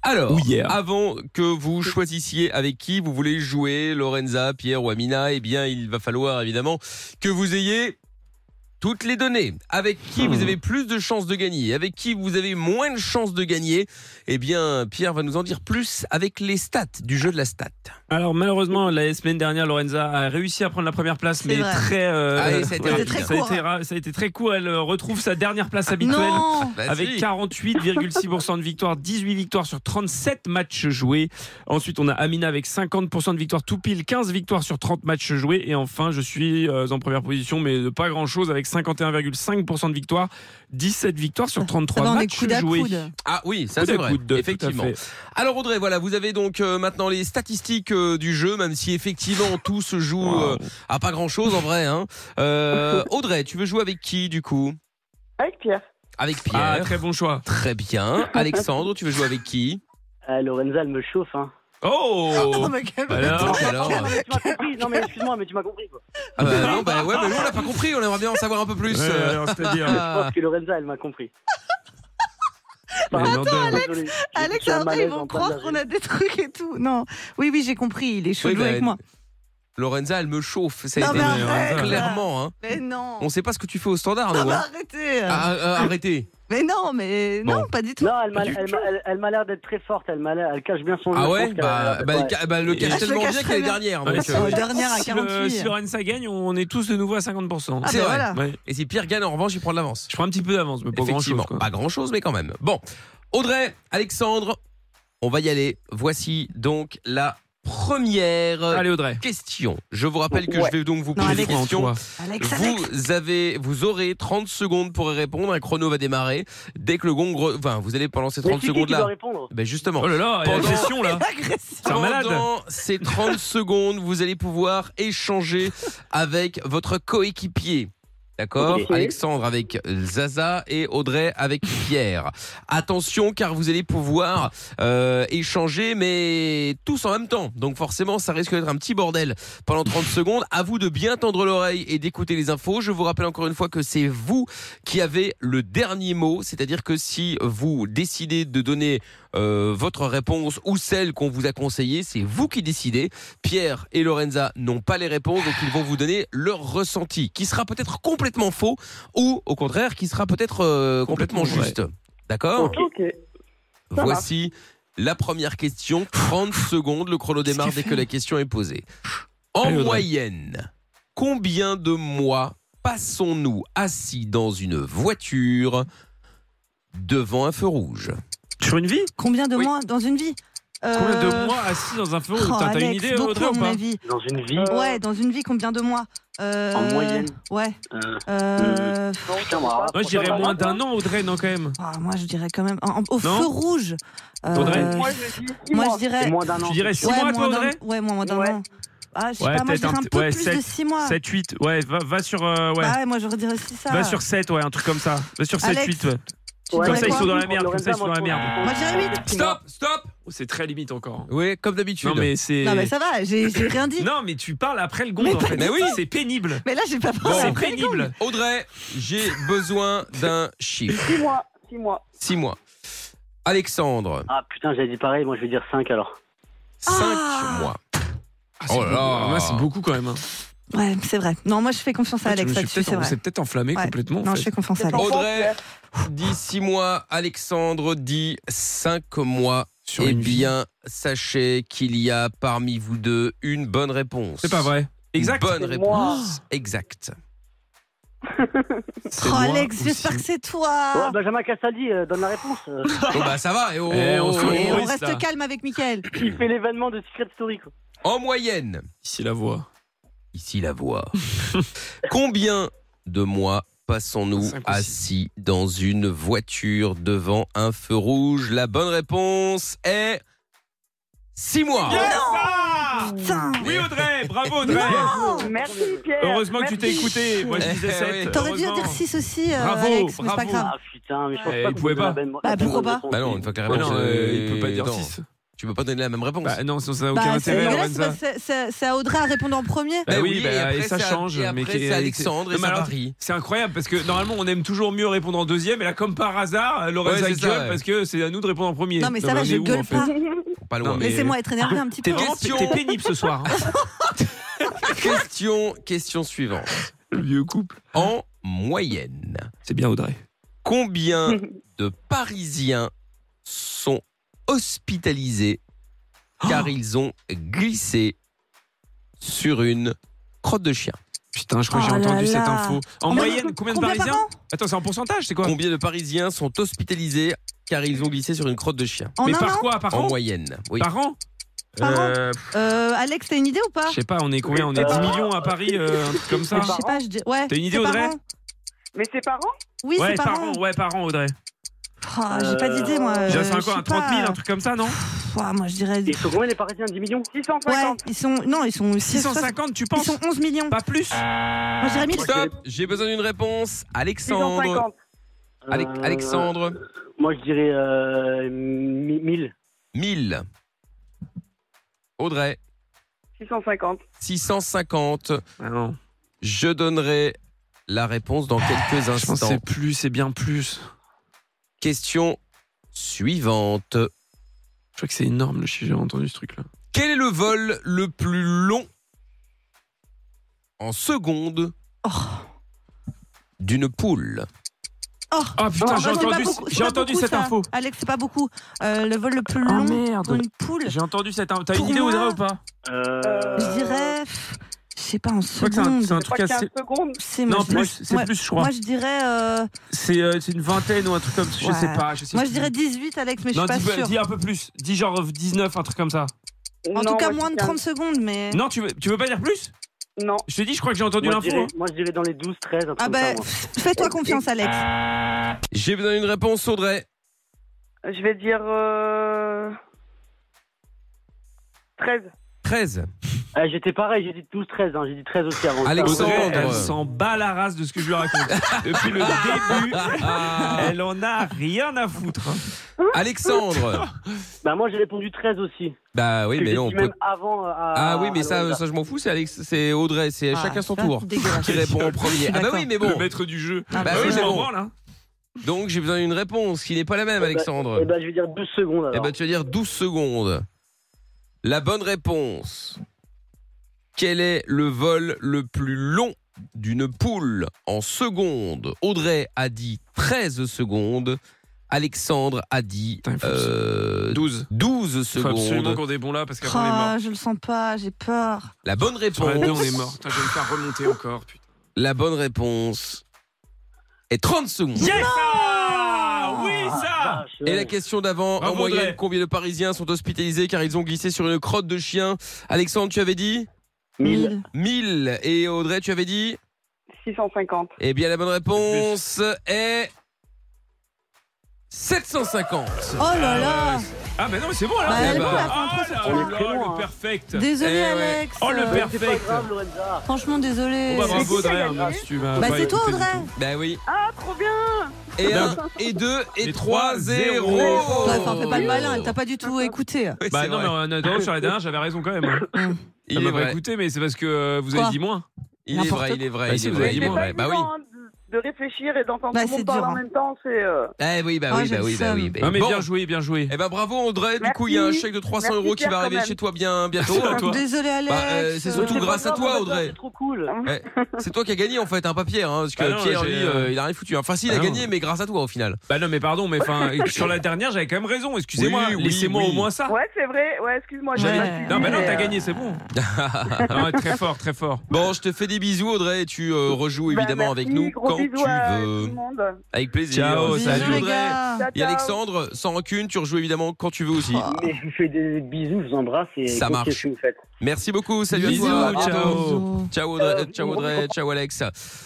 S1: Alors, avant que vous choisissiez avec qui vous voulez jouer, Lorenza, Pierre ou Amina, eh bien, il va falloir évidemment que vous ayez toutes les données. Avec qui vous avez plus de chances de gagner, avec qui vous avez moins de chances de gagner, eh bien, Pierre va nous en dire plus avec les stats du jeu de la stat.
S2: Alors malheureusement, la semaine dernière, Lorenza a réussi à prendre la première place, mais
S1: vrai.
S2: très, euh,
S1: Ah oui, ça a été
S2: ouais,
S1: rapide.
S2: ça a été ra- ça a été très court. Elle euh, retrouve sa dernière place habituelle
S1: Non. Bah
S2: avec
S1: si.
S2: 48,6% de victoire, 18 victoires sur 37 matchs joués. Ensuite, on a Amina avec 50% de victoire, tout pile 15 victoires sur 30 matchs joués. Et enfin, je suis euh, en première position, mais de pas grand-chose avec 51,5% de victoire, 17 victoires sur 33
S1: bah,
S2: matchs joués.
S1: Ah oui, ça
S2: Coude à
S1: c'est vrai.
S2: coude, tout à
S1: effectivement.
S2: fait.
S1: Alors Audrey, voilà, vous avez donc euh, maintenant les statistiques euh, du jeu, même si effectivement <laughs> tout se joue euh, à pas grand chose en vrai. hein. Euh, Audrey, tu veux jouer avec qui du coup
S16: Avec Pierre.
S1: Avec Pierre.
S2: Ah, très bon choix.
S1: Très
S2: <laughs>
S1: bien. Alexandre, tu veux jouer avec qui
S20: Euh, Lorenza, elle me chauffe. Hein.
S1: Oh
S20: mais quel
S1: Alors,
S20: bâtard.
S1: alors
S20: Non, mais tu m'as compris. Non, mais excuse-moi, mais tu m'as compris. Quoi.
S1: Ah bah non, bah ouais, mais nous on l'a pas compris, on aimerait bien en savoir un peu plus.
S2: Ouais,
S1: euh.
S2: alors, c'est-à-dire-
S20: Je pense que Lorenza, elle m'a compris.
S1: Ah,
S2: Attends,
S20: Alex,
S4: Alex, après, ils vont croire qu'on a des trucs et tout. Non, oui, oui, j'ai compris. Il est chaud de
S1: Oui,
S4: jouer
S1: bah,
S4: avec moi.
S1: Lorenza, elle me chauffe, ça a
S4: Non,
S1: été
S4: mais arrête,
S1: clairement. Hein.
S4: Mais Eh non.
S1: On sait pas ce que tu fais au standard,
S4: Non,
S1: nous.
S4: mais
S1: hein.
S4: arrêtez.
S1: Ah, euh, arrêtez.
S4: Mais non, mais
S1: Bon.
S4: non, pas du tout.
S20: Non, elle m'a- elle m'a- elle- elle m'a l'air d'être très forte. Elle, m'a l'air- elle cache bien son jeu.
S1: Ah
S20: Je
S1: ouais,
S20: pense qu'elle a
S1: bah,
S20: l'air d'être-
S1: bah,
S20: ouais.
S1: elle ca- bah, elle le
S4: Ah,
S20: Et-
S1: cache tellement bien
S20: très
S1: qu'elle est
S20: bien.
S1: dernière.
S20: Ouais,
S1: donc,
S20: c'est vrai.
S1: euh,
S4: Dernière à Ah,
S2: Si, le-
S4: 48.
S2: Si Lorenza gagne, on est tous de nouveau à 50%.
S4: bah,
S1: C'est vrai.
S2: Ouais.
S1: Et si Pierre gagne, en revanche, il prend de l'avance.
S2: Je prends un petit peu d'avance, mais pas
S1: Effectivement,
S2: grand-chose. quoi.
S1: pas grand chose, mais quand même. Bon, Audrey, Alexandre, on va y aller. Voici donc la première question. Je vous rappelle que
S13: Ouais.
S1: je vais donc vous
S13: Non,
S1: poser des
S13: Alex.
S1: questions.
S13: Toi. Alex, Alex.
S1: Vous avez, vous aurez 30 secondes pour y répondre. Un chrono va démarrer dès que le gong. re- Enfin, vous allez pendant ces
S20: Mais
S1: 30
S20: c'est qui
S1: secondes
S20: qui
S1: là.
S20: doit répondre
S1: Ben justement.
S2: Oh là là, il y a
S1: Pendant-
S2: l'agression, là. C'est un malade.
S1: Pendant ces 30 secondes, vous allez pouvoir échanger avec votre coéquipier. D'accord
S13: Ok.
S1: Alexandre avec Zaza et Audrey avec Pierre. Attention car vous allez pouvoir euh, échanger mais tous en même temps. Donc forcément ça risque d'être un petit bordel pendant 30 secondes. À vous de bien tendre l'oreille et d'écouter les infos. Je vous rappelle encore une fois que c'est vous qui avez le dernier mot. C'est-à-dire que si vous décidez de donner euh, votre réponse ou celle qu'on vous a conseillée, c'est vous qui décidez. Pierre et Lorenza n'ont pas les réponses, donc ils vont vous donner leur ressenti, qui sera peut-être complètement faux ou au contraire qui sera peut-être euh, complètement, juste. D'accord
S13: Ça
S1: Voici la première question. 30 secondes, le chrono démarre dès que la question est posée. En
S13: Allez, Audrey.
S1: moyenne, combien de mois passons-nous assis dans une voiture devant un feu rouge
S2: Sur une vie
S4: Combien de mois dans une vie
S2: Combien
S4: Euh,
S2: de mois assis dans un feu
S4: oh,
S2: T'as t'as une
S4: Alex,
S2: idée,
S4: beaucoup,
S2: Audrey, ou
S4: à mon
S2: pas
S4: avis.
S20: Dans une vie
S4: Euh, Ouais, dans une vie, combien de mois Euh,
S2: En moyenne.
S4: Ouais.
S20: Euh,
S4: Euh,
S2: Moi, je dirais moins d'un an, Audrey, non, quand même.
S4: ah, moi, je dirais quand même. en- en- au
S2: Non
S4: feu rouge Euh,
S2: Audrey
S4: Moi,
S20: six mois.
S4: je dirais.
S2: C'est moins d'un an. Tu dirais six mois, toi,
S4: moins d'un-
S2: Audrey
S4: Ouais, moi, moins d'un an. Ah, je sais pas, moi, je
S2: peut-être
S4: dirais un
S2: petit-
S4: peu
S2: ouais,
S4: plus de
S2: sept-
S4: 6 mois.
S2: 7, 8, ouais, va, va sur. euh, ouais.
S4: Ah ouais, moi, je dirais 6 ça.
S2: Va Bah, sur 7, ouais, un truc comme ça. Va sur 7,
S4: Alex,
S2: 8, ouais.
S4: dirais
S2: Comme ça, ils
S4: quoi
S2: sont dans la merde. Comme
S4: Lorenza,
S2: ça, ils sont dans la
S4: moi,
S2: merde.
S4: Moi, je dirais huit.
S2: Stop, stop Oh, C'est très limite encore.
S1: Oui, comme d'habitude.
S2: Non, mais c'est.
S4: Non, mais ça va, j'ai j'ai
S2: <laughs>
S4: rien dit.
S2: Non, mais tu parles après le
S4: Mais
S2: gong, en
S4: pas
S2: fait.
S4: du Mais oui. tout.
S2: C'est pénible.
S4: Mais là, j'ai pas pensé.
S1: Bon,
S4: après
S1: c'est
S4: le gong.
S2: pénible.
S1: Audrey,
S4: <laughs>
S1: j'ai besoin d'un chiffre.
S16: 6 mois. 6 mois.
S1: 6 mois. Alexandre,
S20: Ah putain, j'avais dit pareil. Moi, je vais dire 5 alors.
S1: 5 mois.
S2: Oh là là. Moi, c'est beaucoup quand même. hein.
S4: Ouais, c'est vrai. Non, moi, je fais confiance à
S2: Je me
S4: Alex
S2: suis
S4: là-dessus,
S2: peut-être-
S4: c'est
S2: on
S4: vrai.
S2: s'est peut-être enflammé
S4: Ouais.
S2: complètement. en fait.
S4: Non,
S2: Oh,
S4: je fais confiance à Alex.
S1: Audrey dit 6 mois, Alexandre dit 5 mois. eh bien, sachez qu'il y a parmi vous deux une bonne réponse.
S2: C'est pas vrai. Exact.
S1: Bonne
S2: C'est
S1: réponse.
S4: <laughs>
S1: Exact.
S4: Oh, Alex, j'espère que c'est toi.
S20: Ouais, Benjamin Castaldi, euh, donne la réponse. euh.
S1: <laughs> Bon, bah, ça va. Et oh,
S2: Eh, on se
S1: oh, oh,
S4: Et on
S1: oh, là.
S4: reste calme avec Mickaël.
S20: Il fait l'événement de Secret Story. Quoi.
S1: En moyenne.
S2: Ici la voix.
S1: Ici la voix. <laughs> Combien de mois passons-nous assis dans une voiture devant un feu rouge La bonne réponse est 6 mois.
S4: Putain
S2: Oui, Audrey, bravo, Audrey.
S16: Merci Pierre.
S2: Heureusement que tu t'es écouté. Moi, je disais
S1: Eh,
S2: 7.
S1: oui.
S4: T'aurais dû dire 6 aussi, euh,
S2: Bravo,
S4: Alex, mais c'est pas
S2: bravo.
S4: grave.
S20: Ah putain, mais je pense
S2: Eh,
S20: pas
S2: il
S20: qu'on
S2: pouvait
S20: donne
S2: pas.
S20: la bonne- la
S4: Bah,
S20: bonne
S4: pourquoi pas
S20: réponse.
S1: Bah non, une fois que la
S2: Ouais,
S1: réponse.
S2: non,
S1: euh,
S2: il peut pas dire
S1: non.
S2: six.
S1: Tu peux pas donner la même réponse.
S2: Bah, non, sinon, ça n'a aucun
S4: Bah, c'est
S2: intérêt,
S4: dégueulasse,
S2: Lorenza.
S4: parce que c'est c'est à Audrey à répondre en premier.
S2: Bah
S1: Bah
S2: oui,
S1: oui,
S2: bah,
S1: et
S2: et,
S1: après,
S2: ça
S1: c'est à-
S2: change.
S1: et après,
S2: mais qui-
S1: c'est Alexandre et
S2: Non, mais
S1: ça
S2: alors,
S1: varie.
S2: C'est incroyable parce que normalement on aime toujours mieux répondre en deuxième et là comme par hasard Lorenza
S1: Ouais, c'est ça,
S2: gueule
S1: ouais.
S2: parce que c'est à nous de répondre en premier.
S4: Non, mais ça
S2: on
S4: va,
S2: est
S4: je
S2: où, en
S4: gueule
S2: fait
S4: pas.
S1: Pas loin.
S2: Non, mais-
S4: Laissez-moi être énervé un petit peu.
S2: T'es vraiment
S1: Question.
S2: t'es pénible ce soir. hein.
S1: <laughs> Question, question suivante.
S2: Le vieux couple.
S1: En moyenne,
S2: C'est bien Audrey.
S1: combien de Parisiens sont hospitalisés
S2: Oh
S1: car ils ont glissé sur une crotte de chien.
S2: Putain, je crois
S4: Oh
S2: que j'ai entendu cette info. En moyenne, combien de Parisiens Attends, c'est en pourcentage, c'est quoi
S1: Combien de Parisiens sont hospitalisés car ils ont glissé sur une crotte de chien
S4: En Mais un par an
S2: quoi, par
S1: En
S2: an
S1: moyenne. Oui.
S2: Par an
S4: Par an
S2: Euh,
S4: Euh, Alex, t'as une idée ou pas
S2: Je sais pas, on est combien On est 10 millions à Paris, euh, un truc comme ça
S4: Je sais pas, je dis- ouais.
S2: T'as une idée,
S4: c'est par
S2: Audrey
S4: an.
S16: Mais c'est parents
S4: Oui,
S2: ouais,
S4: c'est par
S2: par
S4: an.
S2: an, ouais, par an, Audrey.
S4: Ah, J'ai pas d'idée, moi.
S2: Déjà,
S4: euh,
S2: c'est
S4: je
S2: un quoi,
S4: sais
S2: un 30 000,
S4: pas.
S2: un truc comme ça, non
S4: Pouah, moi, je dirais. Ils
S2: sont combien les Parisiens 10 millions
S4: Ouais, ils sont. Non, ils sont.
S2: 650, tu penses
S4: Ils sont 11 millions.
S2: Pas plus
S1: Euh,
S4: Moi, je dirais 1000.
S1: Stop, j'ai besoin d'une réponse. Alexandre.
S4: 650.
S1: Alec-
S20: Euh,
S1: Alexandre.
S20: Moi, je dirais euh, mi- 1000.
S1: 1000. Audrey.
S16: 650.
S1: 650.
S2: Ah
S1: Je donnerai la réponse dans quelques
S2: Je pense que
S1: instants.
S2: c'est plus, c'est bien plus.
S1: Question suivante.
S2: Je crois que c'est énorme, le chiffre, j'ai entendu ce truc-là.
S1: Quel est le vol le plus long en secondes d'une poule
S4: Oh,
S2: Ah, putain,
S4: bah,
S2: j'ai
S4: c'est
S2: entendu-
S4: pas beaucoup-
S2: j'ai
S4: c'est pas
S2: entendu
S4: beaucoup,
S2: cette
S4: ça.
S2: info. Oh,
S4: Alex, c'est pas beaucoup. Euh, le vol le plus long pour une poule.
S2: J'ai entendu cette. T'as
S4: Pour
S2: une idée,
S4: moi,
S2: Audrey, ou pas
S20: Euh,
S4: Je dirais. pff, Je sais pas, en
S2: crois que c'est un-
S4: seconde.
S2: c'est un Euh, Je truc crois qu'il y a assez- un
S4: C'est- moi,
S2: Non,
S4: je dirais-
S2: plus, c'est
S4: ouais,
S2: plus, je crois.
S4: Moi, je dirais. euh,
S2: C'est euh, c'est une vingtaine ou un truc comme ça. Je
S4: ouais.
S2: sais pas. Je sais
S4: Moi, je dirais 18, Alex, mais je
S2: non,
S4: suis pas
S2: dis, peu- dis
S4: sûre.
S2: un peu plus. Dis genre 19, un truc comme ça.
S4: En tout cas, moins de 30 secondes, mais.
S2: Non, tu veux, tu veux pas dire plus
S16: Non.
S2: Je te dis, je crois que j'ai entendu
S20: Moi, je
S2: l'info.
S20: dirais-
S2: hein.
S20: Moi, je dirais dans les 12, 13, un truc
S4: Ah,
S20: comme
S4: bah,
S20: ça, moi.
S4: fais-toi confiance, Alex.
S1: J'ai besoin d'une réponse, Audrey.
S16: Je vais dire euh,
S1: 13. 13.
S20: Ah, J'étais pareil, j'ai dit 12, 13. hein, j'ai dit 13 aussi avant.
S2: Audrey, elle s'en bat la race de ce que je lui raconte. Depuis le début, elle en a rien à foutre. hein.
S1: Alexandre.
S20: bah, moi, j'ai répondu 13 aussi.
S1: Bah oui,
S20: Que
S1: mais
S20: j'ai
S1: non, on
S20: dit
S1: peut.
S20: même avant. euh, à-
S1: Ah oui, mais
S20: à
S1: ça,
S20: Lorenza.
S1: ça je m'en fous, c'est Alex, c'est Audrey, c'est
S20: Ah,
S1: chacun son
S20: ça,
S1: tour
S20: dégueulasse.
S1: qui répond en premier. Ah bah oui, mais bon.
S2: Le maître du jeu.
S1: Bah
S2: Bah
S1: oui,
S2: je
S1: mais
S2: m'en
S1: bon.
S2: branle, hein.
S1: Donc j'ai besoin d'une réponse qui n'est pas la même,
S20: Eh ben-
S1: Alexandre.
S20: Eh ben, je vais dire 12 secondes.
S1: Eh
S20: alors.
S1: ben, tu vas dire 12 secondes. La bonne réponse. Quel est le vol le plus long d'une poule en secondes Audrey a dit 13 secondes. Alexandre a dit euh, 12.
S2: Faut absolument
S1: secondes.
S2: qu'on est bon là parce qu'après on est mort.
S4: Ah, je le sens pas, j'ai peur.
S1: Oh. La bonne réponse.
S2: Ouais, on est mort. Putain, je vais me faire remonter encore. Putain.
S1: La bonne réponse est 30 secondes.
S2: Yes Ah Oui, ça
S1: Et la question d'avant, en
S2: Bravo, Audrey.
S1: moyenne, combien de Parisiens sont hospitalisés car ils ont glissé sur une crotte de chien Alexandre, tu avais dit
S16: 1000.
S1: 1000. Et Audrey, tu avais dit
S16: 650.
S1: Eh bien, la bonne réponse est 750.
S4: Oh là là
S2: Ah, mais non, mais c'est bon là
S4: Bah, elle est
S1: bah.
S4: bonne, la fin.
S2: Oh là
S4: On est
S2: là,
S4: très
S2: le perfect
S1: Eh
S4: Désolé, Alex.
S2: Oh, le
S4: Euh,
S2: perfect
S4: c'est pas grave, Franchement, désolé.
S2: Bon, bah, bravo, Audrey, hein, mince, tu m'as
S4: Bah,
S2: pas
S4: c'est toi,
S2: écouté du
S4: Audrey.
S2: tout. Bah,
S1: Bah oui.
S16: Ah, trop bien
S1: Et 1,
S4: Ah,
S1: et 2, et 3, 0.
S2: zéro.
S4: Ouais, enfin, fais pas le
S2: Oh.
S4: malin, elle t'a pas du tout écouté.
S2: Bah non, mais en attendant, sur la dernière, j'avais raison quand
S4: <coughs>
S2: même. hein.
S1: Il
S2: Ça m'a
S1: est
S2: pas
S1: vrai.
S2: écouté, mais c'est parce que euh, vous avez
S4: Quoi
S2: dit moins.
S1: Il est vrai, il est vrai,
S2: Bah,
S1: il
S2: si,
S1: est
S2: vous
S1: vrai,
S2: avez
S1: il
S2: dit
S1: est
S2: moins.
S1: vrai. Bah oui.
S16: hein, de réfléchir et d'entendre
S4: Bah,
S16: tout le
S4: c'est
S16: monde parler
S4: dur,
S16: en
S4: hein.
S16: même temps, c'est. euh,
S1: Eh oui, bah
S4: Oh,
S1: oui,
S4: j'ai
S1: bah
S4: le
S1: oui, bah
S4: seum.
S1: oui. bah-
S2: Non, mais
S1: Bon.
S2: bien joué, bien joué.
S1: Eh ben bravo Audrey, du coup il y a un
S16: Merci.
S1: chèque de 300
S16: Merci,
S1: euros qui
S16: Pierre,
S1: va
S16: quand
S1: arriver
S16: même.
S1: chez toi bien bientôt.
S2: Merci à toi.
S4: Oh, Désolé, Alex.
S1: Bah, euh, c'est surtout
S20: C'est
S1: grâce
S20: pas
S1: à
S20: grave,
S1: toi
S20: on va
S1: Audrey.
S20: dire, C'est trop cool.
S1: Eh, C'est toi qui as gagné en fait, hein, pas Pierre, hein, parce que
S2: Ah non,
S1: Pierre
S2: j'ai,
S1: lui,
S2: euh,
S1: euh, il a rien foutu. Enfin si, il a
S2: Ah non.
S1: gagné, mais grâce à toi au final.
S2: Bah non, mais pardon, mais
S1: <coughs>
S2: enfin, sur la dernière, j'avais quand même raison. Excusez-moi,
S1: Oui, oui,
S2: laissez-moi
S1: oui.
S2: au moins ça.
S16: Ouais, c'est vrai. Ouais, excuse-moi. j'ai
S2: J'avais-
S16: pas suivi,
S2: Non, bah non,
S16: mais,
S2: t'as
S16: euh,
S2: gagné,
S1: <laughs>
S2: c'est bon. Non, très fort, très fort.
S1: Bon, je te fais des bisous Audrey, et tu euh, rejoues
S16: bah,
S1: évidemment
S16: merci,
S1: avec nous
S16: gros
S1: quand tu
S16: bisous à tout
S1: veux.
S16: le monde.
S1: Avec plaisir.
S2: Ciao,
S1: Bisous,
S2: salut.
S1: Audrey.
S16: Les gars. Ciao,
S1: Et
S16: ciao.
S1: Alexandre, sans rancune, tu rejoues évidemment quand tu veux aussi.
S20: Mais je vous fais des bisous, je vous embrasse et
S1: Ça
S20: continuez
S1: marche.
S20: ce que vous faites.
S1: Merci beaucoup, salut
S2: Bisous,
S1: à toi.
S2: ciao.
S1: Ciao Audrey, ciao Audrey, ciao Alex.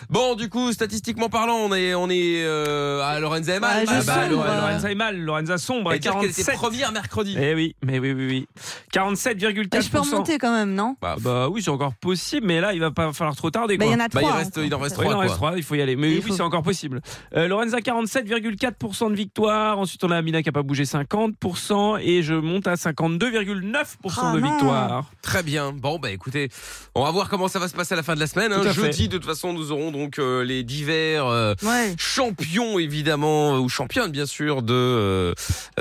S1: Bon, du coup, statistiquement parlant, on est, on est euh, à Lorenza et Mal.
S2: Ah, bah,
S1: Lore- Lorenza-
S2: Lorenza est mal, Lorenza sombre.
S1: Et
S2: Et
S1: dire qu'elle était
S2: 47.
S1: première mercredi.
S2: Eh oui, mais oui, oui, oui.
S4: Bah, je
S2: 47,4%.
S4: peux remonter quand même, non
S1: Bah,
S2: bah oui, c'est encore possible, mais là, il va pas falloir trop tarder.
S4: Bah,
S2: quoi.
S4: il y en a Bah, il trois,
S1: reste- hein, il en reste
S2: Ouais,
S1: trois,
S2: Il en
S1: quoi.
S2: reste trois, il faut y aller. Mais
S1: Il
S2: oui,
S1: faut-
S2: c'est encore possible. Euh, Lorenza, 47,4% de victoire. Ensuite, on a Amina qui n'a pas bougé 50%. Et je monte à 52,9%
S1: Ah,
S2: de
S1: non.
S2: victoire.
S1: Très bien. Bon, bah écoutez, on va voir comment ça va se passer à la fin de la semaine. hein.
S2: Tout à fait.
S1: Jeudi, de toute façon, nous aurons donc euh, les divers euh,
S4: Ouais.
S1: champions, évidemment, euh, ou championnes, bien sûr, de, euh,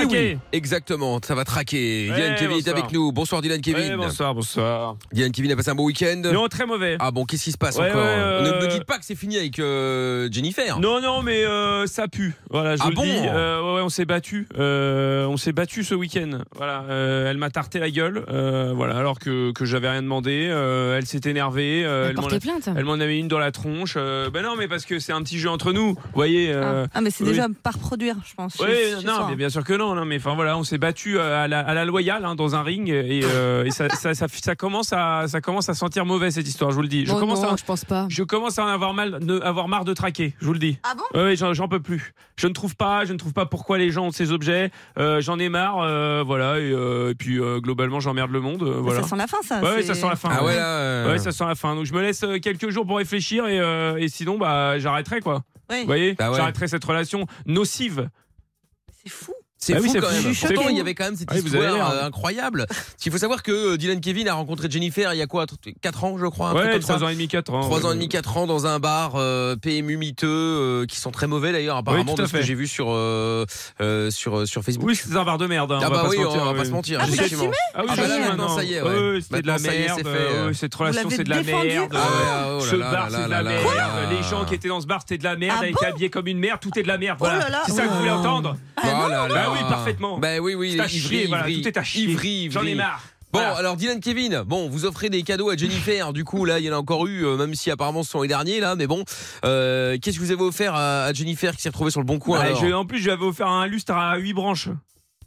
S1: Eh oui, exactement, ça va traquer.
S2: Ouais,
S1: Dylan Kevin est
S2: Eh, bonsoir.
S1: avec nous. Bonsoir Dylan Kevin.
S2: Ouais, bonsoir, bonsoir.
S1: Dylan Kevin a passé un bon week-end.
S2: Non, très mauvais.
S1: Ah bon, qu'est-ce qui se passe
S2: Ouais,
S1: encore
S2: ouais,
S1: Ne
S2: euh,
S1: me dites pas que c'est fini avec euh, Jennifer.
S2: Non, non, mais euh, ça pue. Voilà, je
S1: Ah
S2: vous le
S1: bon
S2: dis. Euh, ouais, ouais, on s'est battu. Euh, on s'est battu ce week-end. Voilà, euh, elle m'a tarté la gueule. euh, voilà, alors que, que j'avais rien demandé. Euh, elle s'est énervée. euh,
S6: Elle a
S2: elle m'en
S6: porté
S2: a-
S6: plainte.
S2: Elle m'en avait une dans la tronche. Euh, ben non, mais parce que c'est un petit jeu entre nous. Vous voyez. euh,
S4: Ah, mais c'est
S2: oui.
S4: déjà par produire, je pense.
S2: Oui,
S4: je- je- je
S2: non,
S6: hein.
S4: sens.
S2: mais bien sûr que non, non, mais enfin voilà, on s'est battu euh, à la, à la loyale hein, dans un ring et, euh, et ça, ça- ça- ça commence à ça commence à sentir mauvais cette histoire, je vous le dis. Je
S6: Bon,
S2: commence
S6: Oh non,
S2: à
S6: je pense pas.
S2: je commence à en avoir mal, ne- avoir marre de traquer, je vous le dis.
S4: Ah bon
S2: Oui, j'en j'en peux plus. Je ne trouve pas, je ne trouve pas pourquoi les gens ont ces objets. euh, j'en ai marre, euh, voilà. Et, euh, et puis euh, globalement, j'emmerde le monde. euh, voilà.
S4: Ça sent la fin, ça.
S2: Ouais, ouais,
S4: c'est-
S2: ça sent la fin.
S1: Ah ouais, là, euh.
S2: Ouais, ça sent la fin. Donc je me laisse euh, quelques jours pour réfléchir et, euh, et sinon, bah, j'arrêterai quoi.
S4: Oui.
S2: Vous voyez,
S1: Bah ouais.
S2: j'arrêterai cette relation nocive.
S1: C'est
S2: Bah
S1: fou
S2: oui, c'est
S1: quand
S2: fou.
S1: même.
S2: Je suis
S1: Pourtant,
S2: choquée.
S1: il y avait quand même cette
S2: Ah oui, vous avez
S1: histoire
S2: l'air.
S1: euh, incroyable. Il faut savoir que euh, Dylan Kevin a rencontré Jennifer il y a quoi 4 ans, je crois. un truc
S2: Ouais,
S1: comme
S2: 3
S1: ça.
S2: ans et demi, 4 ans.
S1: Trois
S2: ouais.
S1: ans et demi, quatre ans dans un bar euh, PMU miteux euh, qui sont très mauvais d'ailleurs apparemment
S2: Oui, tout à
S1: de ce que
S2: fait.
S1: j'ai vu sur euh, euh, sur euh, sur Facebook.
S2: Oui, c'est un bar de merde. hein,
S1: Ah
S2: on va
S1: bah
S2: pas
S1: oui,
S2: se mentir,
S1: on va
S2: oui.
S1: pas se mentir.
S2: Ah, vous
S1: effectivement.
S2: assumez
S1: Ah oui,
S2: Ah,
S1: bah
S2: bah
S1: là,
S2: oui,
S1: maintenant
S2: non.
S1: ça y est.
S2: Ouais,
S1: ouais.
S2: ouais, c'était de la
S1: Maintenant, ça y est,
S2: merde,
S1: c'est
S2: euh,
S1: euh.
S2: ouais, cette relation,
S1: Vous
S2: c'est de la
S1: l'avez
S2: merde.
S1: défendu Ah ouais, oh là
S2: Ce
S1: là
S2: bar,
S1: là
S2: c'est de la
S1: là
S2: merde.
S1: là là.
S2: Les gens qui étaient dans ce bar, c'était de la merde.
S1: Ah
S2: avec
S1: bon
S2: habillés comme une merde, tout est de la merde.
S1: Oh
S2: Voilà.
S1: là là,
S2: c'est ça que vous
S1: oh
S2: voulez
S1: là là.
S2: entendre
S1: Oh là
S2: Bah
S1: là.
S2: oui, parfaitement.
S1: Bah oui, oui,
S2: C'est à
S1: ivry,
S2: chier, voilà,
S1: ivry.
S2: tout est à chier.
S1: Ivry,
S2: J'en ai
S1: ivry.
S2: marre.
S1: Bon,
S2: Voilà.
S1: alors Dylan Kevin, bon, vous offrez des cadeaux à Jennifer, du coup là il y en a encore eu, euh, même si apparemment ce sont les derniers là, mais bon, euh, qu'est-ce que vous avez offert à, à Jennifer qui s'est retrouvée sur le bon coin
S2: Ouais,
S1: alors
S2: je- en plus, je lui avais offert un lustre à 8 branches.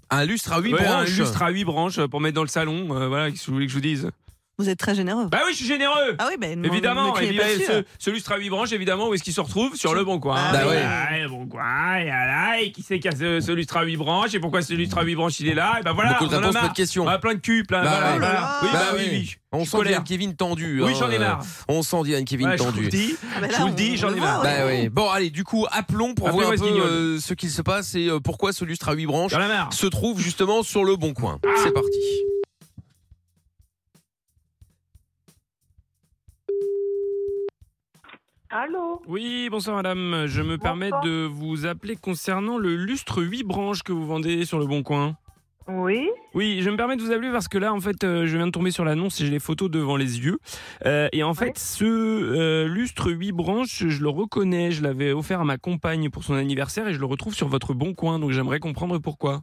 S1: Un lustre à huit
S2: Ouais,
S1: branches.
S2: Un lustre à 8 branches pour mettre dans le salon. euh, voilà, qu'est-ce que vous voulez que je vous dise
S4: Vous êtes très généreux.
S2: Bah oui, je suis généreux.
S4: Ah oui, ben ne m'en-
S2: Évidemment,
S4: me criez
S2: évidemment,
S4: pas dessus.
S2: ce, ce lustre à 8 branches, évidemment, où est-ce qu'il se retrouve Sur le bon coin.
S1: Bah
S2: Ah,
S1: ouais.
S2: ouais, bon coin, et voilà, et qui c'est qui a ce, ce lustre à 8 branches, et pourquoi ce lustre à 8 branches il est là Et ben voilà,
S1: Beaucoup de
S2: on en a
S1: réponses,
S2: marre.
S1: peu de questions.
S2: Ah, plein de cul, plein
S1: Bah
S2: voilà,
S1: ouais.
S2: voilà. Oui,
S1: Bah
S2: bah,
S1: oui.
S2: oui, oui.
S1: On
S2: Je suis
S1: sent Dylan
S2: colère.
S1: Kevin tendu.
S2: Oui,
S1: hein,
S2: j'en ai
S1: euh,
S2: marre.
S1: On sent Dylan Kevin
S2: Ouais, je vous
S1: tendu.
S2: le dis, je vous le dis, j'en ai marre.
S1: Bah oui. Bon, allez, du coup, appelons pour
S2: Appelez-moi
S1: voir un
S2: ce
S1: peu
S2: guignol.
S1: euh, ce qu'il se passe et euh, pourquoi ce lustre à huit branches
S2: J'en ai marre. Ah.
S1: se trouve justement sur le bon coin. C'est parti.
S16: Allô
S2: Oui, bonsoir madame. Je me permets de vous appeler concernant le lustre 8 branches que vous vendez sur le bon coin.
S16: Oui
S2: Oui, je me permets de vous appeler parce que là, en fait, euh, je viens de tomber sur l'annonce et j'ai les photos devant les yeux. Euh, et en fait, ce euh, lustre 8 branches, je le reconnais, je l'avais offert à ma compagne pour son anniversaire et je le retrouve sur votre bon coin, donc j'aimerais comprendre pourquoi.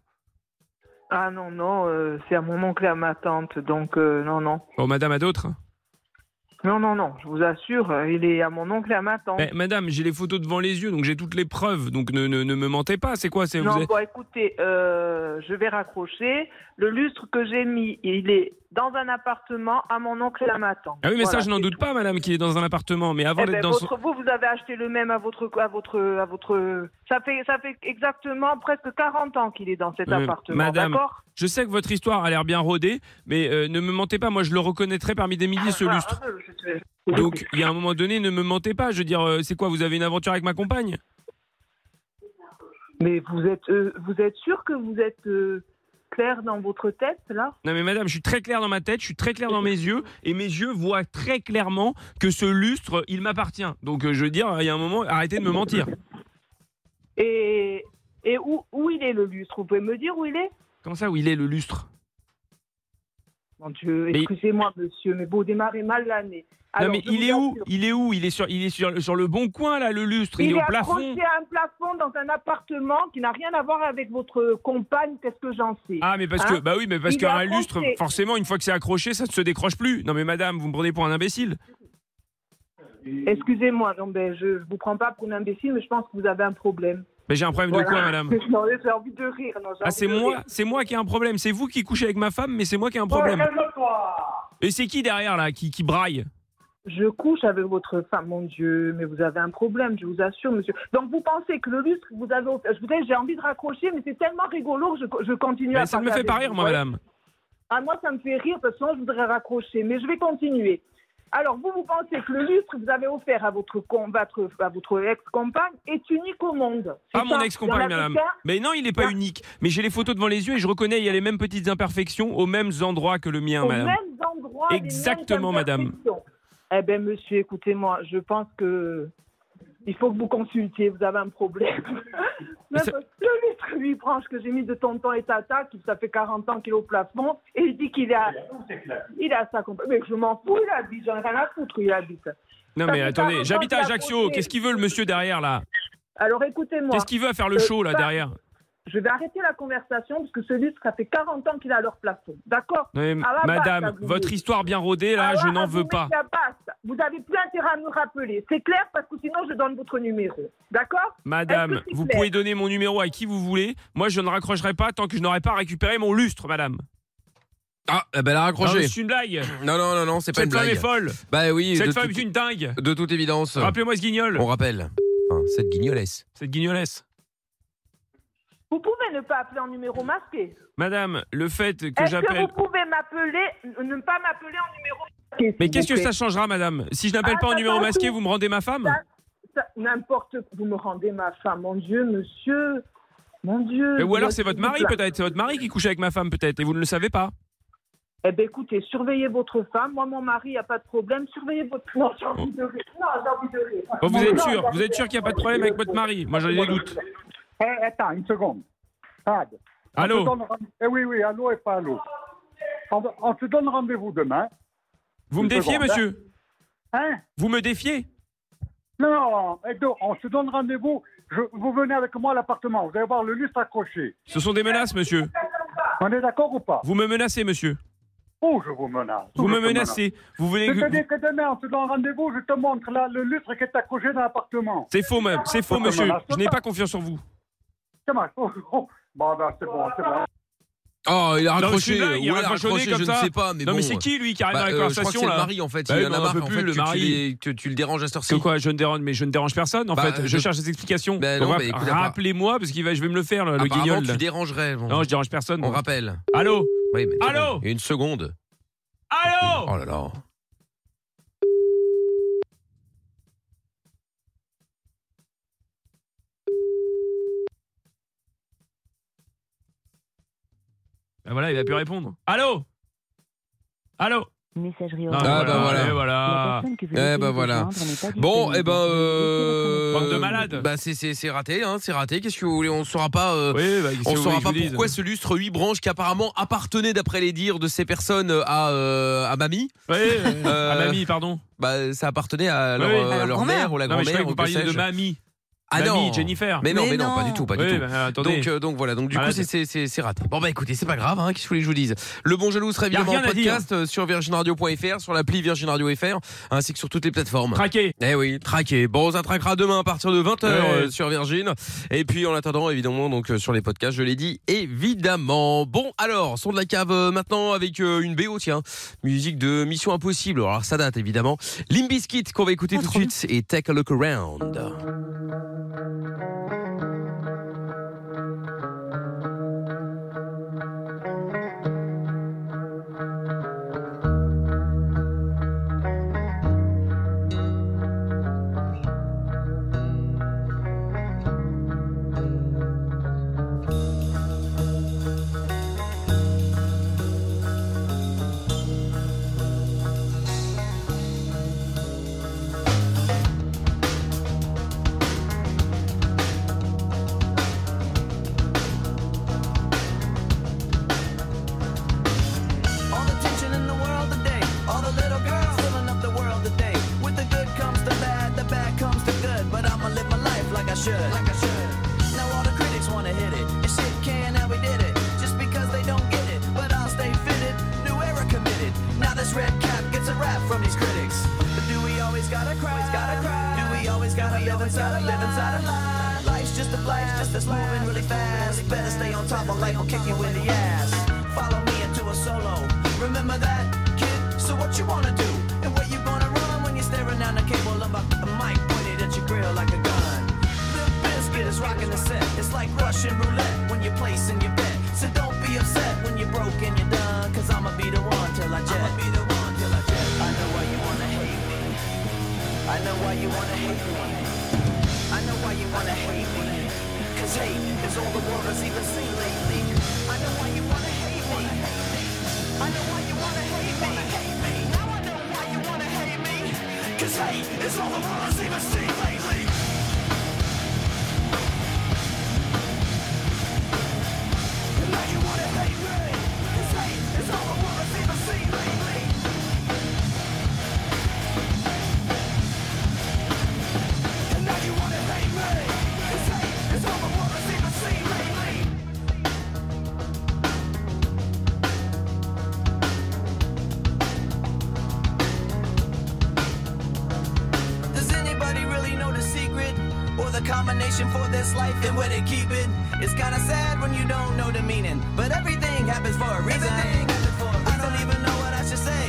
S16: Ah non, non, euh, c'est à mon oncle et à ma tante, donc euh, non, non.
S2: Oh, madame, à d'autres
S16: Non, non, non, je vous assure, euh, il est à mon oncle et à ma tante.
S2: Eh, Madame, j'ai les photos devant les yeux, donc j'ai toutes les preuves, donc ne, ne, ne me mentez pas, c'est quoi c'est, vous
S16: non,
S2: êtes-
S16: bon, écoutez, euh, je vais raccrocher. Le lustre que j'ai mis, il est dans un appartement à mon oncle et à ma tante.
S2: Ah oui, mais ça,
S16: Voilà.
S2: je n'en doute pas, madame, qu'il est dans un appartement, mais avant
S16: Eh
S2: d'être
S16: ben,
S2: dans son...
S16: votre- Vous, vous avez acheté le même à votre, à votre, à votre. Ça fait, ça fait exactement presque 40 ans qu'il est dans cet
S2: Euh,
S16: appartement.
S2: Madame,
S16: d'accord
S2: je sais que votre histoire a l'air bien rodée, mais euh, ne me mentez pas, moi je le reconnaîtrais parmi des milliers
S16: Ah,
S2: ce lustre. Donc il y a un moment donné, ne me mentez pas, je veux dire, euh, c'est quoi, vous avez une aventure avec ma compagne
S16: Mais vous êtes, euh, vous êtes sûr que vous êtes euh, clair dans votre tête là
S2: Non mais madame, je suis très clair dans ma tête, je suis très clair dans mes yeux, et mes yeux voient très clairement que ce lustre, il m'appartient. Donc euh, je veux dire, il y a un moment, arrêtez de me mentir.
S16: Et, et où, où il est le lustre Vous pouvez me dire où il est
S2: Comment ça, où il est le lustre
S16: Mon Dieu,
S2: Mais-
S16: excusez-moi, monsieur, mais vous démarrez mal l'année.
S2: Non
S16: Alors,
S2: mais
S16: je
S2: il
S16: vous
S2: est où
S16: assure,
S2: Il est où Il est sur il est sur, sur le bon coin là le lustre, il, est au plafond.
S16: accroché à un plafond dans un appartement qui n'a rien à voir avec votre compagne. Qu'est-ce que j'en sais
S2: Ah mais parce que
S16: Hein
S2: bah oui mais parce
S16: Il est
S2: qu'un lustre
S16: accroché.
S2: forcément une fois que c'est accroché ça ne se décroche plus. Non mais madame, vous me prenez pour un imbécile.
S16: Excusez-moi, non, ben, je ne vous prends pas pour une imbécile, mais je pense que vous avez un problème.
S2: Ah, Mais j'ai un problème
S16: Voilà.
S2: de quoi madame
S16: <laughs> Non, j'ai envie de rire. non, j'ai
S2: Ah
S16: envie
S2: c'est
S16: de
S2: moi,
S16: rire.
S2: c'est moi qui ai un problème, c'est vous qui couchez avec ma femme mais c'est moi qui ai un problème.
S16: Oh, calme-toi.
S2: Et c'est qui derrière là qui, qui braille
S16: Je couche avec votre femme, mon Dieu, mais vous avez un problème, je vous assure, monsieur. Donc vous pensez que le lustre que vous avez offert, je vous dis, j'ai envie de raccrocher, mais c'est tellement rigolo que je, je continue à
S2: Mais ça ne me
S16: parler
S2: fait pas
S16: avec
S2: rire
S16: vous,
S2: moi
S16: vous voyez.
S2: madame.
S16: Ah, moi, ça me fait rire, parce que sinon, je voudrais raccrocher, mais je vais continuer. Alors, vous, vous pensez que le lustre que vous avez offert à votre, com- votre- à votre ex-compagne est unique au monde C'est
S2: Pas Ah, mon
S16: ça Il y en
S2: ex-compagne
S16: avait
S2: madame.
S16: qu'un
S2: Mais non, il n'est pas unique. Mais j'ai les photos devant les yeux et je reconnais il y a les mêmes petites imperfections aux mêmes endroits que le mien
S16: Aux
S2: madame.
S16: mêmes endroits, les mêmes
S2: Exactement, madame.
S16: imperfections. Eh bien, monsieur, écoutez-moi, je pense que il faut que vous consultiez, vous avez
S2: <laughs>
S16: un problème. Même parce que le lustre lui branche que j'ai mis de tonton et tata, qui ça fait 40 ans qu'il est au plafond, et il dit qu'il est à, il est à sa compagne. Mais je m'en fous, il habite, j'en ai rien à foutre, où il habite.
S2: Non
S16: Ça
S2: mais
S16: fait
S2: attendez,
S16: 40
S2: j'habite à
S16: ans qu'il a
S2: Ajaccio,
S16: bossé.
S2: qu'est-ce qu'il veut le monsieur derrière là
S16: Alors écoutez-moi.
S2: Qu'est-ce qu'il veut à faire le
S16: Euh,
S2: show là
S16: ça-
S2: derrière
S16: Je vais arrêter la conversation, parce que ce lustre, ça fait 40 ans qu'il est à leur plafond. D'accord
S2: Non, mais
S16: À la
S2: Madame,
S16: base, ça vous
S2: votre
S16: dit.
S2: histoire bien rodée là,
S16: Alors,
S2: je n'en
S16: à Ah vous
S2: veux pas.
S16: mettre la passe. Vous n'avez plus intérêt à me rappeler. C'est clair parce que sinon je donne votre numéro. D'accord
S2: Madame,
S16: Est-ce que c'est
S2: vous
S16: clair
S2: pouvez donner mon numéro à qui vous voulez. Moi, je ne raccrocherai pas tant que je n'aurai pas récupéré mon lustre, madame.
S1: Ah, eh ben, elle a
S2: Non,
S1: raccroché.
S2: mais c'est une blague.
S1: Non, non, non, non, c'est pas
S2: Cette
S1: une blague.
S2: femme est folle.
S1: Bah oui.
S2: Cette
S1: de
S2: femme
S1: toute-
S2: est une dingue.
S1: De toute évidence.
S2: Rappelez-moi ce guignol.
S1: On rappelle. Enfin, cette guignolesse.
S2: Cette guignolesse.
S16: Vous pouvez ne pas appeler en numéro masqué.
S2: Madame, le fait que
S16: Est-ce que vous
S2: j'appelle.
S16: pouvez m'appeler, n- ne pas m'appeler en numéro
S2: Mais qu'est-ce que ça changera, madame Si je n'appelle
S16: Ah,
S2: pas en
S16: ça
S2: numéro
S16: change
S2: masqué,
S16: tout.
S2: vous me rendez ma femme
S16: Ça- N'importe Vous me rendez ma femme. Mon Dieu, monsieur. Mon Dieu.
S2: Mais Euh, Ou alors
S16: Vous
S2: c'est votre
S16: êtes-
S2: mari, peut-être. C'est votre mari qui couche avec ma femme, peut-être, et vous ne le savez pas.
S16: Eh bien, écoutez, surveillez votre femme. Moi, mon mari, il n'y a pas de problème. Surveillez votre. Non, j'ai
S2: Oh.
S16: envie de rire. Non, j'ai envie de rire.
S2: Bon, Oh, vous êtes
S16: Non, j'ai
S2: sûr
S16: envie
S2: Vous êtes
S16: de
S2: sûr qu'il n'y a
S16: rire.
S2: pas de problème avec votre mari Moi, j'en ai des doutes.
S21: Eh, attends, une seconde. Fad. on
S2: Allô
S21: te donne rend- Eh oui, oui, allô et pas allô. On, va- on se donne rendez-vous demain.
S2: Vous me
S21: Une
S2: défiez,
S21: seconde,
S2: monsieur
S21: Hein
S2: Vous me défiez
S21: Non, non, Edo, on se donne rendez-vous. Je- Vous venez avec moi à l'appartement. Vous allez voir le lustre accroché.
S2: Ce sont des menaces, monsieur.
S21: On est d'accord ou pas
S2: Vous me menacez, monsieur.
S21: Oh, je vous menace.
S2: Vous
S21: Je
S2: me
S21: te menace.
S2: menacez. Vous venez
S21: Je te
S2: que-
S21: dis que demain, on se donne rendez-vous. Je te montre là, le lustre qui est accroché dans l'appartement.
S2: C'est faux, même. C'est faux,
S21: Je te
S2: monsieur.
S21: menace
S2: Je n'ai pas confiance en vous.
S21: Comment Oh, oh. Bon, ben, c'est bon, c'est bon.
S1: Oh, il a
S2: Non, mais
S1: raccroché.
S2: c'est une blague, il
S1: Ou
S2: a
S1: elle
S2: raccroché
S1: raccroché,
S2: comme
S1: je
S2: ça.
S1: ne sais pas. Mais
S2: Non,
S1: bon,
S2: mais c'est qui, lui, qui arrive
S1: Bah,
S2: dans la
S1: euh, Je
S2: conversation,
S1: crois que c'est
S2: là
S1: le mari, en fait.
S2: Bah oui,
S1: il en
S2: mais
S1: a
S2: on en
S1: marre,
S2: peut
S1: en
S2: plus,
S1: fait,
S2: le
S1: que tu
S2: mari.
S1: les- que tu le déranges à cette
S2: Que
S1: heure-ci.
S2: quoi je ne, dérange, mais je ne dérange personne en
S1: Bah,
S2: fait. Je,
S1: je-
S2: cherche des explications.
S1: Ben
S2: Donc,
S1: non,
S2: rap-
S1: mais écoute,
S2: Rappelez-moi parce qu'il va, je vais me le faire le, le
S1: Apparemment,
S2: guignol. là.
S1: tu dérangerais. bon.
S2: Non, je dérange personne.
S1: On
S2: moi.
S1: rappelle.
S2: Allô
S1: Oui, mais c'est
S2: Allô
S1: bon. Une seconde.
S2: Allô
S1: Oh là là.
S2: Ben voilà, il va plus répondre. Allô Allô Messagerie.
S1: Ah, bah voilà.
S2: Et voilà.
S1: Eh ben voilà. Bon, eh ben. euh,
S2: Bande de malades.
S1: Bah c'est c'est c'est raté, hein, c'est raté. Qu'est-ce que vous voulez On saura pas. euh,
S2: bah, qu'est-ce que
S1: on
S2: vous
S1: saura
S2: voulez que
S1: pas
S2: je vous dise
S1: pourquoi ce lustre 8 branches qui apparemment appartenait, d'après les dires de ces personnes, euh, à euh, à mamie.
S2: euh, à mamie, pardon.
S1: Bah ça appartenait à leur,
S2: Oui.
S1: euh,
S2: À
S1: leur
S2: la
S1: mère
S2: grand-mère.
S1: ou la
S2: Non, mais je
S1: grand-mère
S2: croyais que
S1: ou
S2: vous
S1: que
S2: parliez de
S1: sais-je.
S2: mamie.
S1: Ah
S2: Mamie,
S1: non,
S2: Jennifer.
S1: Mais non, mais,
S2: Mais
S1: non,
S2: non.
S1: pas du tout, pas du
S2: Oui,
S1: tout.
S2: bah, attendez.
S1: Donc, euh, donc voilà, donc du
S2: Ah,
S1: coup
S2: là,
S1: c'est- c'est c'est- c'est raté. Bon bah écoutez, c'est pas grave, hein, qu'est-ce que vous voulez que je vous dise Le Bon Jaloux sera
S2: Y a
S1: évidemment en
S2: rien à dire.
S1: podcast euh, sur virginradio.fr, sur l'appli Virgin Radio FR, ainsi que sur toutes les plateformes.
S2: Traqué.
S1: Eh oui, traqué. Bon, on s'attraquera demain à partir de 20h
S2: Ouais.
S1: sur Virgin. Et puis en attendant, évidemment, donc euh, sur les podcasts, je l'ai dit, évidemment. Bon, alors, son de la cave euh, maintenant avec euh, une BO, tiens, musique de Mission Impossible. Alors ça date évidemment. Limbiskit qu'on va écouter tout de suite et Take a Look Around.
S22: gotta cry? Do we always gotta live inside a live inside a lie? Life's just a flash, just that's moving really fast. Better stay on top of life, will kick you in the ass. Follow me into a solo. Remember that, kid? So what you wanna do? And what you gonna run when you're staring down the cable of a a mic pointed at your grill like a gun? Limp Bizkit is rocking the set. It's like Russian roulette when you're placing your bet. So don't be upset when you're broke and you're done. Cause I'ma be the one till I jet. I'ma be the one till I jet. I know why you wanna hate me. I know why you wanna hate me. I know why you wanna hate me. Cause hate is all the world has even seen lately. I know why you wanna hate me. I know why you wanna hate me. Now I know why you wanna hate me. Cause hate is all the world has even seen lately. Does anybody really know the secret or the combination for this life and where they keep it? It's kinda sad when you don't know the meaning, but everything happens for a reason. I don't even know what I should say,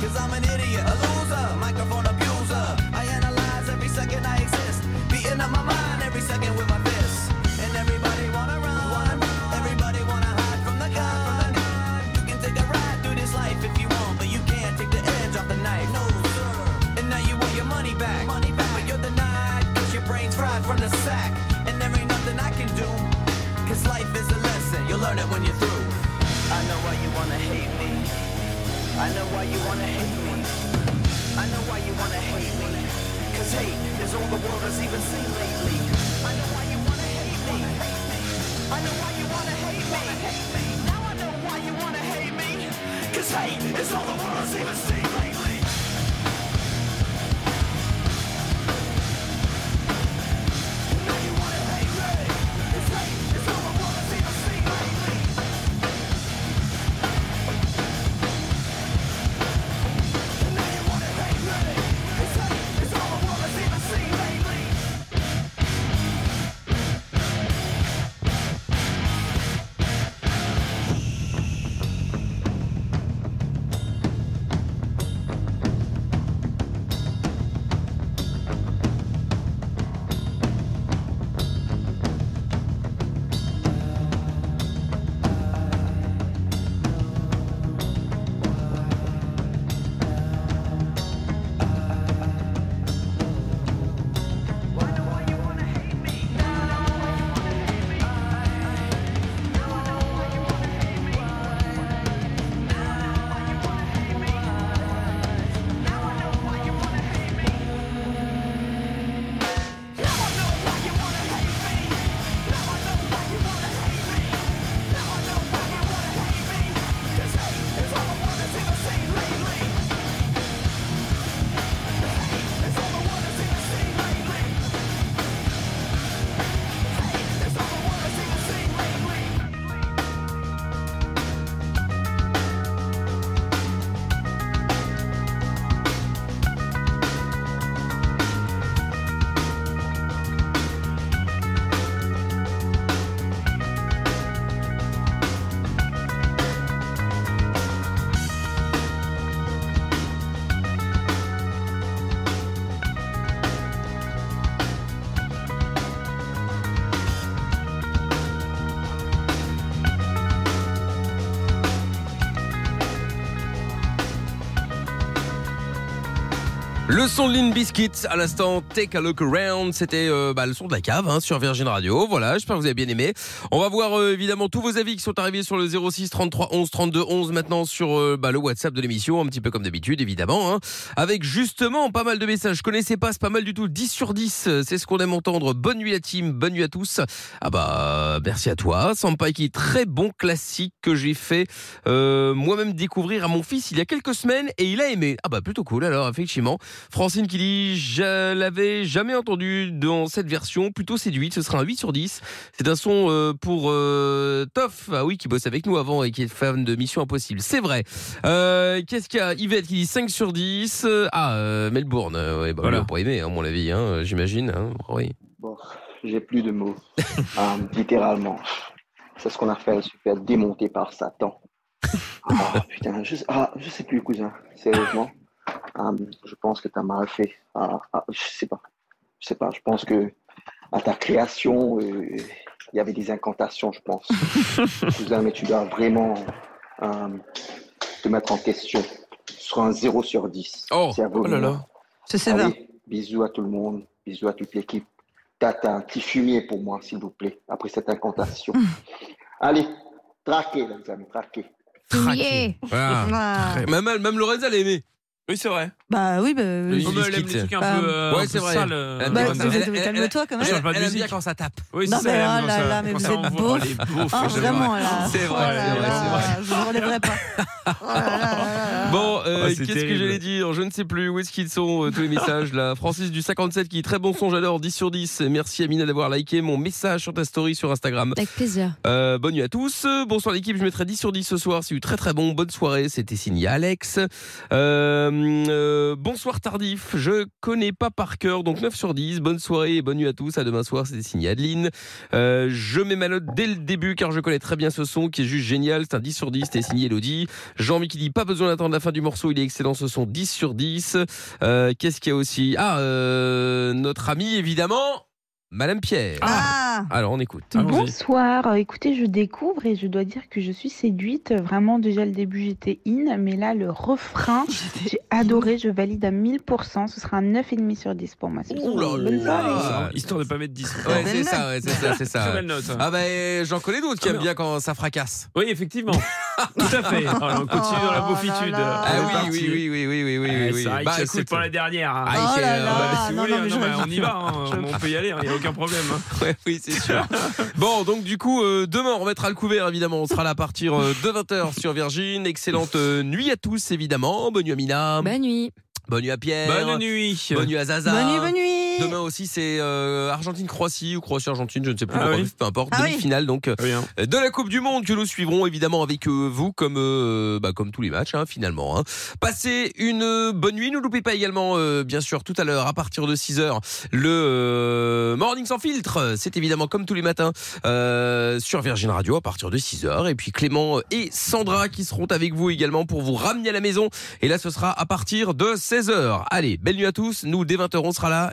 S22: cause I'm an idiot, a loser, microphone abuser. I analyze every second I exist, beating up my mind every second with my fists. And everybody wanna run, everybody wanna hide from the gun. You can take a ride through this life if you want, but you can't take the edge off the knife. No, sir. And now you want your money back. Money back. But you're denied. Cause your brain's fried from the sack. And there ain't nothing I can do. Cause life is a lesson. You'll learn it when you're through. I know why you wanna hate me. I know why you wanna hate me. I know why you wanna hate me. Cause hate is all the world has even seen lately. I know why you wanna hate me. I know why you wanna hate me. Now I know why you wanna hate me. Cause hate is all the world has even seen lately.
S1: Le son de Limp Biscuit à l'instant Take a Look Around, c'était euh, bah, le son de la cave hein, sur Virgin Radio. Voilà, j'espère que vous avez bien aimé. On va voir euh, évidemment tous vos avis qui sont arrivés sur le 06 33 11 32 11 maintenant sur euh, bah, le WhatsApp de l'émission, un petit peu comme d'habitude évidemment, hein, avec justement pas mal de messages. Je connaissais pas, c'est pas mal du tout. 10 sur 10, euh, c'est ce qu'on aime entendre. Bonne nuit la team, bonne nuit à tous. Ah bah merci à toi, Sampaiki, très bon classique que j'ai fait euh, moi-même découvrir à mon fils il y a quelques semaines et il a aimé. Ah bah plutôt cool alors effectivement. Francine qui dit Je l'avais jamais entendu dans cette version, plutôt séduite, ce sera un 8 sur 10. C'est un son euh, pour euh, Toff, ah oui, qui bosse avec nous avant et qui est fan de Mission Impossible, c'est vrai. Euh, Qu'est-ce qu'il y a Yvette qui dit 5 sur 10. Euh, Ah, euh, Melbourne, euh, ouais, bah,
S13: Voilà.
S1: lui, on pourrait aimer, hein, à mon avis, hein, euh, j'imagine. hein, oui.
S23: Bon, j'ai plus de mots. Ah, littéralement. C'est ce qu'on a fait, se faire démonter par Satan. Ah putain, je, sais- ah, je sais plus, cousin. Sérieusement, Ah, je pense que t'as mal fait. Ah, ah, je sais pas. Je sais pas. Je pense que à ta création, euh, il y avait des incantations, je
S1: <laughs>
S23: pense. cousin, mais tu dois vraiment euh, te mettre en question. Sur un 0 sur 10.
S1: Oh,
S23: Cerveau
S1: oh là
S23: humain.
S1: là.
S4: C'est sévère.
S23: Allez, Ah bisous à tout le monde, bisous à toute l'équipe. Tata, un petit fumier pour moi, s'il vous plaît, après cette incantation.
S4: Mm.
S23: Allez, traquez, les amis, traquez.
S1: Traqué. Voilà.
S4: Ah.
S1: Très- Même, elle- même Lorenza l'a aimé.
S2: Oui, c'est vrai.
S4: Bah oui, bah. oui.
S2: Oh, mais elle aime les trucs un peu, euh, un
S1: ouais,
S2: peu
S1: c'est vrai.
S2: sales, euh,
S1: Elle aime
S4: Bah,
S1: bien quand
S4: vous
S1: ça-
S4: êtes-
S1: elle- elle-
S4: calme-toi quand même.
S1: elle-
S4: Elle aime
S1: Elle aime
S4: bien
S1: bien quand ça tape.
S2: Oui,
S4: Non,
S2: c'est ça,
S4: mais oh
S2: elle aime
S4: là
S2: ça.
S4: là, mais
S2: Quand
S4: vous
S2: ça, on
S4: êtes
S2: voit-
S4: beau.
S2: Oh, les beaufs,
S4: Ah,
S2: c'est
S4: vraiment,
S2: vrai.
S4: là.
S1: C'est vrai,
S4: Oh là
S1: c'est vrai,
S4: là,
S1: c'est vrai.
S4: Je vous relèverai pas.
S1: Bon, euh,
S2: Ah, c'est
S1: qu'est-ce que
S2: terrible.
S1: j'allais dire Je ne sais plus où est-ce qu'ils sont euh, tous les messages là. Francis du 57 qui dit très bon son, j'adore 10 sur 10. Merci Amina d'avoir liké mon message sur ta story sur Instagram.
S6: Avec plaisir.
S1: Euh, bonne nuit à tous. Euh, Bonsoir l'équipe, je mettrai 10 sur 10 ce soir. C'est eu très très bon. Bonne soirée, c'était signé Alex. Euh, euh, bonsoir tardif, je connais pas par cœur, donc 9 sur 10. Bonne soirée et bonne nuit à tous. À demain soir, c'était signé Adeline. Euh, je mets ma note dès le début car je connais très bien ce son qui est juste génial. C'est un 10 sur 10, c'était signé Elodie. Jean-Mi qui dit pas besoin d'attendre la fin du morceau, il est excellent ce son 10 sur 10. Euh, Qu'est-ce qu'il y a aussi Ah, euh, notre ami évidemment, Madame Pierre. Alors on écoute.
S24: Bonsoir, Euh, écoutez, je découvre et je dois dire que je suis séduite. Euh, Vraiment, déjà le début, j'étais in, mais là, le
S11: <laughs>
S24: refrain, j'ai adoré, je valide à 1000%. Ce sera un 9,5 sur 10 pour moi. ce soir. Bonne soirée.
S2: Ah, Histoire de pas mettre 10.
S1: Ouais, c'est ça, ouais, c'est ça, c'est ça.
S2: Très belle note.
S1: Ah bah, j'en connais d'autres qui aiment bien quand ça fracasse.
S2: Oui,
S1: <laughs>
S2: effectivement. Tout à fait. Alors, on continue
S1: Oh
S2: dans la beaufitude. Ah,
S1: Ah oui, oui, oui, oui, oui, oui, oui, oui, oui.
S2: C'est
S1: Bah,
S2: c'est
S1: écoute.
S2: pas la dernière. hein.
S1: Ah, Oh c'est- là là,
S2: Bah, si vous
S1: non,
S2: voulez,
S1: non, mais
S2: hein,
S1: j'aurais
S2: bah, on
S1: dû-
S2: y va. hein, On peut y aller, il n'y a aucun problème. hein.
S1: <laughs> Ouais, oui, c'est sûr. Bon, donc du coup, euh, demain, on remettra le couvert, évidemment. On sera là à partir euh, de 20h sur Virgin. Excellente euh, nuit à tous, évidemment. Bonne nuit à Mina.
S6: Bonne nuit.
S1: Bonne nuit à Pierre.
S2: Bonne nuit.
S1: Bonne nuit à Zaza.
S4: Bonne nuit, bonne nuit.
S1: Demain aussi, c'est euh, Argentine-Croatie ou Croatie-Argentine, je ne sais plus.
S2: Ah
S1: Bon,
S2: oui.
S1: bref, Peu importe.
S2: Ah oui.
S1: Demi-finale, donc, euh, de la Coupe du Monde que nous suivrons, évidemment, avec euh, vous, comme, euh, bah, comme tous les matchs, hein, finalement. hein. Passez une euh, bonne nuit. Ne loupez pas également, euh, bien sûr, tout à l'heure, à partir de 6h, le euh, Morning sans filtre. C'est évidemment comme tous les matins euh, sur Virgin Radio à partir de 6h. Et puis Clément euh, et Sandra qui seront avec vous également pour vous ramener à la maison. Et là, ce sera à partir de 16h. Allez, belle nuit à tous. Nous, dès 20h, on sera là.